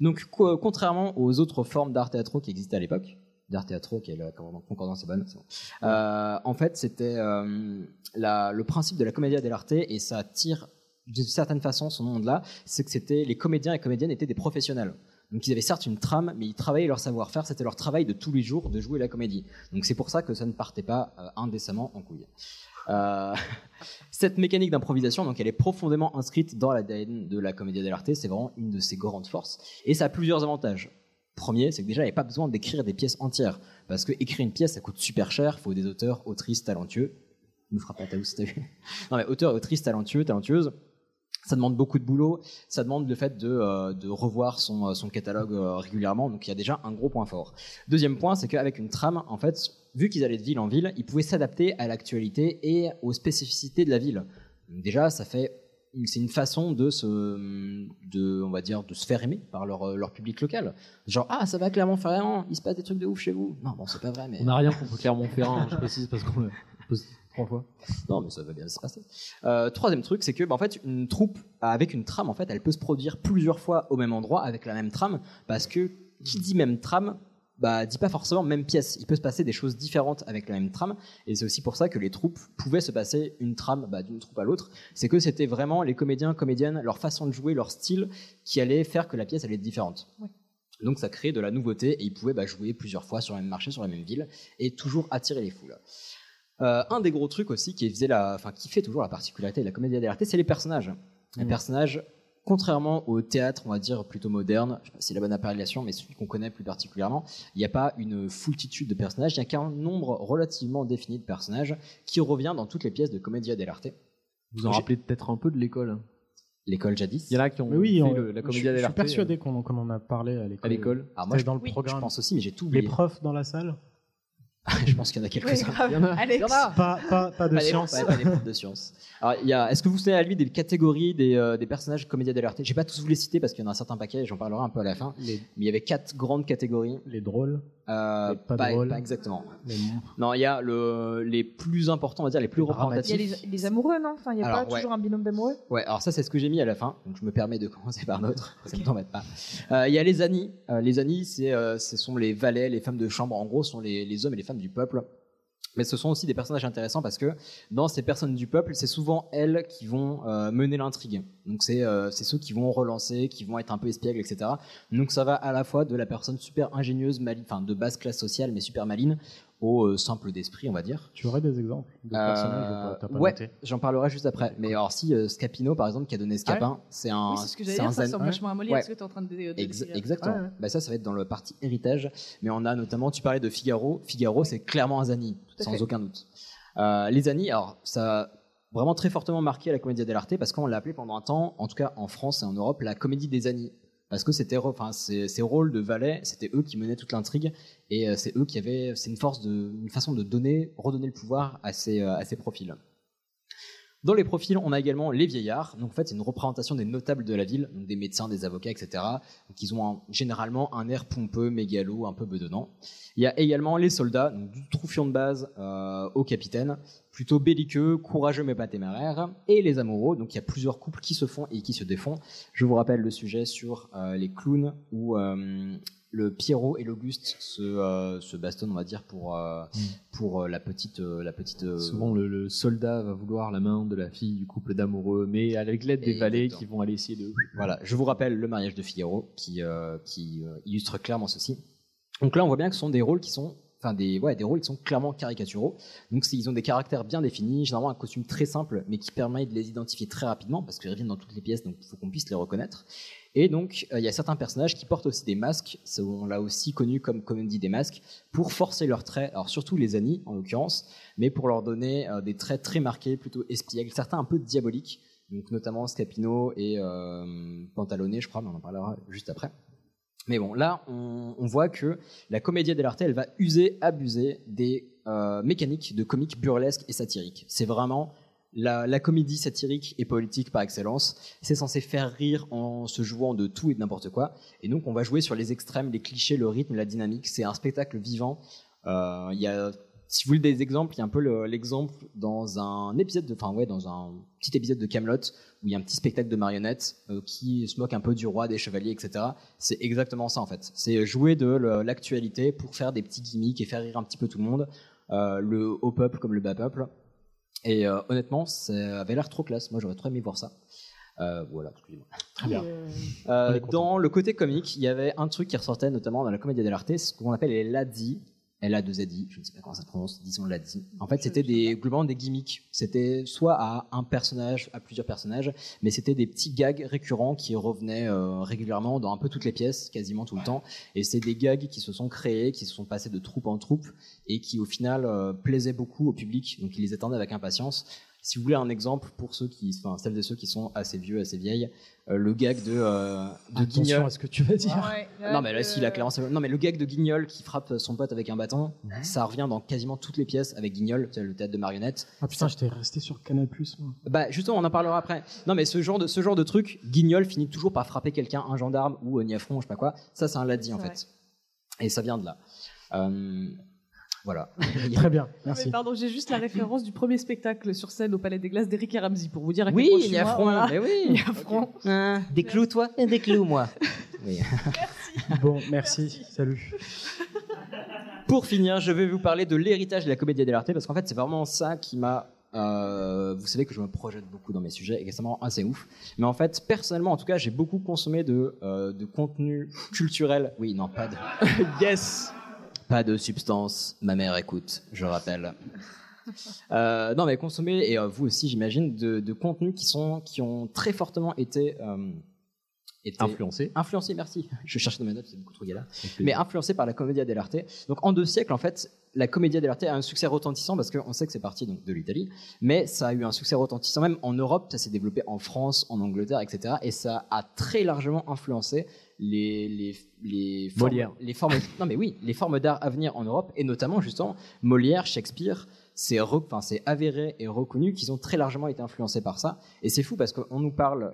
Donc, co contrairement aux autres formes d'art théâtraux qui existaient à l'époque, d'art théâtraux qui est la concordance est bonne, est bon. euh, en fait, c'était euh, le principe de la commedia dell'arte et ça tire d'une certaine façon son nom de là, c'est que c'était les comédiens et comédiennes étaient des professionnels. Donc ils avaient certes une trame, mais ils travaillaient leur savoir-faire, c'était leur travail de tous les jours de jouer la comédie. Donc c'est pour ça que ça ne partait pas euh, indécemment en couille. Euh, cette mécanique d'improvisation, donc elle est profondément inscrite dans l'ADN de la comédie dell'arte, c'est vraiment une de ses grandes forces, et ça a plusieurs avantages. Premier, c'est que déjà, il n'y a pas besoin d'écrire des pièces entières, parce que écrire une pièce, ça coûte super cher, il faut des auteurs, autrices, talentueux. Ne fera pas ta t'as vu Non mais auteurs, autrices, talentueux, talentueuses, ça demande beaucoup de boulot, ça demande le fait de, euh, de revoir son, son catalogue euh, régulièrement, donc il y a déjà un gros point fort. Deuxième point, c'est qu'avec une trame, en fait, vu qu'ils allaient de ville en ville, ils pouvaient s'adapter à l'actualité et aux spécificités de la ville. Déjà, ça fait c'est une façon de se, de, on va dire, de se faire aimer par leur, euh, leur public local. Genre, ah, ça va Clermont-Ferrand, il se passe des trucs de ouf chez vous. Non, bon, c'est pas vrai, mais. On n'a rien contre Clermont-Ferrand, hein, je précise, parce qu'on le pose trois fois. Non, mais ça va bien se passer. Euh, troisième truc, c'est que, bah, en fait, une troupe avec une trame, en fait, elle peut se produire plusieurs fois au même endroit avec la même trame, parce que qui dit même trame bah, dit pas forcément même pièce. Il peut se passer des choses différentes avec la même trame, et c'est aussi pour ça que les troupes pouvaient se passer une trame bah, d'une troupe à l'autre. C'est que c'était vraiment les comédiens, comédiennes, leur façon de jouer, leur style, qui allait faire que la pièce allait être différente. Ouais. Donc ça crée de la nouveauté, et ils pouvaient bah, jouer plusieurs fois sur le même marché, sur la même ville, et toujours attirer les foules. Euh, un des gros trucs aussi qui, faisait la, enfin, qui fait toujours la particularité de la comédie d'alerte, c'est les personnages. Mmh. Les personnages, contrairement au théâtre, on va dire plutôt moderne, je sais pas si c'est la bonne appellation, mais celui qu'on connaît plus particulièrement, il n'y a pas une foultitude de personnages, il n'y a qu'un nombre relativement défini de personnages qui revient dans toutes les pièces de Commedia dell'arte. Vous en rappelez peut-être un peu de l'école hein. L'école jadis. Il y en a qui ont mais oui, fait on, le- je, la comédie je suis dell'arte, persuadé qu'on qu'on en a parlé à l'école. euh, À l'école. Alors euh, moi, C'est dans le oui, programme. je pense aussi, mais j'ai tout oublié. Les profs dans la salle je pense qu'il y en a quelques-uns. grave. Il y en Ah, a- Alex. il y en a. pas, pas, pas de Pas des- science. ouais, pas des profs de sciences. Alors, il y a- Est-ce que vous savez à lui des catégories des, euh, des personnages de comédia dell'arte Je ne vais pas tous vous les citer parce qu'il y en a un certain paquet et j'en parlerai un peu à la fin. Les- Mais il y avait quatre grandes catégories. Les drôles, Euh, les pas, pas, drôles. pas exactement. les moins. Non, il y a le, les plus importants, on va dire les plus Il y a représentatifs. les, les amoureux, non Enfin, il n'y a Alors, pas ouais. toujours un binôme d'amoureux Ouais, alors ça c'est ce que j'ai mis à la fin, donc je me permets de commencer par d'autres, ça ne t'embête pas. Euh, Il y a les Annie. Euh, les Annie, c'est, euh, ce sont les valets, les femmes de chambre, en gros, ce sont les, les hommes et les femmes du peuple. Mais ce sont aussi des personnages intéressants parce que dans ces personnes du peuple, c'est souvent elles qui vont euh, mener l'intrigue. Donc c'est euh, c'est ceux qui vont relancer, qui vont être un peu espiègles, etc. Donc ça va à la fois de la personne super ingénieuse, mali- enfin de basse classe sociale mais super maline, au euh, simple d'esprit, on va dire. Tu aurais des exemples de Euh, personnages que t'as pas ouais, noté j'en parlerai juste après. Mais alors si euh, Scapino par exemple qui a donné Scapin, c'est un Oui, c'est ce que j'allais c'est dire, un ça zan- ressemble vachement à Molière, Ouais. ce que tu es en train de, de- de Ex- décrire. exactement. Ouais, ouais. Bah ça, ça va être dans le parti héritage. Mais on a notamment, tu parlais de Figaro. Figaro, c'est clairement un Zani, à sans fait. aucun doute. Euh, les Zani, alors ça a vraiment très fortement marqué la comédie dell'arte parce qu'on l'a appelé pendant un temps, en tout cas en France et en Europe, la comédie des Zani. Parce que c'était, re- enfin, ces ces rôles de valet, c'était eux qui menaient toute l'intrigue et euh, c'est eux qui avaient, c'est une force de, une façon de donner, redonner le pouvoir à ces, euh, à ces profils. Dans les profils, on a également les vieillards. Donc, en fait, c'est une représentation des notables de la ville, donc des médecins, des avocats, etc. Donc, ils ont un- généralement un air pompeux, mégalo, un peu bedonnant. Il y a également les soldats, donc du troufion de base euh, au capitaine, plutôt belliqueux, courageux mais pas téméraires. Et les amoureux, donc il y a plusieurs couples qui se font et qui se défont. Je vous rappelle le sujet sur euh, les clowns où euh, le Pierrot et l'Auguste se, euh, se bastonnent, on va dire, pour, euh, pour euh, la petite. euh, la petite euh, Souvent, le, le soldat va vouloir la main de la fille du couple d'amoureux, mais avec l'aide des Et valets exactement. qui vont aller essayer de. Voilà, je vous rappelle le mariage de Figaro qui, euh, qui euh, illustre clairement ceci. Donc là, on voit bien que ce sont des rôles qui sont. Enfin, des, ouais, des rôles qui sont clairement caricaturaux. Donc, c'est- ils ont des caractères bien définis, généralement un costume très simple, mais qui permet de les identifier très rapidement, parce qu'ils reviennent dans toutes les pièces, donc il faut qu'on puisse les reconnaître. Et donc, euh, il y a certains personnages qui portent aussi des masques, ça, on l'a aussi connu comme comédie des masques, pour forcer leurs traits, alors surtout les Annie en l'occurrence, mais pour leur donner euh, des traits très marqués, plutôt espiègles, certains un peu diaboliques, donc notamment Scapino et euh, Pantalonnet, je crois, mais on en parlera juste après. Mais bon, là, on, on voit que la comédie dell'arte, elle va user, abuser des euh, mécaniques de comique burlesque et satirique. C'est vraiment la, la comédie satirique et politique par excellence. C'est censé faire rire en se jouant de tout et de n'importe quoi. Et donc, on va jouer sur les extrêmes, les clichés, le rythme, la dynamique. C'est un spectacle vivant. Euh, Il y a, si vous voulez des exemples, il y a un peu le- l'exemple dans un épisode, de, enfin ouais, dans un petit épisode de Camelot où il y a un petit spectacle de marionnettes euh, qui se moque un peu du roi, des chevaliers, etc. C'est exactement ça en fait. C'est jouer de le- l'actualité pour faire des petits gimmicks et faire rire un petit peu tout le monde, euh, le haut peuple comme le bas peuple. Et euh, honnêtement, ça avait l'air trop classe. Moi, j'aurais trop aimé voir ça. Euh, voilà, excusez-moi. Très bien. Euh, dans le côté comique, il y avait un truc qui ressortait notamment dans la comédie dell'arte, ce qu'on appelle les ladis. l a 2 i je ne sais pas comment ça se prononce, disons ladis. En fait, c'était des, globalement des gimmicks. C'était soit à un personnage, à plusieurs personnages, mais c'était des petits gags récurrents qui revenaient euh, régulièrement dans un peu toutes les pièces, quasiment tout le temps. Et c'est des gags qui se sont créés, qui se sont passés de troupe en troupe, et qui au final euh, plaisaient beaucoup au public, donc ils les attendaient avec impatience. Si vous voulez un exemple pour ceux qui, enfin celles et ceux qui sont assez vieux, assez vieilles, euh, le gag de, euh, de Ah, Attention Guignol. à ce que tu vas dire. Ah Non mais là, si, il a clairement. sa- Non mais le gag de Guignol qui frappe son pote avec un bâton, ça revient dans quasiment toutes les pièces avec Guignol, tu sais, le théâtre de marionnettes. Ah putain, j'étais resté sur Canal moi. Bah justement, on en parlera après. Non mais ce genre de ce genre de truc, Guignol finit toujours par frapper quelqu'un, un gendarme ou un niafron, je sais pas quoi. Ça, c'est un laddi en C'est fait. Et ça vient de là. Euh, voilà. Très bien, Mais merci. pardon, j'ai juste la référence du premier spectacle sur scène au Palais des Glaces d'Eric et Ramsey pour vous dire à quel Oui, point je il suis y a moi, front, voilà. mais oui. Ah. Il y a front. Des clous toi et des clous moi. Oui. Bon, merci. Salut. Pour finir, je vais vous parler de l'héritage de la comédie dell'arte parce qu'en fait, c'est vraiment ça qui m'a. euh, vous savez que je me projette beaucoup dans mes sujets et que ça me rend assez ouf. Mais en fait, personnellement, en tout cas, j'ai beaucoup consommé de, euh, de contenu culturel. Oui, non, pas de. yes Pas de substance. Ma mère écoute, je rappelle. Euh, non, mais consommer, et euh, vous aussi, j'imagine, de, de contenus qui, sont, qui ont très fortement été. euh, été- Influencés. Influencés, merci. Je cherche dans mes notes, c'est beaucoup trop galère. Mais influencés par la Commedia dell'arte. Donc en deux siècles, en fait, la Commedia dell'arte a un succès retentissant parce qu'on sait que c'est parti donc, de l'Italie, mais ça a eu un succès retentissant même en Europe, ça s'est développé en France, en Angleterre, etc. Et ça a très largement influencé les, les, les formes- Molière. les formes, non mais oui, les formes d'art à venir en Europe et notamment justement Molière, Shakespeare, c'est re- enfin, c'est avéré et reconnu qu'ils ont très largement été influencés par ça. Et c'est fou parce qu'on nous parle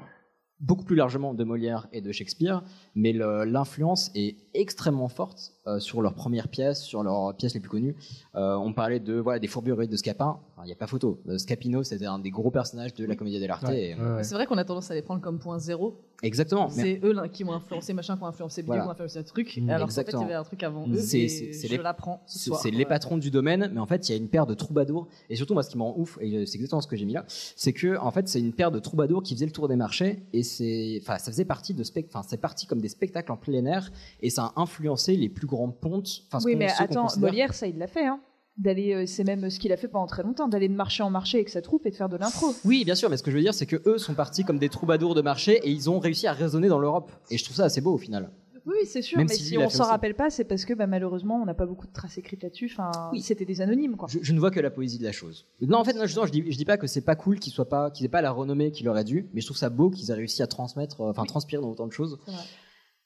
beaucoup plus largement de Molière et de Shakespeare, mais le- l'influence est extrêmement forte euh, sur leurs premières pièces, sur leurs pièces les plus connues. Euh, on parlait de voilà des fourberies de Scapin, Enfin, il n'y a pas photo. Euh, Scapino, c'était un des gros personnages de la Commedia dell'arte. Ouais, et- euh, C'est vrai qu'on a tendance à les prendre comme point zéro. Exactement. mais- C'est eux là, qui m'ont influencé machin, qui m'ont influencé bidule, Voilà. qui m'ont influencé un truc. Mm. Alors qu'en fait, il Exactement. Mm. y avait un truc avant eux. C'est- et c'est- c'est je les- l'apprends ce C'est soir. c'est les patrons du domaine, mais en fait, il y a une paire de troubadours. Et surtout, moi, ce qui me rend ouf, et c'est exactement ce que j'ai mis là, c'est que, en fait, c'est une paire de troubadours qui faisait le tour des marchés. Et c'est, enfin, ça faisait partie de spec, enfin, c'est parti comme des spectacles en plein air. Et ça a influencé les plus grands pontes. Enfin, ce oui, qu'on- mais ceux qu'on attends, considère- Molière, ça, il l'a fait. Hein. D'aller, euh, c'est même ce qu'il a fait pendant très longtemps, d'aller de marché en marché avec sa troupe et de faire de l'impro. Oui, bien sûr, mais ce que je veux dire, c'est que eux sont partis comme des troubadours de marché et ils ont réussi à résonner dans l'Europe. Et je trouve ça assez beau au final. Oui, c'est sûr, Même mais si lui, si il l'a on fait s'en aussi. rappelle pas, c'est parce que bah, malheureusement, on n'a pas beaucoup de traces écrites là-dessus. Enfin, c'était des anonymes, quoi. Je, je ne vois que la poésie de la chose. Non, en fait, non, justement, je dis, je dis pas que c'est pas cool qu'ils soient pas, qu'ils aient pas la renommée qu'il aurait dû, mais je trouve ça beau qu'ils aient réussi à transmettre, euh, enfin, transpirer dans autant de choses.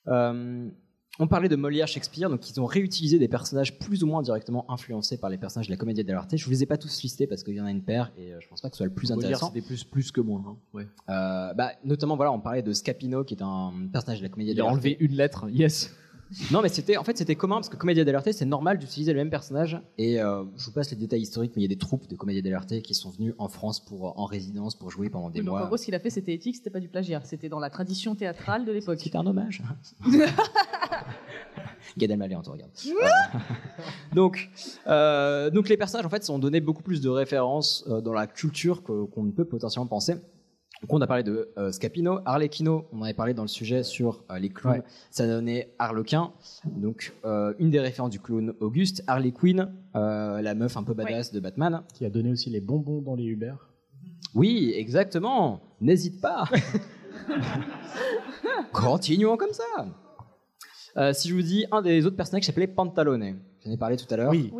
Euh, on parlait de Molière, Shakespeare, donc ils ont réutilisé des personnages plus ou moins directement influencés par les personnages de la comédie dell'arte. Je vous les ai pas tous listés parce qu'il y en a une paire et euh, je pense pas que ce soit le plus Faut dire, intéressant. c'est des plus plus que moins. hein. Ouais. Euh, bah, notamment, voilà, on parlait de Scapino qui est un personnage de la comédie Il a dell'arte. enlevé une lettre. hein. Yes. Non, mais c'était en fait c'était commun parce que Comédia dell'arte, c'est normal d'utiliser le même personnage. Et euh, je vous passe les détails historiques, mais il y a des troupes de Comédia dell'arte qui sont venues en France pour euh, en résidence pour jouer pendant des Oui, donc en mois. gros, ce qu'il a fait, c'était éthique, c'était pas du plagiat. C'était dans la tradition théâtrale de l'époque. C'est un hommage. Gad Elmaleh, on te regarde. Voilà. donc, euh, donc les personnages en fait sont donnés beaucoup plus de références euh, dans la culture que- qu'on ne peut potentiellement penser. Donc on a parlé de euh, Scapino, Arlecchino, on en avait parlé dans le sujet sur euh, les clowns, ça donnait Harlequin, donc euh, une des références du clown Auguste, Harley Quinn, euh, la meuf un peu badass de Batman. Qui a donné aussi les bonbons dans les Uber. Oui, exactement, n'hésite pas Continuons comme ça Euh, Si je vous dis un des autres personnages qui s'appelait Pantalone, j'en ai parlé tout à l'heure, Oui.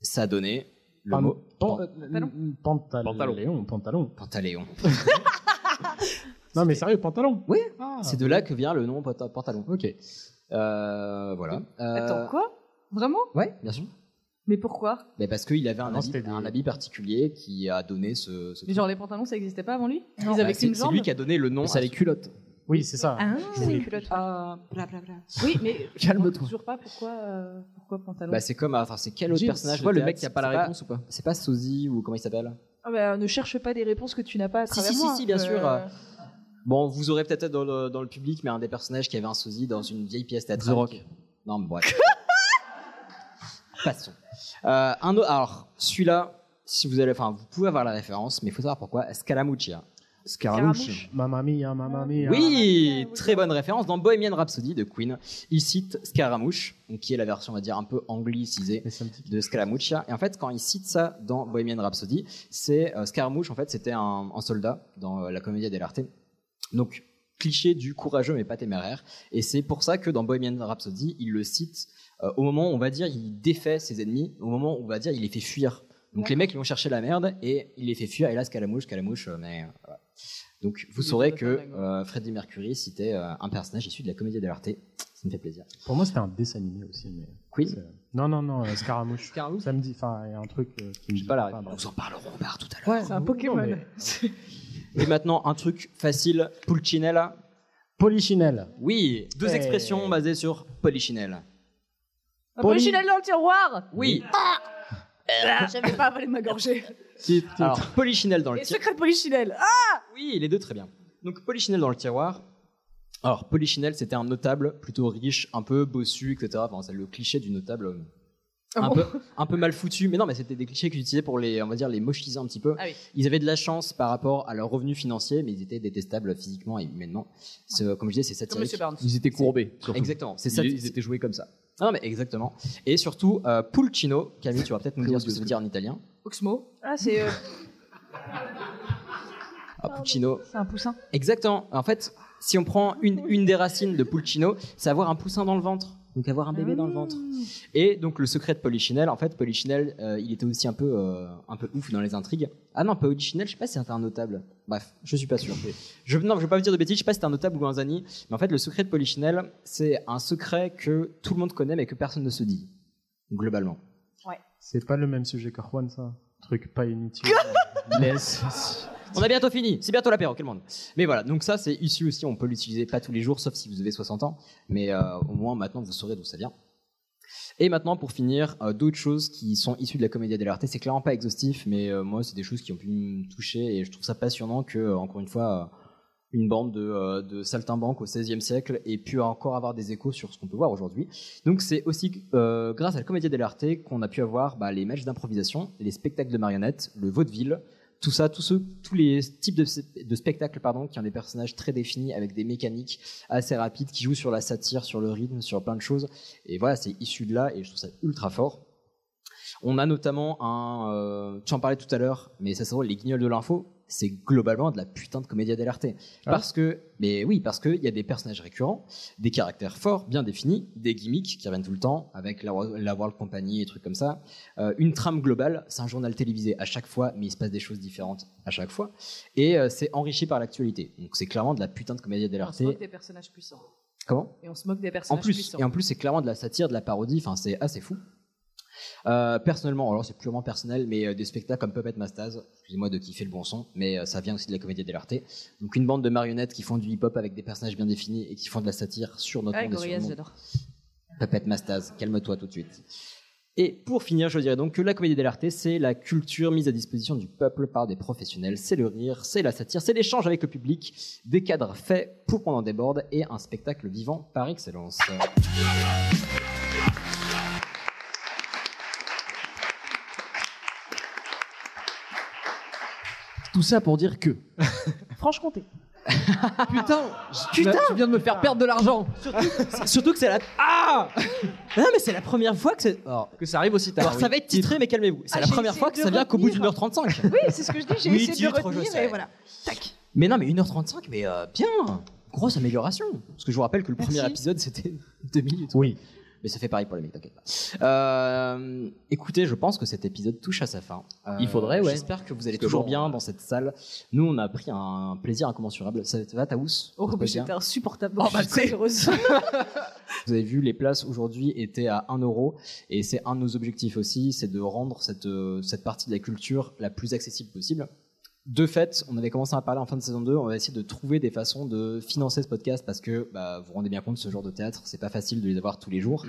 ça donnait le Pan- mot... pan- Euh, pantalon. Pantalon, pantalon. Pantaléon. Non, mais sérieux, pantalon Oui. Ah. C'est de là que vient le nom panta- pantalon. Ok. Euh, voilà. Euh, Attends, quoi Vraiment Ouais, bien sûr. Mais pourquoi Mais parce qu'il avait un, habit, un habit particulier qui a donné ce. ce Mais genre, les pantalons, ça n'existait pas avant lui truc. Ils avaient Bah, qu'une c'est c'est jambe lui qui a donné le nom. c'est les culottes. Oui, c'est ça. Ah, Je voulais- Ah, blablabla. Oui, mais Calme-toi. toujours pas pourquoi, euh, pourquoi pantalon Bah, c'est comme. Enfin, c'est quel autre Jeans, personnage tu vois de le mec théâtre, qui a pas la c'est réponse ou pas C'est pas Sosie ou comment il s'appelle Ah bah, ne cherche pas des réponses que tu n'as pas à Si, travers si, si, moi. si, bien Euh, sûr. euh, Bon, vous aurez peut-être dans le, dans le public, mais un des personnages qui avait un sosie dans une vieille pièce théâtrale. The Rock. Non, mais bref. Passons. Euh, un autre, alors, celui-là, si vous allez, enfin, vous pouvez avoir la référence, mais il faut savoir pourquoi. Scaramuccia. Scaramouche. Mamma hein, mia, mamma mia. Ah, Oui, très bonne référence. Dans Bohemian Rhapsody de Queen, il cite Scaramouche, donc qui est la version, on va dire, un peu anglicisée de Scaramuccia. Et en fait, quand il cite ça dans Bohemian Rhapsody, c'est euh, Scaramouche, en fait, c'était un, un soldat dans euh, la comédie dell'arte. Donc, cliché du courageux mais pas téméraire. Et c'est pour ça que dans Bohemian Rhapsody, il le cite euh, au moment où, on va dire, il défait ses ennemis, au moment où, on va dire, il les fait fuir. Donc les mecs lui ont cherché la merde et il les fait fuir. Et là, Scaramouche, Scaramouche, euh, mais... euh, voilà. Donc vous saurez que euh, Freddie Mercury citait euh, un personnage issu de la comédie dell'arte. Ça me fait plaisir. Pour moi, c'était un dessin animé aussi. Mais Queen c'est- Non, non, non, euh, Scaramouche. Scaramouche Ça me dit, enfin, il y a un truc euh, qui me dit. pas la bref. Nous en parlerons par tout à l'heure. C'est un Pokémon. Et maintenant, un truc facile, Pulcinella. Polichinelle. Oui, Eh. deux Hey. expressions basées sur Polichinelle. Un polichinelle dans le tiroir Oui. Ah, J'avais pas avalé ma gorgée. Alors, Polichinelle dans le Et tiroir. secret polichinelle Ah Oui, les deux très bien. Donc Polichinelle dans le tiroir. Alors Polichinelle, c'était un notable plutôt riche, un peu bossu, etc. Enfin, c'est le cliché du notable. euh, Ah un, bon peu, un peu mal foutu, mais non, mais c'était des clichés qu'ils utilisaient pour les, on va dire, les mochiser un petit peu. Ah oui. Ils avaient de la chance par rapport à leurs revenus financiers, mais ils étaient détestables physiquement et humainement. C'est, euh, Comme je disais, c'est Comme satirique. Monsieur Burns. Ils étaient courbés. C'est- surtout. Exactement. C'est Ils- ça. ils étaient joués comme ça. Non, mais exactement. Et surtout, euh, Pulcino, Camille, tu vas peut-être nous dire ce que ça veut dire en italien. Oxmo Ah, c'est. euh, Ah, Pulcino. C'est un poussin. Exactement. En fait, si on prend une, une des racines de Pulcino, c'est avoir un poussin dans le ventre. Donc avoir un bébé dans le ventre. Et donc le secret de Polichinelle, en fait, Polichinelle, euh, il était aussi un peu, euh, un peu ouf dans les intrigues. Ah non, Polichinelle, je sais pas si c'était un notable. Bref, je suis pas sûr. Je, non, je vais pas vous dire de bêtises, je sais pas si c'était un notable ou un zani. Mais en fait, le secret de Polichinelle, c'est un secret que tout le monde connaît mais que personne ne se dit, globalement. C'est pas le même sujet que Juan, ça. Truc pas inutile. On a bientôt fini, c'est bientôt l'apéro, quel monde. Mais voilà, donc ça c'est issu aussi, on peut l'utiliser pas tous les jours, sauf si vous avez 60 ans, mais euh, au moins maintenant vous saurez d'où ça vient. Et maintenant pour finir, euh, d'autres choses qui sont issues de la comédie dell'arte, c'est clairement pas exhaustif, mais euh, moi c'est des choses qui ont pu me toucher et je trouve ça passionnant que, euh, encore une fois, euh, une bande de, euh, de saltimbanques au XVIe siècle et pu encore avoir des échos sur ce qu'on peut voir aujourd'hui. Donc c'est aussi euh, grâce à la comédie dell'arte qu'on a pu avoir bah, les matchs d'improvisation, les spectacles de marionnettes, le vaudeville, tout ça, tous, ceux, tous les types de, de spectacles pardon, qui ont des personnages très définis avec des mécaniques assez rapides qui jouent sur la satire, sur le rythme, sur plein de choses. Et voilà, c'est issu de là et je trouve ça ultra fort. On a notamment un. euh, tu en parlais tout à l'heure, mais ça c'est drôle, les guignols de l'info, c'est globalement de la putain de comédia dell'arte. Parce que. Mais oui, parce qu'il y a des personnages récurrents, des caractères forts, bien définis, des gimmicks qui reviennent tout le temps, avec la, la World Company et trucs comme ça. Euh, une trame globale, c'est un journal télévisé à chaque fois, mais il se passe des choses différentes à chaque fois. Et euh, c'est enrichi par l'actualité. Donc c'est clairement de la putain de comédia On dell'arte. se moque des personnages puissants. Comment Et on se moque des en personnages plus, puissants. et en plus, c'est clairement de la satire, de la parodie. Enfin, c'est assez fou. Euh, personnellement, alors c'est purement personnel, mais euh, des spectacles comme Puppet Mastaz, excusez-moi de kiffer le bon son, mais euh, ça vient aussi de la comédie dell'arte. Donc une bande de marionnettes qui font du hip-hop avec des personnages bien définis et qui font de la satire sur notre Ah, monde et sur le Gorillaz, monde. j'adore. Papette Mastaz, calme-toi tout de suite. Et pour finir, je dirais donc que la comédie dell'arte, c'est la culture mise à disposition du peuple par des professionnels. C'est le rire, c'est la satire, c'est l'échange avec le public, des cadres faits pour qu'on en déborde et un spectacle vivant par excellence. Tout ça pour dire que. Franche-Comté. Putain, Putain Tu viens de me faire perdre de l'argent Surtout, surtout que c'est la. Ah Non, mais c'est la première fois que, c'est- alors, Que ça arrive aussi tard. Alors, ça va être titré, mais calmez-vous. C'est Ah, la j'ai première essayé fois que de ça vient qu'au bout d'une heure retenir. 35. Oui, c'est ce que je dis, j'ai Oui, essayé de titre, je retenir sais. et voilà. Tac. Mais non, mais 1h35, mais euh, bien Grosse amélioration Parce que je vous rappelle que le premier Merci. épisode, c'était 2 minutes. Oui. Mais ça fait pareil pour les mecs, t'inquiète pas. Euh, écoutez, je pense que cet épisode touche à sa fin. Euh, Il faudrait, ouais. J'espère que vous allez Parce que toujours bon, bien dans cette salle. Nous, on a pris un plaisir incommensurable. Ça va, Taous Oh, Ça se mais passe bien j'étais insupportable. Oh, bah, c'est- très heureuse. Vous avez vu, les places aujourd'hui étaient à 1 euro et c'est un de nos objectifs aussi, c'est de rendre cette, euh, cette partie de la culture la plus accessible possible. De fait, on avait commencé à parler en fin de saison 2, on va essayer de trouver des façons de financer ce podcast parce que bah, vous vous rendez bien compte, ce genre de théâtre, c'est pas facile de les avoir tous les jours.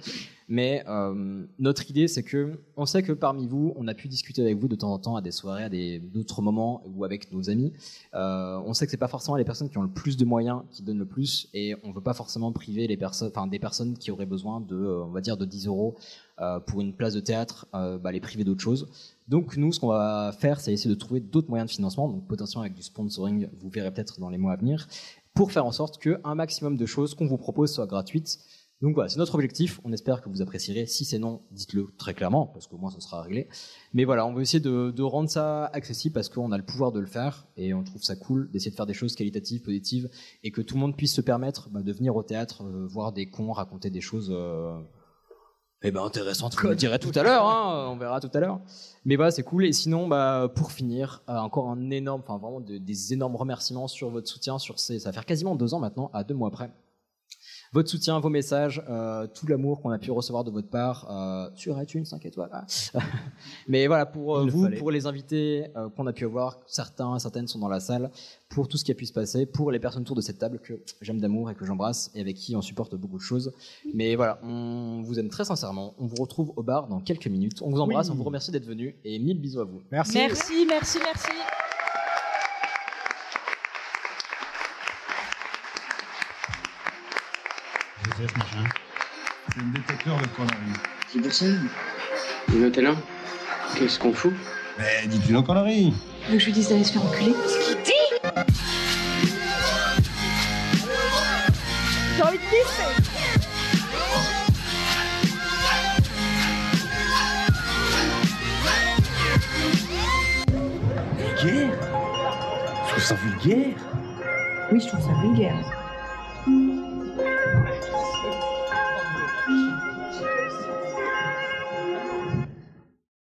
Mais euh, notre idée, c'est que on sait que parmi vous, on a pu discuter avec vous de temps en temps à des soirées, à des- d'autres moments ou avec nos amis. Euh, on sait que c'est pas forcément les personnes qui ont le plus de moyens qui donnent le plus, et on veut pas forcément priver les personnes, enfin des personnes qui auraient besoin de, euh, on va dire, de 10 euros euh, pour une place de théâtre, euh, bah, les priver d'autres choses. Donc nous, ce qu'on va faire, c'est essayer de trouver d'autres moyens de financement, donc potentiellement avec du sponsoring, vous verrez peut-être dans les mois à venir, pour faire en sorte que un maximum de choses qu'on vous propose soient gratuites. Donc voilà, c'est notre objectif. On espère que vous apprécierez. Si c'est non, dites-le très clairement, parce qu'au moins ce sera réglé. Mais voilà, on veut essayer de, de rendre ça accessible parce qu'on a le pouvoir de le faire et on trouve ça cool d'essayer de faire des choses qualitatives, positives et que tout le monde puisse se permettre bah, de venir au théâtre, euh, voir des cons raconter des choses. euh, eh ben intéressantes. vous me le direz tout à l'heure, hein, on verra tout à l'heure. Mais voilà, c'est cool. Et sinon, bah, pour finir, euh, encore un énorme, enfin vraiment de- des énormes remerciements sur votre soutien, sur ces, ça va faire quasiment deux ans maintenant, à deux mois près votre soutien, vos messages, euh, tout l'amour qu'on a pu recevoir de votre part euh, sur iTunes 5 étoiles. ah. Mais voilà, pour euh, Il le vous, fallait. pour les invités euh, qu'on a pu avoir, certains, certaines sont dans la salle, pour tout ce qui a pu se passer, pour les personnes autour de cette table que j'aime d'amour et que j'embrasse et avec qui on supporte beaucoup de choses. Mais voilà, on vous aime très sincèrement. On vous retrouve au bar dans quelques minutes. On vous embrasse, Oui. on vous remercie d'être venus et mille bisous à vous. Merci, merci, merci. Joseph, machin. C'est le détecteur de conneries. C'est pour ça. Et maintenant, qu'est-ce qu'on fout Mais dis-tu nos conneries Tu veux que je lui dise d'aller se faire enculer J'ai envie de pisser. Vulgaire Je trouve ça vulgaire Oui, je trouve ça vulgaire.